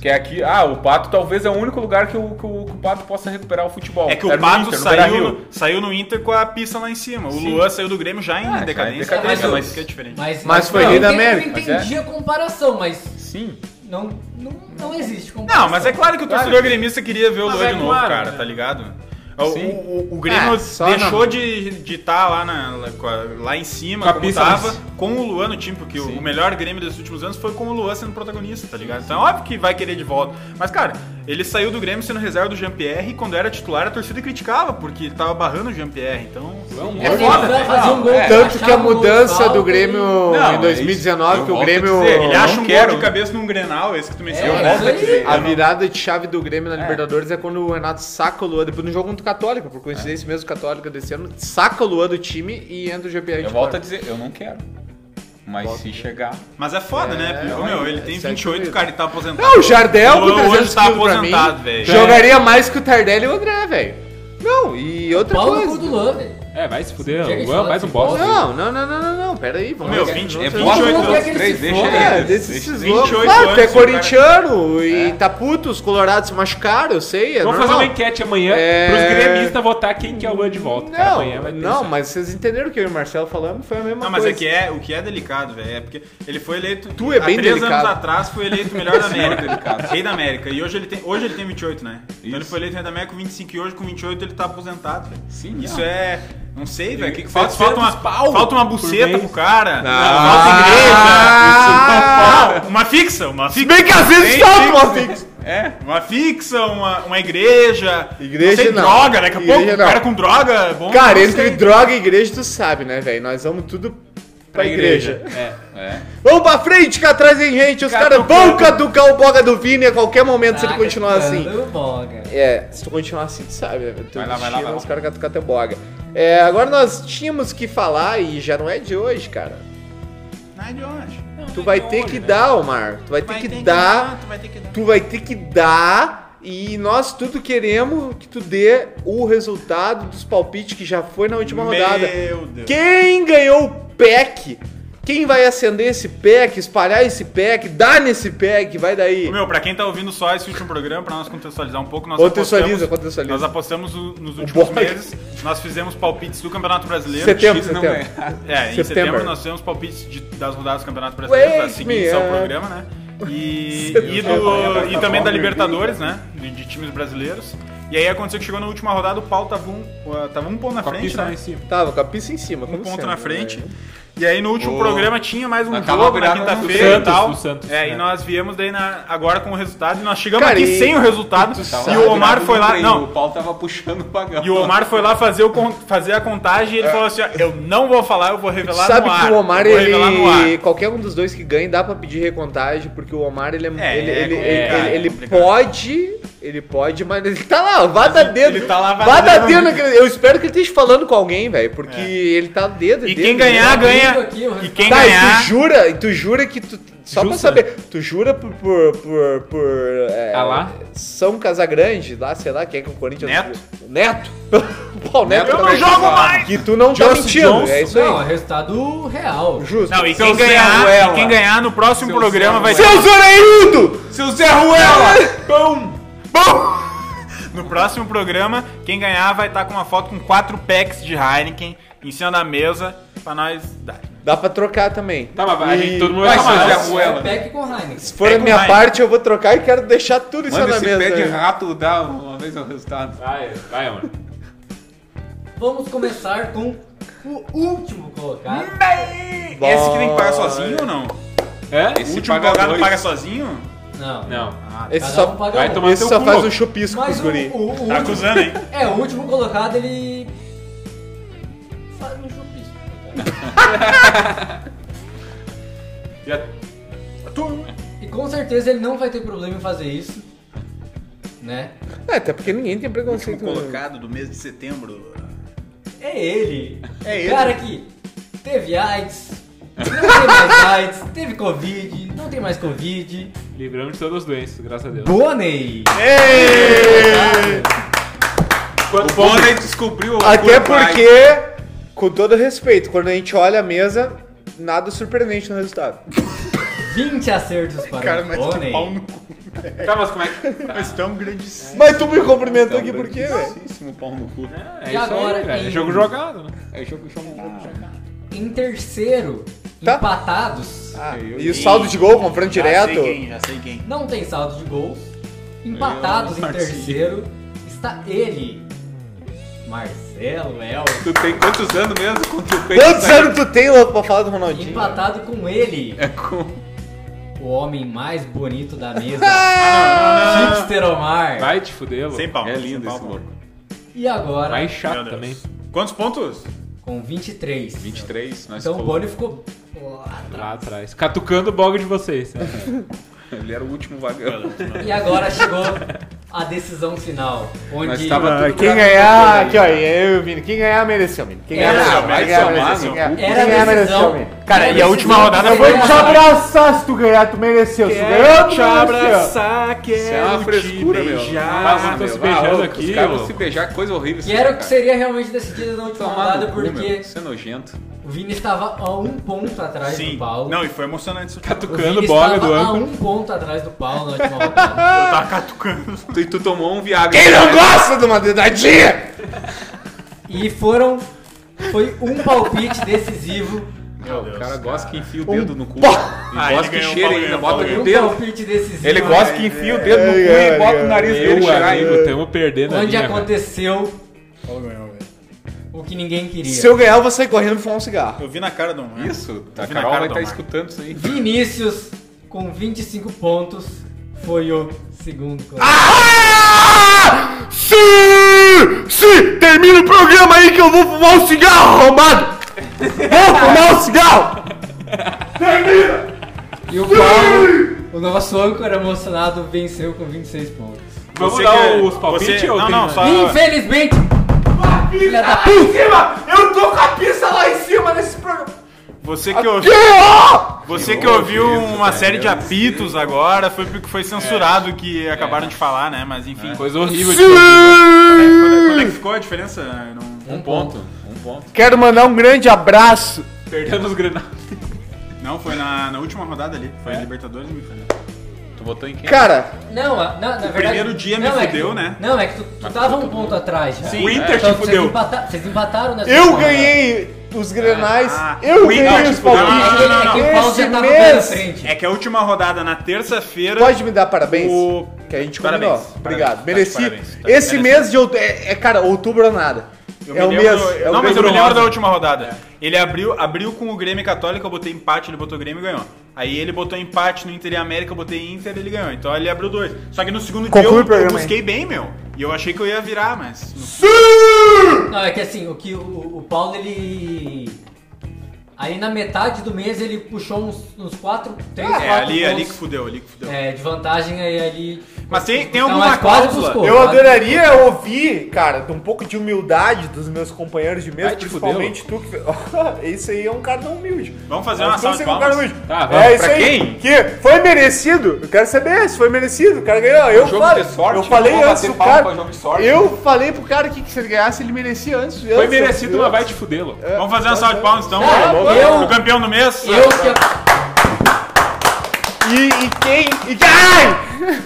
S9: Que é aqui, ah, o Pato talvez é o único lugar que o, que o, que o Pato possa recuperar o futebol.
S5: É que
S9: Era
S5: o
S9: no
S5: Pato
S9: Inter, no
S5: saiu,
S9: Beira-Rio.
S5: no, saiu no Inter com a pista lá em cima. O Luan saiu do Grêmio já em
S9: Ah, já em
S5: decadência.
S9: decadência,
S5: mas,
S9: mas-
S5: que é diferente.
S6: Mas,
S2: Mas foi Rei da América,
S6: Eu
S9: mas
S6: entendi a comparação, mas
S9: Sim.
S6: não, não, não existe comparação.
S5: Não, mas é claro que o torcedor gremista queria ver o Luan de novo, cara, tá ligado? O,
S9: Sim.
S5: o- o- o Grêmio
S2: É, só
S5: deixou
S2: não.
S5: de estar de tá lá, na- lá com a- lá em cima,
S1: Com a
S5: como
S1: pista
S5: tava,
S1: lá em cima.
S5: com o Luan no time, porque o melhor Grêmio dos últimos anos foi com o Luan sendo protagonista, tá ligado? Então é óbvio que vai querer de volta. Mas, cara, ele saiu do Grêmio sendo reserva do Jean-Pierre e quando era titular a torcida criticava, porque ele tava barrando o Jean-Pierre, então...
S6: É foda, fazer um gol,
S2: Tanto que
S6: achar
S2: a
S6: um gol
S2: mudança
S6: falta
S2: do
S6: e-
S2: Grêmio
S9: Não,
S2: em
S9: é
S2: 2019,
S9: isso.
S2: que
S9: Eu
S2: o
S9: volto a
S2: Grêmio.
S9: dizer,
S5: Ele
S9: Eu
S5: acha
S9: não
S5: um
S9: quero.
S5: gol de cabeça num Grenal, esse que tu
S6: É,
S5: mencionou.
S6: isso aí.
S2: A virada de chave do Grêmio na Libertadores é quando o Renato saca o Luan. Depois no jogo contra o Católica, por coincidência mesmo, o Católica desse ano saca o Luan do time e entra o GPA de
S9: Eu volto a dizer, eu não quero. Mas se chegar.
S5: Mas é foda, né? Porque, meu, ele tem
S2: isso é
S5: 28,
S2: doido.
S5: cara, ele tá aposentado.
S2: Não, o Jardel com
S5: Luan
S2: 300
S5: hoje tá
S2: quilos pra mim, é
S5: aposentado, velho.
S2: jogaria mais que o Tardelli e o André, velho. Não, e outra
S6: Paulo
S2: coisa...
S6: no cu do Luan, velho.
S1: É, vai se fuder.
S6: Chega de
S1: O Luan é
S6: falar
S1: mais um
S6: de
S1: bosta.
S2: Não, não, não, não, não, não, peraí. Vamos
S5: Meu,
S2: lá.
S5: 20, é
S2: Vamos-
S5: 28
S6: Não,
S5: anos.
S6: que ele
S9: três,
S6: se
S9: deixa
S6: foda.
S2: É,
S9: ele.
S2: desses
S5: 28
S2: Claro, tu é
S5: anos, cara.
S2: corintiano e tá puto, os colorados se machucaram, eu sei, é
S1: É. Vamos fazer
S2: normal.
S1: uma enquete amanhã
S2: É.
S1: pros gremistas votar quem quer o Luan de volta. cara. amanhã
S2: Não,
S1: vai ter
S2: não,
S1: isso.
S2: mas vocês entenderam o que eu e o Marcelo falamos, foi a mesma
S5: Não, mas
S2: coisa.
S5: é que é, o que é delicado, velho, é porque ele foi eleito.
S2: Tu é
S5: há
S2: bem
S5: três
S2: delicado. é
S5: anos atrás foi eleito o melhor da América.
S9: delicado.
S5: rei da América. E hoje ele tem, hoje ele tem 28, né? Então ele foi eleito rei da América com 25 e hoje com 28 ele tá aposentado, velho.
S9: Sim,
S5: Isso
S9: não.
S5: é. Não sei, velho. Que que
S2: é
S1: E
S5: falta, falta, uma,
S1: 700 pau
S5: falta uma
S1: por
S5: buceta
S1: mês.
S5: pro cara.
S2: Ah,
S5: falta
S2: isso não
S5: igreja.
S2: pode.
S5: Não, tá uma fixa, uma
S2: Se
S5: fixa.
S2: bem que às vezes tá,
S5: Bem
S2: falta
S5: fixa.
S2: uma fixa.
S5: É, uma fixa, uma, uma igreja.
S2: Igreja
S5: sei,
S2: não.
S5: droga, daqui a pouco.
S2: Igreja
S5: o cara
S2: não.
S5: com droga é bom.
S2: Cara,
S5: não
S2: entre
S5: sei.
S2: droga e igreja, tu sabe, né, velho? Nós vamos tudo pra, igreja.
S1: É.
S2: Vamos pra frente, que atrás tem gente. Os caras vão caducar o boga do Vini a qualquer momento
S1: Ah,
S2: se ele
S1: é.
S2: continuar assim.
S6: Cadu Boga.
S2: É, se tu continuar assim, tu sabe, né? Teu
S9: Vai lá, vai lá,
S2: destino,
S9: vai lá.
S2: Os caras catucam até boga. É, agora nós tínhamos que falar, e já não é de hoje, cara.
S5: Não é de onde?
S2: Tu vai ter que dar, Omar. Tu vai ter
S5: Vai
S2: que
S5: ter que
S2: dar.
S5: tu vai ter que dar.
S2: Tu vai ter que dar. E nós tudo queremos que tu dê o resultado dos palpites que já foi na última rodada.
S5: Meu Deus.
S2: Quem ganhou o pack? Quem vai acender esse pack, espalhar esse pack, dar nesse pack, vai daí.
S5: Meu, pra quem tá ouvindo só esse último programa, pra nós contextualizar um pouco, nós
S2: Contextualiza,
S5: apostamos,
S2: contextualiza. Um
S5: Nós apostamos o- nos últimos
S2: blog.
S5: meses, nós fizemos palpites do Campeonato Brasileiro.
S2: Setembro,
S5: X não
S2: setembro.
S5: ganha. É, em
S2: Setembro.
S5: setembro nós fizemos palpites de- das rodadas do Campeonato Brasileiro,
S2: Wake
S5: das seguintes ao
S2: me up.
S5: programa, né? E,
S2: Setembro.
S5: e, do- e também da Libertadores, né? De, de times brasileiros. E aí aconteceu que chegou na última rodada, o pau tava um, uh, tava um ponto na
S1: Com a
S5: frente,
S1: pista lá
S5: né?
S1: em cima.
S2: Tava com a pista em cima.
S5: Um
S2: como
S5: ponto
S2: sempre,
S5: na frente.
S2: né?
S5: E aí no último programa tinha mais um
S9: Acaba
S5: jogo na
S9: virando
S1: do
S5: quinta-feira e
S1: Santos,
S5: tal.
S1: do Santos,
S5: é,
S1: né?
S5: e nós viemos daí na- agora com o resultado e nós chegamos
S2: Cara,
S5: aqui
S2: e-
S5: sem o resultado.
S9: Tava
S5: E
S9: lá
S5: o Omar
S9: virado
S5: foi
S9: no
S5: lá,
S9: treino,
S5: não.
S9: O pau tava puxando o pagão.
S5: E o Omar foi lá fazer, o con- fazer a contagem e ele falou assim: ó, eu não vou falar, eu vou
S2: Tu
S5: revelar
S2: sabe
S5: no ar.
S2: que o Omar,
S5: eu vou revelar no ar.
S2: ele. Qualquer um dos dois que ganhe, dá pra pedir recontagem, porque o Omar, ele é.
S5: É,
S2: ele,
S5: é
S2: ele, ele-
S5: complicado, é
S2: ele
S5: complicado.
S2: pode. Ele pode, mas ele tá lá, ó, vada dedo.
S5: ele tá lá, vada
S2: vada
S5: dedo.
S2: dedo. naquele- Eu espero que ele esteja falando com alguém, velho, porque ele tá dedo.
S5: É. E
S2: dedo,
S5: quem
S2: dedo.
S5: ganhar,
S6: Abrindo
S5: Ah, ganha.
S6: aqui o
S5: E quem
S2: Tá, e tu
S5: ganhar.
S2: jura, e tu jura que tu. Só pra
S1: Justa.
S2: saber, tu jura por. por. por. por é,
S5: Tá
S1: Ah lá?
S2: São Casagrande, lá, sei lá, quem é que o Corinthians.
S5: Neto.
S2: Neto! Pô, o Neto
S5: Eu não
S2: também.
S5: jogo mais!
S2: Que tu não tá
S1: Johnson
S2: mentindo, é
S1: Johnson.
S2: isso
S6: Não, é
S2: aí.
S6: resultado real.
S2: Justo.
S5: Não, e
S9: Seu
S5: quem
S9: Zé
S5: ganhar,
S9: Ruela.
S5: e quem ganhar no próximo
S9: Seu
S5: programa
S9: Zé
S5: vai ser.
S2: Seu Zoreildo!
S9: Seu Zé
S5: é,
S9: Ruela!
S5: No próximo programa, quem ganhar vai estar com uma foto com quatro packs de Heineken em cima da mesa pra nós dar.
S2: Dá pra trocar também.
S1: Tá, mas a gente, todo mundo
S9: Vai,
S1: vai
S5: Ah,
S9: seu Zé
S1: falar.
S9: Ruela.
S6: Peck com Heineken.
S2: Se for a
S5: Pega o
S2: minha
S5: Ryan.
S2: parte, eu vou trocar e quero deixar tudo isso
S9: Manda
S2: na
S9: esse pé de
S2: mesa.
S9: rato dar uma vez o resultado.
S1: Vai, vai, mano.
S6: Vamos começar com o último colocado.
S5: Esse que tem que pagar sozinho ou não?
S1: É?
S5: o
S9: Esse
S5: último
S9: paga
S5: colocado
S9: dois.
S5: paga sozinho?
S6: Não.
S1: Não.
S2: Esse
S6: Cada um
S2: só,
S6: paga
S1: vai
S6: um.
S1: tomar
S2: esse
S1: teu
S2: só
S1: cu,
S2: faz
S1: ó.
S2: um chupisco
S6: Mas
S2: pros
S6: o,
S2: guri.
S6: o- o
S5: Tá
S6: último,
S5: acusando, hein?
S6: é, o último colocado ele faz um chupisco. E com certeza ele não vai ter problema em fazer isso, né?
S2: É, até porque ninguém tem preconceito.
S5: Último
S2: né?
S5: colocado do mês de setembro.
S6: É ele.
S5: É ele.
S6: Cara que teve AIDS, não tem mais AIDS, teve Covid, não tem mais Covid.
S1: Livramos de todas as doenças, graças a Deus.
S6: Bonnie!
S5: É.
S1: Quanto
S9: O Bonner descobriu o
S2: Até
S9: por trás.
S2: porque, com todo respeito, quando a gente olha a mesa, nada surpreendente no resultado.
S6: 20 acertos para
S5: Cara,
S6: o
S5: mas
S6: Bonnie.
S5: que pau no cu.
S1: Tá, mas como é que.
S5: Mas tão grandíssimo.
S2: Mas tu me cumprimentou aqui por quê, velho?
S9: Grandíssimo pau no cu.
S1: É
S6: E
S1: isso
S6: agora,
S1: aí, velho.
S6: em-
S1: É jogo jogado, né?
S9: É jogo, jogo, jogo, jogo.
S6: Em terceiro,
S2: Tá.
S6: empatados.
S2: E o saldo de gol, confronto direto.
S5: já sei quem.
S6: Não tem saldo de gols. Empatados em terceiro está ele, Marcelo El.
S9: Tu tem quantos anos mesmo contra
S1: é.
S9: o peito?
S2: Quantos anos tu tem, louco, pra falar do Ronaldinho?
S6: Empatado com ele, o homem mais bonito da mesa,
S5: Ah,
S6: Hipster Omar.
S1: Vai te fuder, louco.
S5: Sem pau.
S9: É
S5: sem
S9: lindo
S5: pau,
S9: esse
S5: pau.
S9: louco.
S6: E agora,
S1: Mais
S5: Meu
S1: chato
S5: Deus.
S1: também.
S5: Quantos pontos?
S6: com 23.
S9: 23, nós
S6: Então o Bonnie
S9: colocamos.
S6: ficou lá atrás.
S1: Lá atrás. Catucando o bog de vocês. né?
S9: Ele era o último vagão.
S6: E agora chegou a decisão final,
S9: Mas
S6: onde
S9: tava tudo
S2: Quem
S9: pra-
S2: ganhar, aqui ó, eu e o Vini, quem ganhar mereceu, Vini. Quem ganhar
S6: Era-
S2: mereceu, quem
S9: mereceu,
S2: ganhar
S9: mano.
S2: mereceu, quem ganhar-
S6: era
S2: quem ganhar
S6: a
S2: mereceu,
S6: decisão.
S2: Vini.
S6: Cara, e a última rodada
S2: Eu vou te abraçar se tu ganhar, tu mereceu. Se tu ganhar, tu mereceu.
S9: Isso é uma frescura,
S1: Ah,
S9: meu.
S5: um
S1: vocês estão se beijando aqui,
S9: Os caras
S1: ô.
S9: vão se beijar, coisa horrível. isso
S6: Que era
S9: aí,
S6: o que
S9: cara.
S6: seria realmente decidido na última
S9: Tomar
S6: rodada,
S9: no cu, meu.
S6: porque
S9: Isso é nojento.
S6: o Vini estava a um ponto atrás
S5: Sim.
S6: do Paulo.
S5: Não, e foi emocionante isso.
S6: o
S1: Catucando
S6: Vini
S1: bola
S6: estava
S1: do
S6: a
S1: âncora.
S6: um ponto atrás do Paulo na última rodada.
S5: Eu tava catucando.
S9: Tu, e tu tomou um Viagra.
S8: Quem não gosta de uma dedadinha?
S6: E foram. Foi um palpite decisivo.
S5: Meu Deus.
S9: O cara gosta que enfia o
S2: Um
S9: dedo no cu. E
S5: Ah,
S9: gosta
S5: ele
S9: que
S5: ganhou,
S9: cheira
S5: Paulo
S9: ainda,
S5: ganhou,
S9: bota
S5: Paulo
S9: o
S5: ganhou.
S9: dedo.
S6: Um palpite decisivo. né?
S9: Ele gosta que enfia o dedo no cu e bota o nariz dele
S1: Meu
S9: cheirar ainda.
S1: amigo, tamo perdendo a
S6: Onde
S1: linha, velho.
S6: aconteceu
S5: Paulo ganhou, velho.
S6: o que ninguém queria.
S2: Se eu ganhar, eu vou sair correndo e fumar um cigarro.
S5: Eu vi na cara do Omar.
S9: Isso, a
S5: vi na
S9: Carol
S5: cara
S9: vai
S5: do
S9: estar
S5: Omar.
S9: escutando isso aí.
S6: Vinícius, com 25 pontos, foi o segundo colocado.
S2: Ah! Sim! Sim! Termina o programa aí que eu vou fumar um cigarro, arrombado! Vou fumar um cigarro!
S6: E o Paulo, o nosso âncora emocionado, venceu com 26 pontos.
S1: Vamos
S5: Você
S1: dar
S5: que-
S1: os palpites
S5: você-
S1: ou
S5: Não,
S1: tem
S5: não,
S1: mais?
S5: só...
S9: né?
S6: Infelizmente, filha da
S2: Lá em cima! Eu tô com a pista lá em cima nesse programa!
S5: Você
S9: Ah,
S5: que ouviu... Você que ouviu uma série de apitos agora, foi porque foi censurado
S9: É.
S5: que acabaram de falar, né? Mas enfim. Quando,
S1: Coisa horrível de
S5: é- quando é que
S2: Sim!
S5: ficou a diferença? Não-
S9: Um ponto. Um ponto.
S2: Quero mandar um grande abraço
S1: perdendo os granados.
S5: Não, foi na, na última rodada ali. Foi Libertadores e me fudeu.
S9: Tu votou em quem?
S2: Cara,
S6: Não, a- na, na verdade.
S5: primeiro dia me
S6: não, é
S5: fudeu,
S6: que,
S5: né?
S6: Não, é que tu, tu tava um ponto atrás já.
S1: O Inter
S6: Então,
S1: te
S6: vocês,
S1: fudeu.
S6: empata- vocês empataram nessa
S2: eu
S6: rodada.
S2: ganhei os grenais,
S5: Ah,
S2: eu
S5: o Inter
S2: ganhei
S5: te
S2: os
S5: fudeu.
S2: palpites.
S5: Ah, Não, não, não,
S6: É que o Paulo já
S2: Esse
S6: tava bem na
S2: mês,
S6: frente.
S5: É que a última rodada na terça-feira.
S2: pode me dar parabéns?
S5: O-
S2: Que a gente
S5: Parabéns,
S2: combinou.
S5: parabéns,
S2: Obrigado,
S5: tá de
S2: mereci.
S5: parabéns, tá de
S2: Esse
S5: merecido.
S2: mês de outubro, é, é, cara, outubro é nada.
S5: Eu
S2: É
S5: me
S2: o mês,
S5: lembro-
S2: é o
S5: não, mas
S2: mês
S5: eu me lembro
S2: rosa.
S5: da última rodada. Ele abriu, abriu com o Grêmio Católica, eu botei empate, ele botou Grêmio e ganhou. Aí ele botou empate no Inter e América, eu botei Inter ele ganhou. Então ele abriu dois. Só que no segundo
S2: Conclui o
S5: dia eu- eu,
S2: programa aí.
S5: busquei bem, meu. E eu achei que eu ia virar, mas. no-
S6: Não, é que assim, o que o, o Paulo ele. Aí na metade do mês ele puxou uns, uns 4, 3, 4
S5: É,
S2: Ah,
S5: ali,
S6: pontos
S5: ali que fudeu, ali que fudeu.
S6: é, de vantagem aí ali.
S5: Mas tem, tem
S6: Não,
S5: alguma
S6: mas quase
S5: cláusula?
S6: buscou.
S2: Eu adoraria ouvir, cara, de um pouco de humildade dos meus companheiros de mesa,
S1: Vai te fuder,
S2: principalmente tu que. Esse aí é um cara não humilde.
S5: Vamos fazer
S2: Eu
S5: uma
S2: não
S5: salva de
S2: consigo um
S5: palmas.
S2: cara humilde.
S1: Tá, vamos.
S2: é isso
S9: Pra
S2: aí.
S9: quem?
S2: Que foi merecido. Eu quero saber se foi merecido. O cara ganhou. Eu,
S9: Um jogo
S2: falo-
S9: de sorte,
S2: eu falei
S9: não vou
S2: antes
S9: bater
S2: do
S9: palma
S2: cara.
S9: pra jogo de sorte.
S2: Eu falei pro cara que, que se ele ganhasse, ele merecia antes.
S1: Foi merecido, mas vai te fudê-lo.
S2: É.
S5: Vamos fazer uma salva de palmas então.
S6: Não, eu-
S5: o campeão do mês.
S6: Eu que,
S2: E, e quem. E ai!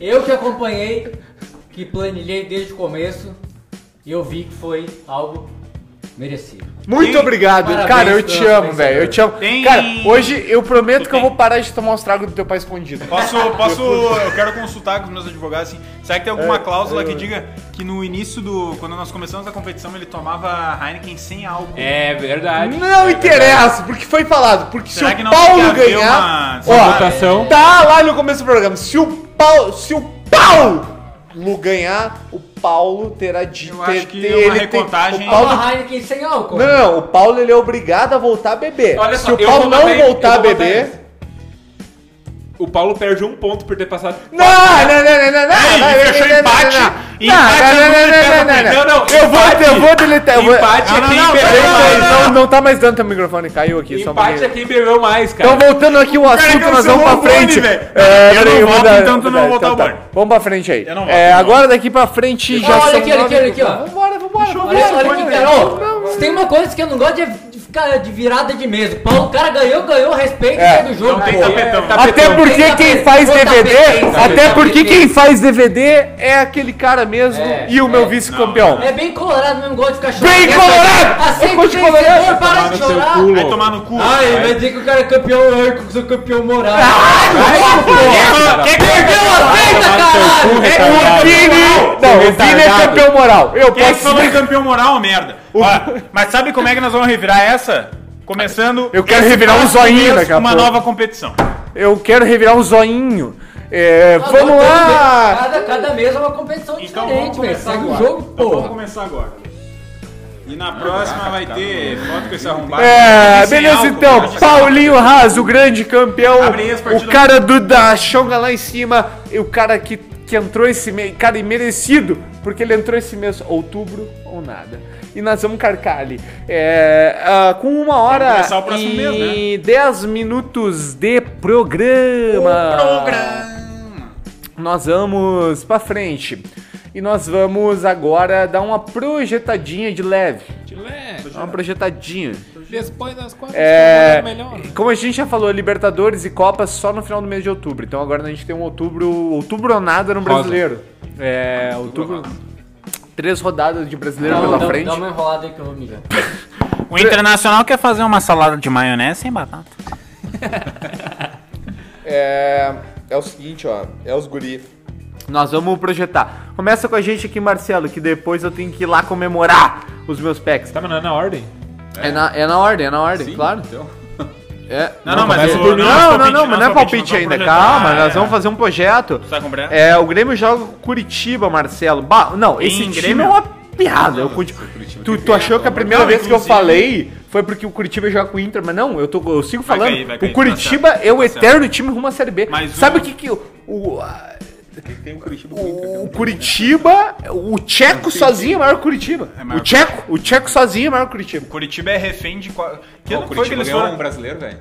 S6: eu que acompanhei, que planilhei desde o começo, e eu vi que foi algo merecido.
S2: Muito obrigado.
S6: Parabéns
S2: cara, eu
S6: pelo
S2: te amo,
S6: vencedor.
S2: velho. Eu te amo.
S5: Tem-
S2: Cara, hoje eu prometo
S5: Tu
S2: que eu
S5: tem?
S2: vou parar de tomar os tragos do teu pai escondido.
S5: Posso, posso, eu quero consultar com os meus advogados assim. Será que tem
S2: É,
S5: alguma cláusula que diga que no início do. Quando nós começamos a competição, ele tomava Heineken sem álcool?
S1: É verdade.
S2: Não interessa, porque foi falado. Porque
S5: Será
S2: se
S5: que
S2: o
S5: não
S2: Paulo
S5: tem que haver
S2: ganhar.
S5: uma
S2: ó,
S1: votação?
S2: tá lá no começo do programa. Se o Paulo. Se o Paulo ganhar, o Paulo terá de.
S5: Eu acho que é uma
S2: ele
S5: recontagem-
S2: o Paulo,
S6: Uma Heineken sem álcool.
S2: não, não, não, o Paulo ele é obrigado a voltar a beber.
S1: Olha
S2: se
S1: só,
S2: o
S1: eu
S2: Paulo
S1: vou
S2: não
S1: botar ele,
S2: voltar a
S1: eu vou botar
S2: beber.
S1: ele. O Paulo perde um ponto por ter passado.
S2: Não, não, não, não, não, não,
S5: Ei,
S2: não,
S5: fechou
S2: não, não,
S5: empate,
S2: não,
S5: e
S2: não,
S5: empate,
S1: é
S5: é
S2: não, não,
S5: todo mundo
S1: um
S2: não, não,
S5: pega também.
S2: não,
S1: Não, não,
S2: Eu vou,
S1: empate.
S2: eu vou deletar. eu vou- Ah,
S1: Empate é
S5: Não, não,
S1: quem
S5: não,
S1: bebeu
S5: não,
S1: mais.
S2: Não, não, tá mais dando teu microfone, caiu aqui. só um
S1: Empate é
S2: pouquinho.
S1: quem bebeu mais, cara.
S2: Então voltando aqui o assunto,
S5: cancelou
S2: nós vamos pra
S5: o Boni,
S2: frente.
S5: velho.
S2: É,
S5: Eu não
S2: peraí,
S5: voto,
S2: mudar-
S5: então tu não
S2: mudar,
S5: vota o Boni.
S2: tá, Vamos pra frente aí.
S5: Eu não voto,
S2: É,
S5: eu não
S2: agora daqui pra frente já
S6: olha
S2: são
S6: aqui, olha aqui,
S2: nove um.
S6: olha
S2: do
S6: aqui, ó.
S2: programa. Vambora, vambora.
S6: Olha só, olha
S2: vambora,
S6: aqui,
S2: vambora.
S6: cara,
S2: um.
S6: ó, se tem uma coisa que eu não gosto é de ficar de virada de mesa. O Paulo, o cara ganhou, ganhou, respeito,
S2: É. Tá
S6: sai do
S5: Então
S6: jogo.
S1: tem
S6: pô.
S1: tapetão.
S2: Até porque
S6: Tem
S2: quem
S6: tapete,
S2: faz
S6: vou
S2: DVD,
S6: tapete,
S2: até
S6: tapete.
S2: porque quem faz DVD é aquele cara mesmo
S6: É,
S2: e o
S6: é.
S2: meu vice-campeão.
S6: É bem colorado mesmo, gosto de ficar chorando.
S2: Bem colorado! Eu
S6: Aceita o
S2: gosto de
S6: vencedor,
S2: colorado.
S6: para de
S1: Tomar no seu
S6: chorar!
S1: cu,
S5: Vai
S1: louco.
S5: tomar no cu.
S2: Ah,
S6: Ai, vai dizer que o cara é campeão orco, que sou campeão moral. Perdeu a feita, caralho!
S1: É
S2: O Vini, não, o Vini é campeão moral. Eu
S5: Quem é que
S2: posso
S5: falou em campeão moral, merda? Ó, mas sabe como é que nós vamos revirar essa? Começando.
S2: Eu quero
S5: esse
S2: revirar um
S5: próximo
S2: zoinho
S5: mês,
S2: daqui a
S5: Uma
S2: pouco.
S5: nova competição.
S2: Eu quero revirar um zoinho. É,
S6: Ah,
S2: vamos
S6: não,
S2: lá!
S6: Cada, cada mês é uma competição
S5: Então vamos
S6: diferente, velho.
S5: começar
S6: Segue o
S5: agora.
S6: jogo,
S5: Então vamos
S6: porra.
S5: começar agora. E
S2: Ah,
S5: na próxima
S2: tá
S5: vai ter foto com esse arrombado.
S2: É,
S5: Sem
S2: beleza
S5: álcool,
S2: então,
S5: pode-
S2: Paulinho Raso, o grande campeão,
S5: Abre aí as
S2: o
S5: partidas.
S2: cara do da Xonga lá em cima, e o cara que que entrou esse mês. Cara, e merecido, porque ele entrou esse mês, outubro ou nada. E nós vamos carcar ali. É, ah, com uma hora
S5: começar o próximo
S2: e
S5: mês, né?
S2: 10 minutos de programa. Nós vamos pra frente. E nós vamos agora dar uma projetadinha de leve. Uma projetadinha.
S1: Depois das quatro,
S2: É,
S1: é melhor.
S2: como a gente já falou, Libertadores e Copas só no final do mês de outubro. Então agora a gente tem um outubro, outubro nada no brasileiro. É, outubro. Três rodadas de brasileiro
S6: Dá-
S2: pela
S6: dá-
S2: frente.
S6: Dá uma enrolada aí que eu vou mijar.
S11: O Internacional quer fazer uma salada de maionese sem batata.
S2: É, é o seguinte, ó, é os guri. Nós vamos projetar. Começa com a gente aqui, Marcelo, que depois eu tenho que ir lá comemorar os meus packs.
S1: Tá, mas não é na ordem?
S2: É, na, é na ordem, é na ordem, claro.
S4: Então.
S2: É.
S5: Não, não, mas
S1: começa
S5: o-
S1: por
S2: Não,
S1: mim.
S2: não,
S5: é
S2: não,
S5: palpite,
S2: mas não é palpite
S5: nós vamos
S2: ainda.
S5: projetar,
S2: Calma,
S5: é.
S2: nós vamos fazer um projeto.
S5: Tá compreendendo?
S2: É, o Grêmio joga com o Curitiba, Marcelo. Bah, não, esse
S5: Em
S2: time
S5: Grêmio?
S2: é uma piada. Eu curti- tu, tu achou que a primeira
S5: Não,
S2: vez que eu
S5: inclusive-
S2: falei foi porque o Curitiba joga com o Inter, mas não, eu, tô, eu sigo
S5: Vai
S2: falando.
S5: cair, vai cair,
S2: o Curitiba
S5: tá certo,
S2: é o
S5: tá certo.
S2: eterno time rumo à Série B.
S5: Mas
S2: Sabe
S5: o-
S2: o que que... o- o, a-
S4: Tem o Curitiba com o Inter, tem
S2: o é
S4: um-
S2: Curitiba, o Tcheco sozinho é maior que o Curitiba.
S5: É maior
S2: o Tcheco, o Tcheco sozinho é maior que o Curitiba.
S5: Curitiba é refém de. qua- Que
S4: Ó,
S5: ano
S4: o
S5: foi que
S4: Curitiba
S5: eles
S4: ganhou um
S5: foram?
S4: brasileiro, velho.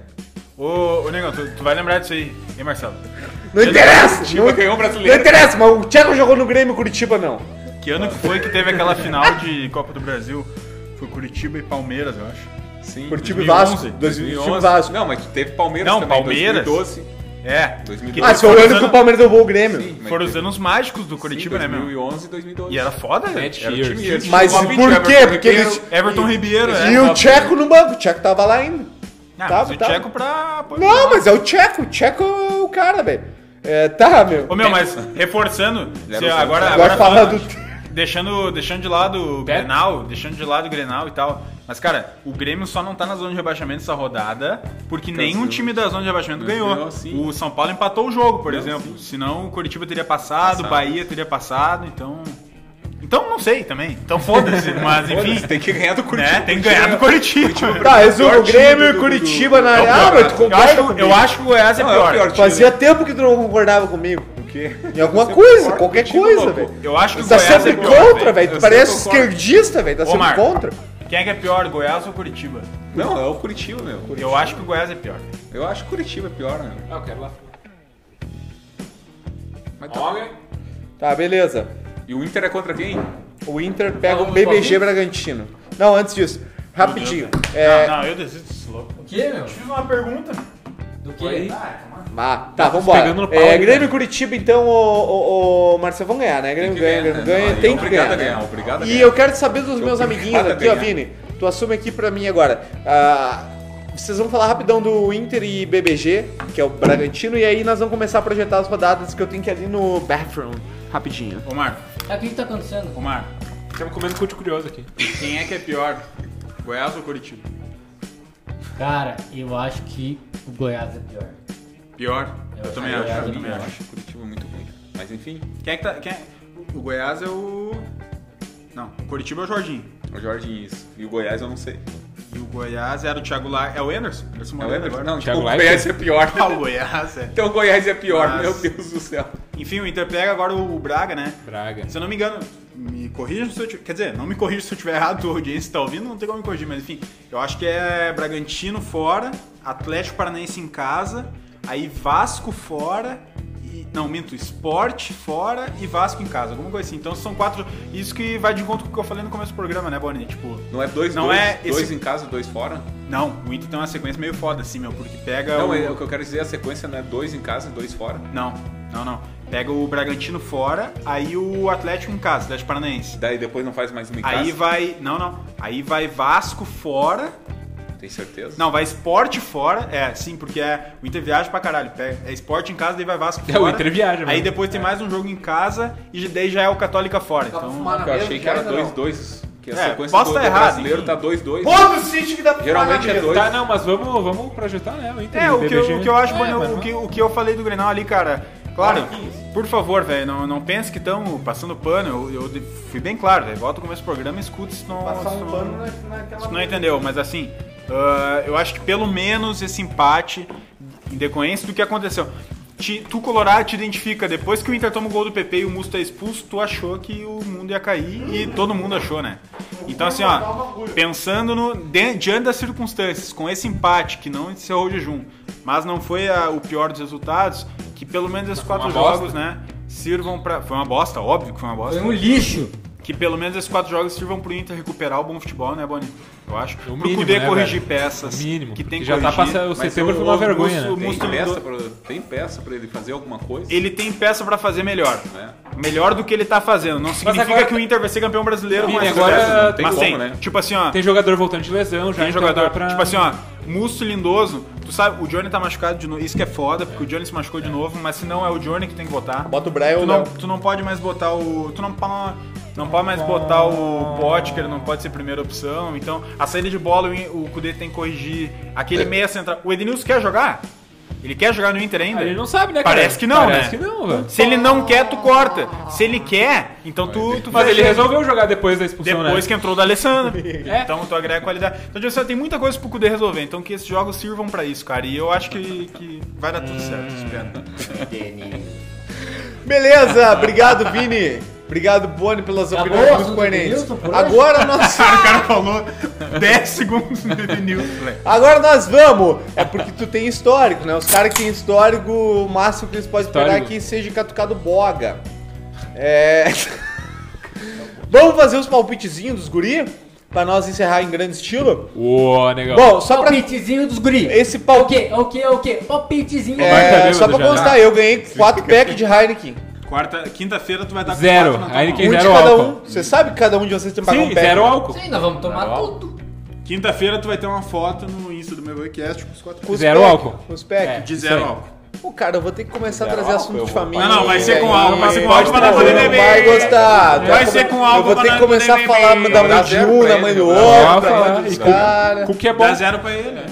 S5: Ô, ô, Negão, tu, tu vai lembrar disso aí, hein, Marcelo?
S2: Não interessa!
S4: Curitiba
S2: não,
S4: ganhou o
S2: não
S4: brasileiro.
S2: interessa, mas o Tcheco jogou no Grêmio, o Curitiba não.
S5: Que ano que foi que teve aquela final de Copa do Brasil? Foi Curitiba e Palmeiras, eu acho.
S4: Sim,
S2: Curitiba e
S5: 2011,
S2: Vasco. dois- Curitiba e
S4: 2011.
S2: Vasco.
S4: Não, mas teve Palmeiras
S5: Não,
S4: também,
S5: Palmeiras.
S4: 2012.
S5: É.
S4: 2012.
S2: Ah, esse foi o ano que o
S5: Foram-
S2: Palmeiras derrubou o Grêmio.
S4: Mas
S5: Foram os
S4: teve-
S5: anos mágicos do Curitiba,
S4: sim,
S5: né, meu?
S4: 2011 e 2012.
S5: E era foda, velho.
S1: Sete
S5: Era o time
S1: years.
S5: que-
S2: Mas
S4: Covid,
S2: por
S4: Everton
S2: quê? Porque
S4: Ribeiro.
S2: eles.
S5: Everton Ribeiro, um- é.
S2: E o Tcheco no banco, o Tcheco tava lá ainda.
S5: Ah,
S2: Tá,
S5: mas o
S2: tá.
S5: Tcheco pra... pra-
S2: Não, mas é o Tcheco, o Tcheco é o cara, velho. É, tá, meu.
S5: Ô, meu, mas reforçando, se
S4: era o
S5: agora,
S2: Agora
S5: agora
S2: fala
S5: falando-
S2: do.
S5: deixando, deixando de lado o
S1: Teto.
S5: Grenal, deixando de lado o Grenal e tal. Mas, cara, o Grêmio só não tá na zona de rebaixamento essa rodada, porque nenhum
S4: eu-
S5: time da zona de rebaixamento ganhou.
S4: ganhou, sim.
S5: o São Paulo empatou o jogo, por exemplo. Senão o Curitiba teria passado, o
S4: Passado.
S5: Bahia teria passado, então. Então não sei também. Então foda-se, mas enfim.
S4: Tem que ganhar do
S5: né?
S4: Curitiba.
S5: Tem que ganhar do Curitiba.
S2: Tá, resumo,
S4: é pior
S2: o
S4: time
S2: Grêmio e
S4: do-
S2: Curitiba na
S4: do-
S2: área. Ah, mas tu
S5: Eu acho,
S2: concorda
S5: que-
S2: comigo?
S5: eu acho que o Goiás é
S4: Não, é o
S5: pior.
S4: pior time.
S2: Fazia tempo que tu não concordava comigo.
S4: O quê?
S2: Em alguma
S4: Você
S2: coisa,
S4: concorda
S2: qualquer
S4: contigo,
S2: coisa,
S4: louco?
S2: velho.
S5: Eu acho que
S2: Tu
S5: o
S2: tá
S5: Goiás
S2: sempre
S5: é pior.
S2: contra, velho. Tu
S4: Eu
S2: parece
S4: sempre concordo.
S2: esquerdista, velho. Tá
S5: Ô,
S2: sempre
S5: Marco.
S2: contra.
S5: Quem é que é pior, Goiás ou Curitiba?
S4: Não, é o Curitiba, meu.
S5: Eu acho que o Goiás é pior.
S4: Eu acho que o Curitiba é pior, né?
S1: Ah, eu quero lá.
S4: Mas tá.
S1: Olha.
S2: Tá, beleza.
S4: E o Inter é contra quem?
S2: O Inter pega o
S6: Falamos
S2: BBG Bragantino. Não, antes disso. Rapidinho. É.
S5: Não, não, eu desisto desse louco.
S6: O quê, meu?
S5: Fiz uma pergunta.
S6: Do quê?
S2: Ah, tá, vambora.
S1: pegando no pau,
S2: É,
S1: hein,
S2: Grêmio e Curitiba, então, o, o, Marcelo, vão ganhar, né? Grêmio ganha, Grêmio ganha,
S4: Não,
S2: tem que
S4: obrigado
S2: ganhar.
S4: a ganhar, obrigado a
S2: E
S4: ganhar.
S2: eu quero saber dos meus
S4: obrigado
S2: amiguinhos
S4: a
S2: aqui, ó,
S4: ganhar.
S2: Vini. Tu assume aqui pra mim agora. Ah, vocês vão falar rapidão do Inter e BBG, que é o Bragantino, e aí nós vamos começar a projetar as rodadas que eu tenho que ir ali no bathroom. Rapidinho.
S5: Ô, Marco,
S6: É, o que que tá acontecendo?
S5: ô, Marco.
S1: Estamos comendo cu de curioso aqui.
S5: Quem é que é pior? Goiás ou Curitiba?
S6: Cara, eu acho que o Goiás é pior.
S5: Pior. Eu,
S6: acho
S5: também
S6: que
S5: acho.
S6: Goiás
S5: Eu
S6: é
S5: também
S6: melhor.
S5: acho.
S4: O Curitiba é muito ruim. Mas enfim,
S5: Quem é que tá. Quem é- O Goiás é o. Não, o Curitiba é o Jorginho.
S4: o Jorginho isso. E o Goiás eu não sei.
S5: E o Goiás era o Thiago Lar. É o Enerson? Anderson
S4: É o
S5: Moreira
S4: Everton?
S5: agora.
S4: Não,
S1: Thiago
S4: o
S1: Leifert?
S4: Goiás é pior.
S5: Ah, o Goiás, é.
S4: Então o Goiás é pior,
S5: Mas-
S4: meu Deus do céu.
S5: Enfim, o Inter pega agora o Braga, né?
S1: Braga.
S5: Se eu não me engano, me corrija se eu tiver. Quer dizer, não me corrija se eu tiver errado, tua audiência tá ouvindo, não tem como me corrigir, mas enfim, eu acho que é Bragantino fora, Atlético Paranaense em casa, aí Vasco fora. e- Não, minto, esporte fora e Vasco em casa, alguma coisa assim. Então são quatro. Isso que vai de encontro com o que eu falei no começo do programa, né, Boni? Tipo,
S4: Não é dois,
S5: Não
S4: dois,
S5: é
S4: dois
S5: esse-
S4: em casa, dois fora?
S5: não, o Inter tem uma sequência meio foda assim, meu, porque pega.
S4: Não,
S5: o...
S4: é, o que eu quero dizer, a sequência não é dois em casa, dois fora.
S5: não, não, não. Pega o Bragantino fora, aí o Atlético em casa, Atlético Paranaense.
S4: Daí depois não faz mais uma em casa.
S5: Aí vai. Não, não. Aí vai Vasco fora.
S4: Tem certeza?
S5: Não, vai esporte fora. É, sim, porque é, o Inter viaja pra caralho. Pega- É esporte em casa, daí vai Vasco
S1: É,
S5: fora.
S1: o Inter viaja,
S5: Aí
S1: mano.
S5: depois
S4: É.
S5: tem mais um jogo em casa e daí já é o Católica fora.
S2: pra
S5: Então.
S2: fumar na
S4: Eu
S2: mesa
S4: achei que
S2: já,
S4: era
S2: ainda não.
S4: 2-2. Que a
S5: É,
S4: sequência
S5: posso
S4: do,
S5: tá
S4: do
S5: errado,
S4: brasileiro
S5: enfim.
S4: tá 2-2.
S2: Pô, do sítio que dá pra
S4: Geralmente é dois.
S1: Tá, não, mas vamos, vamos projetar, né? O Inter
S5: É,
S1: e
S5: o que,
S1: BBG.
S5: eu, o que eu acho,
S1: É,
S5: Bonner,
S1: mas
S5: o,
S1: não-
S5: que, o que eu falei do Grenal ali, cara. Claro, por favor, velho, não, não pense que estamos passando pano. Eu, eu de- fui bem claro, velho. Volta com esse programa e escuta se não.
S2: Passar
S5: se
S2: um
S5: não-
S2: pano na- naquela
S5: Você não entendeu, mas assim, ah, eu acho que pelo menos esse empate, em decorrência do que aconteceu. Te- tu, Colorado, te identifica. Depois que o Inter toma o gol do PP e o Musto é expulso, tu achou que o mundo ia cair e todo mundo achou, né? Então, assim, ó, pensando no, de- diante das circunstâncias, com esse empate que não encerrou o jejum, mas não foi a- o pior dos resultados, que pelo menos esses quatro jogos, né, sirvam pra. Foi uma bosta, óbvio que foi uma bosta.
S6: Foi um lixo.
S5: Que pelo menos esses quatro jogos sirvam pro Inter recuperar o bom futebol, né, Boni? Eu acho. Pro
S1: mínimo,
S5: Kudê
S1: né,
S5: corrigir
S1: velho?
S5: peças.
S1: O mínimo,
S5: Que tem
S1: porque
S5: que
S1: já tá
S5: corrigir.
S1: passando- o
S5: Mas
S1: setembro foi uma
S5: o
S1: vergonha,
S5: Musto-
S1: né?
S5: o
S1: Tem
S5: Musto
S9: Tem
S5: mudou-
S9: peça, pra, tem peça pra ele fazer alguma coisa?
S5: Tá, ele tem peça pra fazer melhor. Melhor do que ele tá fazendo. Não significa
S1: agora-
S5: que o Inter vai ser campeão brasileiro,
S1: Vini,
S5: mas
S1: agora
S5: mas
S9: tem como,
S5: tem.
S9: né?
S5: Tipo assim, ó.
S1: Tem jogador voltando de lesão, já
S5: Tem
S1: então
S5: jogador.
S1: dá pra...
S5: Tipo assim, ó, Musto Lindoso, tu sabe, o Johnny tá machucado de novo. Isso que é foda, porque o Johnny se machucou de novo, mas se não é o Johnny que tem que botar.
S2: Bota o Brian
S5: Tu
S2: ou
S5: não,
S2: não.
S5: tu não pode mais botar o. Tu não pa- Não pode mais botar o pote, que ele não pode ser primeira opção. Então, a saída de bola, o In- o Kudê tem que corrigir.
S2: É.
S5: Aquele meia central. O Edenilson quer jogar? Ele quer jogar no Inter ainda?
S1: Ah, ele não sabe, né, cara?
S5: Parece que não,
S1: Parece
S5: né?
S1: que não, velho.
S5: Se ele não quer, tu corta. Se ele quer, então tu, tu
S1: Mas
S5: faz
S1: ele resolveu jogar depois da expulsão,
S5: Depois
S1: né?
S5: que entrou o D'Alessandro. Então tu agrega qualidade. Então, tipo, assim, tem muita coisa pro Kudê resolver. Então que esses jogos sirvam pra isso, cara. E eu acho que, que vai dar tudo certo, espero.
S2: Beleza, obrigado, Vini. Obrigado, Boni, pelas
S6: Acabou o
S2: opiniões muito
S6: assunto
S2: coerentes.
S6: do Nilson por hoje?
S2: Agora nós,
S5: O cara falou 10 segundos no Edenilson, velho.
S2: agora nós vamos. É porque tu tem histórico, né? Os caras que têm histórico, o máximo que eles podem esperar é
S1: Histórico.
S2: que seja catucado boga. É... vamos fazer os palpitezinhos dos guri? Pra nós encerrar em grande estilo?
S1: Ô, negão.
S2: Bom, só pra...
S6: Palpitezinho dos guri.
S2: Esse
S6: O
S2: palpite...
S6: que, o que, o que? Palpitezinho.
S1: Roberto tá
S2: É,
S1: bêbado
S2: só pra
S1: já, né?
S2: constar, eu ganhei 4 packs de Heineken.
S5: Quarta, quinta-feira tu vai dar com
S1: Zero.
S5: quatro na tua
S1: Aí ele
S5: mão.
S1: Quem
S2: um de
S1: zero
S2: cada
S1: álcool.
S2: um. Você sabe que cada um de vocês tem que pagar um
S1: Sim,
S2: pack.
S1: zero
S2: né?
S1: álcool.
S6: Sim, nós vamos tomar tudo.
S5: Quinta-feira tu vai ter uma foto no Insta do meu podcast com os quatro
S2: Com os
S1: Zero
S2: pack,
S1: álcool.
S2: com Os pack.
S1: É.
S5: de
S1: isso
S5: zero
S1: aí.
S5: álcool.
S2: Pô, cara, eu vou ter que começar a trazer assunto de família.
S5: Ah, Não, não, vai ser com
S2: velho.
S5: álcool, vai ser com
S1: Pode
S5: álcool pra não
S1: trazer,
S5: poder
S1: não
S5: beber.
S2: Vai gostar.
S5: Vai ser com
S2: Eu
S5: álcool
S2: vou ter
S5: pra
S2: que
S5: não
S2: começar a
S5: poder
S2: falar
S5: beber.
S2: da mãe
S9: Dá
S2: de
S9: zero
S2: um,
S9: pra
S2: da
S9: ele,
S2: mãe do
S5: né?
S9: dá
S2: outro,
S1: zero pra
S2: da mãe
S1: ele.
S2: dos
S1: E com-
S2: caras.
S1: Cook é bom.
S5: Dá zero pra ele, né?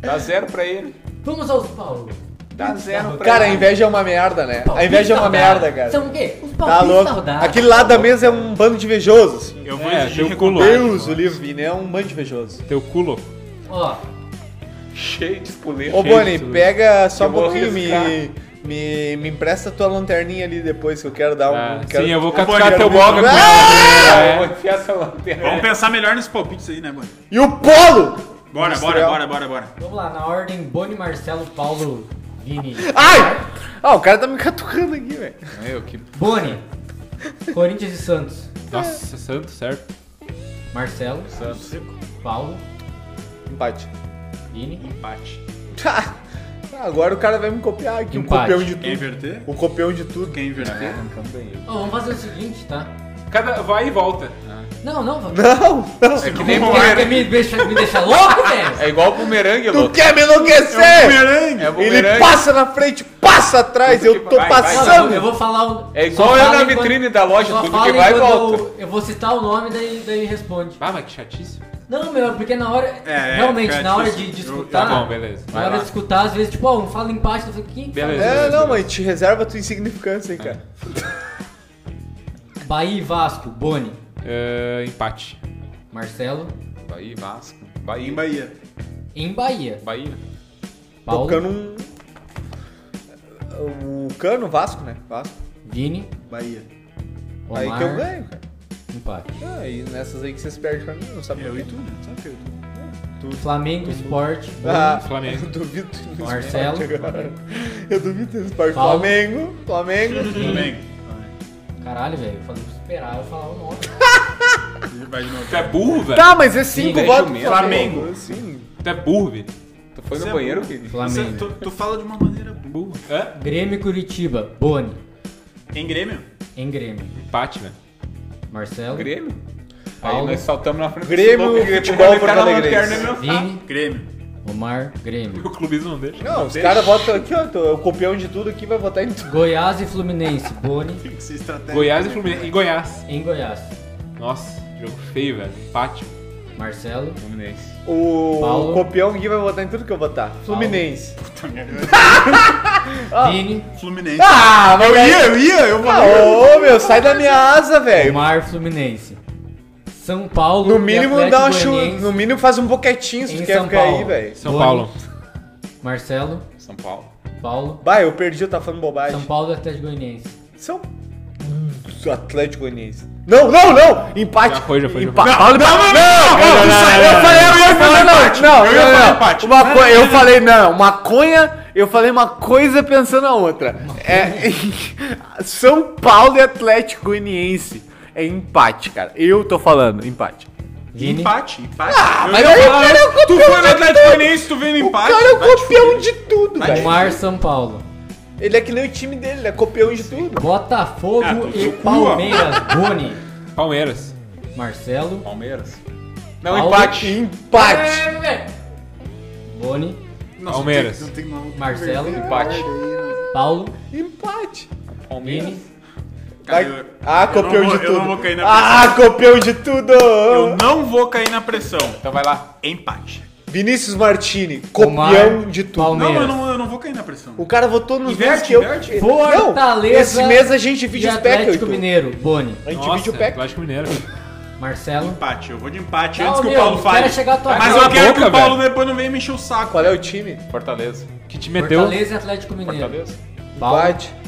S9: Dá zero pra ele.
S6: Vamos aos Paulo.
S9: Dá zero pra
S2: Cara, a
S9: ele.
S2: inveja é uma merda, né? A inveja é uma merda, cara.
S6: São o quê? Os
S2: Tá
S6: palpites
S2: louco?
S6: saudáveis.
S2: Aquele lado da mesa é um bando de invejosos. assim.
S5: Eu vou
S1: É,
S5: exigir
S1: teu culo.
S2: Deus, o livro Vini é um bando de invejosos.
S1: Teu culo.
S6: Ó,
S9: Cheio de espoleta.
S2: Ô, Boni, pega só
S9: Eu
S2: um
S9: vou
S2: pouquinho, me,
S9: arriscar.
S2: me, me empresta tua lanterninha ali depois, que eu quero dar um...
S1: Ah,
S2: quero-
S1: sim, eu vou
S5: Ô, Boni,
S1: catucar teu
S5: eu vou-
S1: boga com
S9: Ah,
S1: ele.
S9: eu
S1: É.
S9: vou enfiar essa lanterna.
S5: Vamos pensar melhor nesses palpites aí, né, mano?
S2: E o Polo!
S5: Bora, bora,
S2: Industrial.
S5: bora, bora, bora.
S6: vamos lá, na ordem Boni, Marcelo, Paulo, Vini.
S2: Ai! Ah, o cara tá me catucando aqui, velho.
S9: Meu, que
S6: Boni, Corinthians e Santos.
S2: É.
S1: Nossa, santo, certo?
S6: Marcelo,
S9: Santos.
S6: Paulo,
S2: Empate.
S6: Vini.
S2: Tá. Agora o cara vai me copiar aqui,
S6: Empate.
S2: o copião de
S5: Quer
S2: tudo.
S5: inverter?
S2: O copião de tudo.
S5: Quer inverter?
S6: Ó, vamos fazer o seguinte, tá?
S1: Cada... Vai e volta.
S6: Não, não, vamos.
S2: Não, não.
S9: É que nem
S6: Quer
S9: bumerangue.
S6: me deixa, me deixa louco, velho?
S9: É igual bumerangue,
S2: Tu
S9: louco.
S2: quer me
S5: um
S2: enlouquecer!
S9: É
S2: Ele
S9: bumerangue.
S2: passa na frente, passa atrás, eu tô
S9: Vai, vai,
S6: Não, eu
S2: passando.
S6: vou- eu vou falar o.
S9: É
S6: só
S9: igual eu
S6: fala
S9: na
S6: enquanto-
S9: vitrine da loja,
S6: só
S9: tudo
S6: fala
S9: que vai,
S6: enquanto
S9: volta.
S6: Eu, eu vou citar o nome, daí, daí responde.
S1: Ah, mas que chatice.
S6: Não, meu, porque na hora.
S5: É, é,
S6: realmente,
S5: é
S6: na hora de,
S5: difícil.
S6: de
S5: Eu-
S6: escutar.
S1: Tá bom, beleza.
S6: Na hora de escutar, às vezes, tipo, ó, um fala empate, eu falo, quem que
S1: Beleza.
S2: É, não, mas te reserva tua insignificância, hein, cara.
S6: fala? Bahia e Vasco, Boni,
S1: É, empate.
S6: Marcelo,
S9: Bahia, Vasco.
S5: Em
S9: Bahia,
S5: Bahia.
S6: em Bahia.
S9: Bahia.
S6: Paulo,
S2: Tocando um. O cano, Vasco, né? Vasco.
S6: Vini,
S5: Bahia.
S6: Omar,
S2: Aí que eu ganho, cara.
S6: empate.
S2: Ah, e nessas aí que vocês perdem pra mim, não sabe
S5: Eu
S2: por
S5: e
S2: quê.
S5: tu, né? Sabe que eu e tu.
S6: Flamengo, Sport, Boni,
S2: Ah,
S1: Flamengo.
S2: Eu duvido tu ir no
S6: Marcelo.
S2: esporte agora. Eu duvido tu ir no esporte.
S6: Paulo.
S2: Flamengo, Flamengo.
S5: Flamengo.
S6: Caralho, velho, eu falei pra esperar eu falar o nome.
S5: Vai de novo.
S1: Tu é burro, velho.
S2: Tá, mas é cinco
S9: Sim,
S2: votos
S9: vejo
S2: pro Flamengo.
S5: mesmo.
S2: Sim.
S1: Tu é burro, velho.
S9: Tu foi
S5: Você é
S9: no banheiro,
S5: Você-
S9: Vini?
S6: Flamengo.
S5: tu, tu fala de uma maneira boa.
S1: Burro. Hã?
S6: Grêmio e Curitiba, Boni,
S5: Em Grêmio?
S6: em Grêmio.
S1: Empate, velho.
S6: Marcelo,
S9: Grêmio? Aí
S6: Paulo.
S9: nós saltamos na frente
S2: Grêmio,
S9: do Grêmio.
S2: futebol
S9: Quando ele tá na
S2: Porto Alegre.
S9: lanterna, ele não-
S6: Vini,
S5: Grêmio.
S6: Omar, Grêmio.
S1: né, O clubismo não deixa.
S2: Não, os caras votam aqui, ó. tô- O copião de tudo aqui vai votar em tudo.
S6: Goiás e Fluminense, Boni,
S5: Tem que ser estratégia.
S1: Goiás e Fluminense. Em Goiás.
S6: em Goiás.
S1: Nossa, jogo feio, velho. Empate.
S6: Marcelo,
S9: Fluminense.
S2: O
S6: Paulo.
S2: copião aqui vai votar em tudo que eu votar. Fluminense.
S6: Vini,
S5: Fluminense.
S2: Ah, mas aí-
S5: eu ia, eu
S2: Ah, ô, meu, sai da minha asa, velho.
S6: Omar, Fluminense. São Paulo,
S2: é. No mínimo
S6: e
S2: dá uma
S6: Atlético
S2: chu...
S6: Goianiense.
S2: No mínimo faz um boquetinho se
S6: Em
S2: tu quer
S6: São
S2: ficar aí,
S6: Paulo.
S2: velho.
S1: São
S6: Boni.
S1: Paulo.
S6: Marcelo,
S9: São Paulo.
S6: Paulo.
S2: Bah, eu perdi, eu tava falando bobagem.
S6: São Paulo e Atlético Goianiense.
S2: São Hum, Atlético Goianiense. Não, não, não! Empate!
S1: Já foi, já foi, já
S2: Empa... Não, não, não, não, isso aí Eu falei, eu ia falar não, não,
S5: Eu ia falar
S2: não,
S5: empate.
S2: não. Uma co- Eu falei, não, maconha, eu falei uma coisa pensando na outra. É, São Paulo e Atlético Goianiense. É empate, cara. Eu tô falando, empate.
S6: Vini.
S5: Empate, empate. Eu
S2: Mas
S5: ia
S2: aí o
S5: falar,
S2: cara é o
S5: tu
S2: campeão
S5: foi no
S2: de
S5: Atlético
S2: tudo.
S5: Goianiense, tu veio no
S2: O
S5: empate.
S2: cara é o
S5: vai te
S2: campeão
S5: fuder.
S2: de tudo, velho.
S6: Mar São Paulo.
S2: Ele é que nem o time dele, ele é campeão de tudo.
S6: Botafogo
S5: Ah, tu
S6: e
S5: viu, ó.
S6: Palmeiras. Boni.
S1: Palmeiras.
S6: Marcelo.
S9: Palmeiras.
S2: É um
S6: Não,
S2: Empate!
S6: É, Boni.
S5: Nossa,
S1: Palmeiras.
S5: não tem- não tem nome.
S6: Marcelo.
S9: Empate.
S6: Paulo.
S2: Empate!
S6: Vini.
S5: Cara,
S2: Vai-
S5: eu-
S2: Ah,
S5: eu não
S2: campeão
S5: vou-
S2: de
S5: Eu
S2: tudo.
S5: não vou cair na pressão.
S2: Ah, campeão de tudo! Ah.
S5: Eu não vou cair na pressão.
S9: Então vai lá.
S5: Empate.
S2: Vinícius Martini,
S6: Omar,
S2: copião de tudo.
S5: Não, eu
S6: Palmeiras.
S5: não, eu não vou cair na pressão.
S2: O cara votou nos
S5: Inverte,
S2: vídeos que eu...
S5: inverte.
S2: Não,
S6: Fortaleza
S2: esse mês a gente
S6: E
S2: vídeo os pack,
S6: Atlético
S2: Heitor.
S6: Mineiro. Boni.
S2: A gente
S1: Nossa,
S2: vídeo pack.
S1: Atlético Mineiro.
S6: Marcelo.
S5: Empate, eu vou de empate
S6: Não,
S5: antes que
S6: meu,
S5: o Paulo
S6: eu
S5: fale.
S6: quero chegar à tua
S5: Mas
S1: casa.
S5: eu quero
S1: Cala a
S5: que
S1: boca,
S5: o Paulo depois não venha me encher o saco.
S2: Qual é o time?
S9: Fortaleza.
S1: Que te meteu?
S6: Fortaleza e Atlético Mineiro.
S9: Fortaleza.
S6: Paulo.
S2: Empate.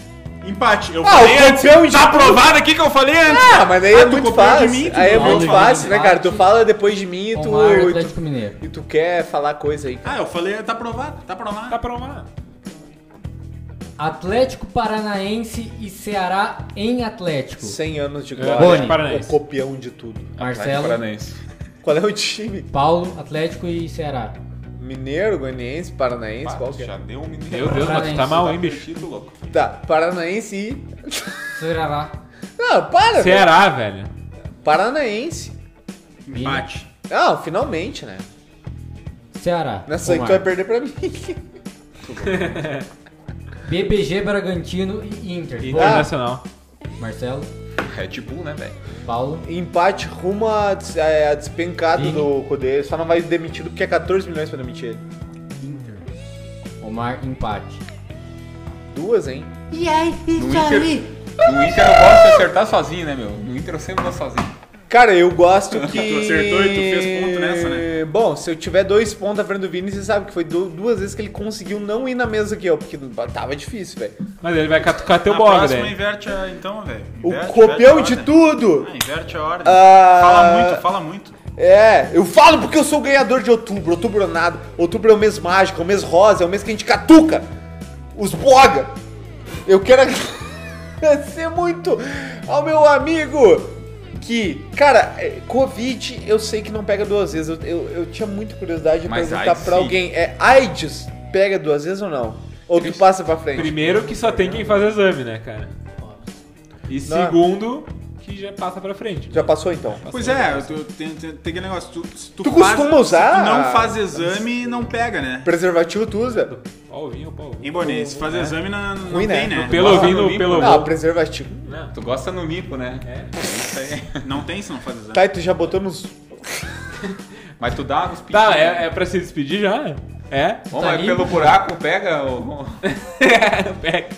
S5: Empate, eu
S2: Ah,
S5: falei
S2: o campeão
S5: antes.
S2: de
S5: Tá
S2: tudo.
S5: aprovado aqui que eu falei antes.
S2: Ah, mas aí
S5: Ah,
S2: é
S5: tu
S2: muito
S5: copiou de
S2: fácil.
S5: mim, tu
S2: aí é
S6: não.
S2: muito
S6: Ah,
S2: fácil, né,
S6: empate.
S2: cara? Tu fala depois de mim e tu, é
S6: Omar,
S2: e tu,
S6: Atlético Mineiro.
S2: e tu quer falar coisa aí.
S5: Ah, eu falei, tá aprovado, tá
S1: Tá
S5: aprovado.
S1: pra lá.
S6: Atlético Paranaense e Ceará em Atlético.
S2: 100 anos de
S1: É,
S2: glória.
S1: Atlético Paranaense.
S2: O copião de tudo.
S9: Atlético
S6: Marcelo.
S9: Paranaense.
S2: Qual é o time?
S6: Paulo, Atlético e Ceará.
S2: Mineiro, Goianiense, Paranaense, qual que é?
S9: Já deu um minuto.
S1: Meu Deus, mas tu tá
S6: Paranaense,
S5: um
S1: mal, hein, bicho?
S9: louco.
S2: Tá, Paranaense e...
S6: Ceará.
S2: Não, para, velho.
S1: Ceará, velho.
S2: Paranaense.
S5: Empate.
S2: Ah, finalmente, né?
S6: Ceará.
S2: Nessa aí que tu vai
S6: Omar.
S2: perder pra mim.
S6: BBG Bragantino e Inter.
S2: Ah!
S1: Internacional.
S6: Bom, Marcelo,
S9: Red Bull, né, velho?
S6: Paulo,
S2: Empate rumo a, des- é, a despencada
S6: Vini.
S2: do Codê. Só não vai demitido porque é 14 milhões pra demitir ele.
S6: Omar, empate.
S2: Duas, hein?
S9: No Inter, no Inter eu gosto de acertar sozinho, né, meu? No Inter eu sempre vou sozinho.
S2: Cara, eu gosto que.
S5: Tu acertou e tu fez ponto nessa, né?
S2: Bom, se eu tiver dois pontos à frente do Vini, você sabe que foi du- duas vezes que ele conseguiu não ir na mesa que eu, porque tava difícil, velho.
S1: Mas ele vai catucar teu
S5: Na
S1: boga,
S5: próxima
S1: velho.
S5: Ah, inverte a, então, velho.
S2: O
S5: Inverte,
S2: copião
S5: inverte a
S2: de
S5: ordem.
S2: tudo!
S5: Ah, inverte a ordem.
S2: Ah.
S5: Fala muito, fala muito.
S2: É, eu falo porque eu sou o ganhador de outubro. Outubro é nada. Outubro é o mês mágico, é o mês rosa, é o mês que a gente catuca. Os boga. Eu quero agradecer muito ao meu amigo que, cara, é, Covid eu sei que não pega duas vezes. Eu, eu, eu tinha muita curiosidade de
S9: Mas
S2: perguntar
S9: AIDS,
S2: pra
S9: sim.
S2: alguém. É AIDS pega duas vezes ou não? Ou tu passa pra frente?
S1: Primeiro que só tem quem faz exame, né, cara? E
S2: Não.
S1: segundo, que já passa pra frente.
S2: Já passou então?
S5: Pois é, eu tô- tem, tem, tem aquele negócio. Tu, se
S2: Tu
S5: faz-
S2: costuma usar?
S5: se Tu não faz exame, não pega, né?
S2: Preservativo tu usa?
S1: Ó, o vinho, pô.
S5: Em Bonê, se faz exame, não, não
S2: Ruim,
S5: tem,
S2: né?
S5: né?
S1: Pelo vinho,
S9: vinho,
S1: pelo
S2: Não, preservativo.
S1: Não.
S9: Tu gosta no limpo, né?
S5: Não tem se não faz exame.
S2: Tá, e tu já botou nos.
S9: Mas tu dá nos pedidos.
S1: Tá,
S5: né?
S1: é, é pra se despedir já? É?
S9: Bom,
S6: Tá
S9: mas
S6: limpo,
S9: pelo buraco pega o.
S1: Pega.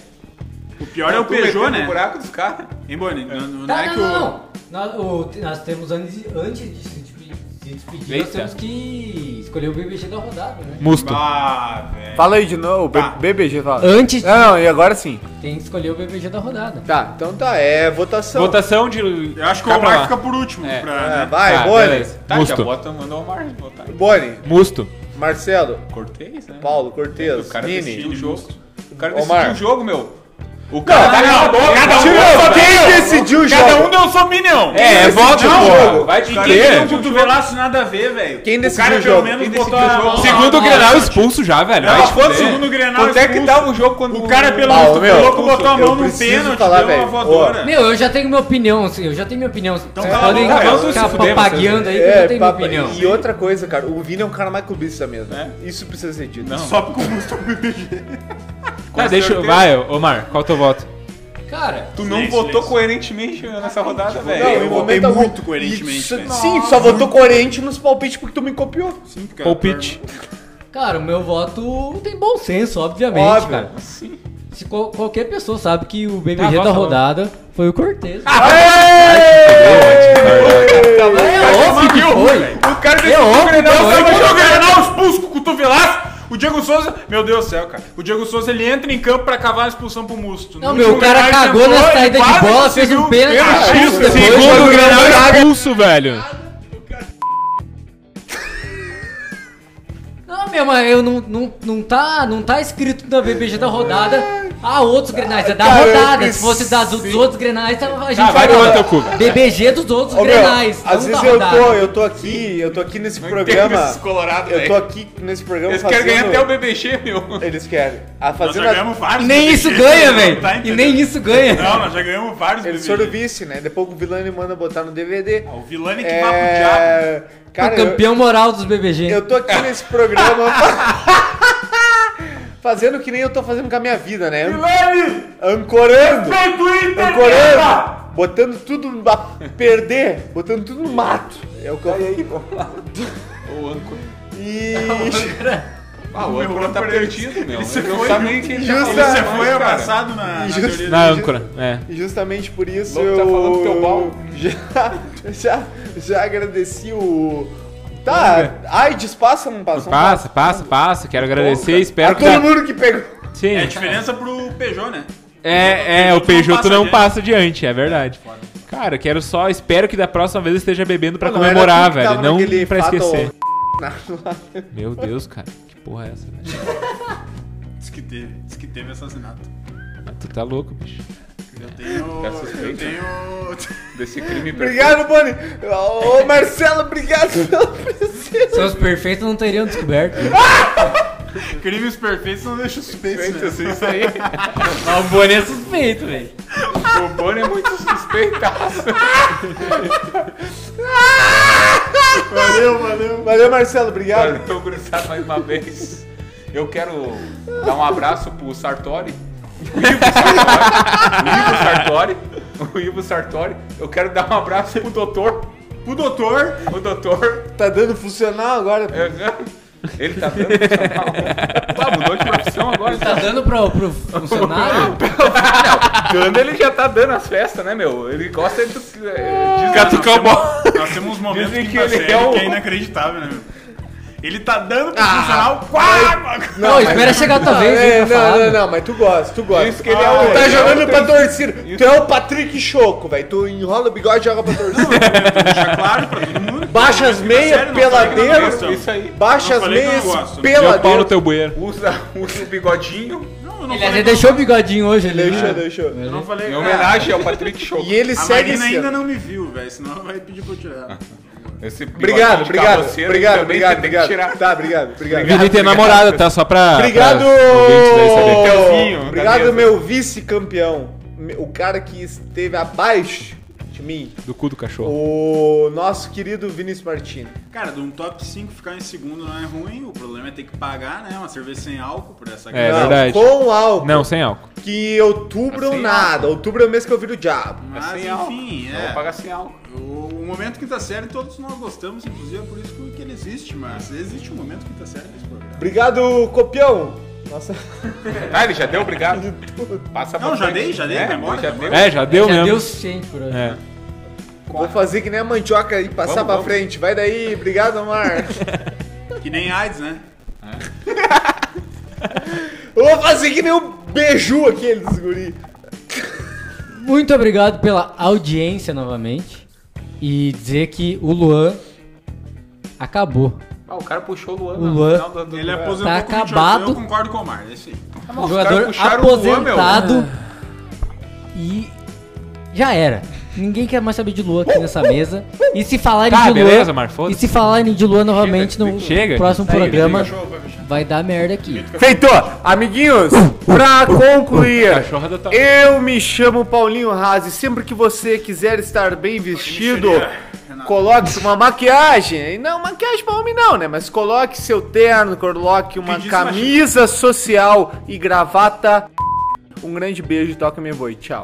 S5: O pior é o
S9: Tá, Tu meteu
S5: Peugeot,
S9: no
S5: né?
S9: buraco dos caras.
S5: Em Bonê, não, não
S6: Tá,
S5: é
S6: não,
S5: que o.
S6: não, não. Nós, o- nós temos antes, antes de se despe- se despedir, nós
S1: Eita.
S6: temos que escolher o BBG da rodada, né?
S1: Musto.
S5: Ah, velho.
S2: Fala aí de novo,
S5: Tá.
S2: BBG, fala.
S6: Antes de-
S2: Não, não, e agora sim.
S6: Tem que escolher o BBG da rodada.
S2: Tá, então tá, é votação.
S1: Votação de.
S5: Então, Eu acho que
S1: Cá
S5: o
S1: pra
S5: Omar
S1: lá.
S5: fica por último.
S1: É.
S5: pra,
S2: Ah,
S5: né?
S2: vai,
S1: Tá,
S2: Boni.
S1: beleza.
S9: Tá, já
S1: Musto.
S9: bota, mandou o Marcos botar.
S2: Boni,
S1: Musto.
S2: Marcelo,
S9: Cortei, né?
S2: Paulo, Cortez,
S9: O cara
S2: Vini.
S9: decidiu o jogo. O cara
S2: Omar.
S9: decidiu o jogo, meu. O cara tá
S5: não,
S9: acabou,
S5: cada um
S9: cara.
S5: deu
S2: Tira, quem decidiu o jogo?
S5: Cada um deu sua opinião.
S1: É, é voto, pô. Vai de
S5: Cara, ele deu um
S1: quê?
S5: cotovelaço nada a ver, velho.
S2: Quem
S5: O
S2: decidiu
S5: cara
S2: o
S5: pelo
S2: jogo?
S5: menos
S2: Quem
S5: botou
S2: decidiu
S5: a
S2: o
S5: mão.
S2: jogo?
S1: Segundo o Grenal expulso já, velho. Vai
S5: Não,
S1: te
S5: quanto
S1: fuder.
S5: segundo Grenal
S9: Quanto é que
S5: expulso?
S1: tá
S9: tava o jogo quando
S5: O cara pelo
S2: Paulo, meu,
S5: louco botou a
S2: eu
S5: mão no
S2: preciso
S5: pênalti,
S2: falar,
S5: deu uma
S2: velho.
S5: voadora.
S6: Meu, eu já tenho minha opinião, assim, eu já tenho minha opinião. Então
S5: cala a
S6: podem
S5: boca,
S1: velho.
S6: ficar
S1: Se fuder,
S6: papagueando aí que eu já
S2: É,
S6: tenho
S2: papo-
S6: minha opinião.
S2: E outra coisa, cara, o Vini é um cara mais clubista mesmo. Isso precisa ser dito.
S5: Só porque o Musto é o BBG.
S1: Tá, deixa eu. Vai, Omar, qual teu voto?
S6: Cara,
S9: Tu não
S5: Silêncio,
S9: votou
S5: silêncio.
S9: coerentemente nessa rodada,
S2: Não,
S9: velho.
S2: em
S5: votei
S2: momento algum-
S5: muito coerentemente,
S2: Isso-
S5: velho.
S2: Sim, só votou coerente nos palpites porque tu me copiou.
S1: Palpite.
S6: cara, o meu voto tem bom senso, obviamente,
S2: Óbvio.
S6: cara. Se qual- qualquer pessoa sabe que o BBG da
S1: Tá, bota lá.
S6: rodada foi o Cortez.
S12: Ah.
S2: Tá bom?
S6: é óbvio que foi.
S9: O cara
S6: É
S9: decidiu o
S6: óbvio que
S9: Grenal,
S6: foi.
S9: saiu
S5: Quando o Grenal expulso com o cotovelaço, O Diego Souza, meu Deus do céu, cara. O Diego Souza ele entra em campo pra cavar a expulsão pro Musto.
S6: Não,
S5: No
S6: meu, o
S5: último
S6: cara
S5: Grenal, ele
S6: cagou na
S5: entrou, ele
S6: saída de
S5: quase
S6: bola, fez
S5: conseguiu
S6: um pênalti.
S5: pênalti.
S6: expulso depois,
S1: Segundo
S6: mas-
S1: Grenal expulso, velho.
S6: Não, minha mãe, eu não, não, não, tá, não tá escrito na BBG da rodada. Ah, outros grenais, é da
S2: Cara, eu
S6: rodada. Se
S2: preciso-
S6: fosse das, dos outros grenais, a gente
S12: Tá,
S1: Ah,
S6: falava.
S1: vai tomar teu cu, velho.
S6: BBG dos outros
S12: Ô, meu,
S6: grenais. não
S12: às
S6: da
S12: vezes eu
S6: rodada.
S12: tô, eu tô aqui, eu tô aqui nesse programa.
S9: esses colorados,
S12: eu
S9: velho.
S12: tô aqui nesse programa
S9: Eles
S12: fazendo.
S9: querem ganhar até o BBG, meu.
S12: Eles querem. A
S5: Nós
S12: fazendo
S5: já
S12: a...
S5: ganhamos vários.
S6: Nem isso
S5: BBGs,
S6: ganha,
S5: não
S6: velho.
S5: tá
S6: e
S5: entendendo.
S6: nem isso ganha.
S5: Não, nós já ganhamos vários.
S12: Eles
S5: BBGs.
S12: foram vice, né? Depois o Vilani manda botar no DVD.
S5: Ah, O Vilani que vai pro diabo.
S12: É...
S6: Foi
S12: Cara, eu,
S6: campeão moral dos BBG.
S12: eu tô aqui nesse programa fazendo que nem eu tô fazendo com a minha vida, né? Ancorando! Ancorando! Botando tudo a perder, botando tudo no mato. É o que eu
S9: O âncora.
S12: E.
S9: Ah, o âncora tá perdido, meu.
S5: Você
S9: Ele não
S5: foi-
S12: um
S9: sabe nem quem
S12: Justa-
S5: Você
S9: mais,
S5: foi
S9: cara.
S5: abraçado na, na
S12: Justo.
S5: teoria
S1: Na âncora, é.
S12: E justamente por isso
S9: Louco
S12: eu
S9: tá falando teu pau.
S12: já, já, já agradeci o... Tá, AIDS passa ou não passa? Não
S1: Passa, passa, passa. Quero agradecer,
S12: A
S1: espero que...
S12: todo mundo que pegou.
S1: Sim.
S5: É a diferença pro Peugeot, né?
S1: É, é, o
S5: O Peugeot
S1: Peugeoto
S5: não
S1: não passa adiante, é verdade. Cara, quero só, espero que da próxima vez eu esteja bebendo pra
S12: Não, era
S1: comemorar,
S12: tu que
S1: velho.
S12: tava
S1: Não
S12: naquele
S1: pra
S12: fato
S1: esquecer.
S12: ao-
S1: Meu Deus, cara, que porra é essa, velho?
S5: Diz que teve, diz que teve assassinato.
S1: Tu tá louco, bicho.
S5: Eu tenho.
S9: Tá suspeito?
S5: Eu tenho.
S9: Desse crime perfeito.
S12: Obrigado, Boni. Ô, Marcelo, obrigado pela presença.
S6: Seus perfeitos não teriam descoberto.
S5: Crimes perfeitos não deixa suspeito. Né?
S9: Isso, isso aí.
S6: Ah, o Boni é suspeito, velho.
S9: O Bono é muito suspeitaço.
S12: Valeu, valeu. Valeu, Marcelo, obrigado.
S9: Valeu, gurizada, mais uma vez. Eu quero dar um abraço pro Sartori. O Ivo Sartori. O Ivo Sartori. O Ivo Sartori. Eu quero dar um abraço pro doutor.
S5: O doutor.
S9: O doutor.
S12: Tá dando funcional agora.
S9: é, Ele tá dando profissional. Ah, mudou de profissão agora. então.
S6: Tá dando pro, pro funcionário?
S9: Dando, ele já tá dando as festas, né, meu? Ele gosta de... eh, de
S5: Catucar o bolo. Nós temos uns momentos
S9: Dizem
S5: que,
S9: que
S5: tá
S9: ele
S5: sério,
S9: é o-
S5: que é inacreditável, né? meu? Ele tá dando pro funcional. Quase!
S6: Não, espera chegar a tua
S12: Ah,
S6: vez, hein,
S12: é,
S6: pra
S12: não,
S6: falar.
S12: não, não, mas tu gosta, tu gosta.
S9: Isso que ele é o-
S12: tu
S9: ele
S12: tá
S9: é o
S12: jogando pra torcida. Tu é o Patrick Choco, velho. Tu enrola o bigode e joga pra torcida.
S5: Deixa claro pra todo mundo.
S12: Baixa as meias,
S5: sério,
S9: tá
S5: não falei que não
S12: peladeiro.
S5: gosto.
S9: Isso aí.
S12: Baixa
S5: Não
S12: as
S5: falei que
S12: meias,
S5: não gosto.
S1: Meu pau no
S12: peladeiro.
S1: teu bueiro.
S9: Usa, usa o bigodinho.
S5: Não, eu não
S6: Ele
S5: falei
S6: até
S5: que não-
S6: deixou o bigodinho hoje, ele.
S12: Deixa,
S6: né?
S1: É,
S12: deixa.
S5: Eu não falei.
S9: Em
S12: É.
S9: homenagem ao Patrick Show.
S12: E ele
S5: Ah, a
S12: segue
S5: Marina
S12: esse.
S5: ainda não me viu, velho. Senão ela vai pedir pra eu tirar.
S9: Esse bigodinho
S12: Obrigado,
S9: de
S12: obrigado,
S9: caboceiro,
S12: obrigado,
S9: ele também
S12: obrigado,
S9: tem que
S12: obrigado.
S9: tirar.
S12: Tá, obrigado,
S1: O
S12: obrigado.
S1: Vini tem namorada, tá? Só pra.
S12: Obrigado!
S1: pra tá. ouvintes aí saberem.
S9: Teuzinho,
S12: Obrigado,
S9: Gabriel.
S12: meu vice-campeão. O cara que esteve abaixo de mim.
S1: Do cu do cachorro.
S12: O nosso querido Vinícius Martini.
S5: Cara, de um top 5 ficar em segundo não é ruim. O problema é ter que pagar, né? Uma cerveja sem álcool por essa
S1: É
S5: grana.
S1: verdade.
S12: Com álcool.
S1: Não, sem álcool.
S12: Que outubro
S9: Assim,
S12: nada. Outubro é o mês que eu viro o diabo.
S5: Mas
S9: sem álcool.
S5: enfim,
S9: Eu
S5: Ah, é.
S9: Vou pagar sem álcool.
S5: O o momento quinta série todos nós gostamos, inclusive é por isso que ele existe, mas existe um momento quinta série nesse programa.
S12: Obrigado, copião. Nossa,
S9: Tá, ele já deu, obrigado. Passa
S5: Não,
S9: pra
S5: já
S9: frente.
S5: dei, já dei,
S9: É,
S5: vai embora,
S9: Já
S5: vai
S9: deu.
S1: É, já deu
S6: Já
S1: mesmo.
S6: deu né? o suficiente por hoje.
S1: É.
S12: vou fazer que nem a mandioca e passar
S9: Vamos,
S12: pra
S9: vamos.
S12: frente. Vai daí, obrigado, Mar.
S5: Que nem AIDS, né?
S12: eu vou fazer que nem o beiju aqueles guri.
S1: É.
S6: Muito obrigado pela audiência novamente. E dizer que o Luan acabou.
S9: Ah, o cara puxou o Luan.
S6: O
S9: no
S6: Luan.
S9: final do- do-
S5: Ele
S9: do-
S5: aposentou
S6: Tá
S5: com 28,
S6: acabado.
S5: Eu concordo com o Omar, é isso aí.
S6: O
S9: caras
S6: jogador
S9: puxaram o Luan, meu.
S6: aposentado. e já era. Ninguém quer mais saber de Luan aqui nessa mesa. E se falarem de
S1: Tá,
S6: Luan.
S1: beleza, Mar, foda-se.
S6: e se falarem de Luan novamente no
S1: chega,
S6: próximo
S1: chega,
S6: programa,
S5: Show, vai fechar.
S6: vai dar merda aqui.
S12: Feito! Amiguinhos, pra concluir,
S1: Cachorra da tua.
S12: eu me chamo Paulinho Razi. Sempre que você quiser estar bem vestido, coloque uma maquiagem. E Não, maquiagem pra homem não, né? Mas coloque seu terno, coloque uma
S5: diz,
S12: camisa social e gravata. Um grande beijo, toca me voe. Tchau.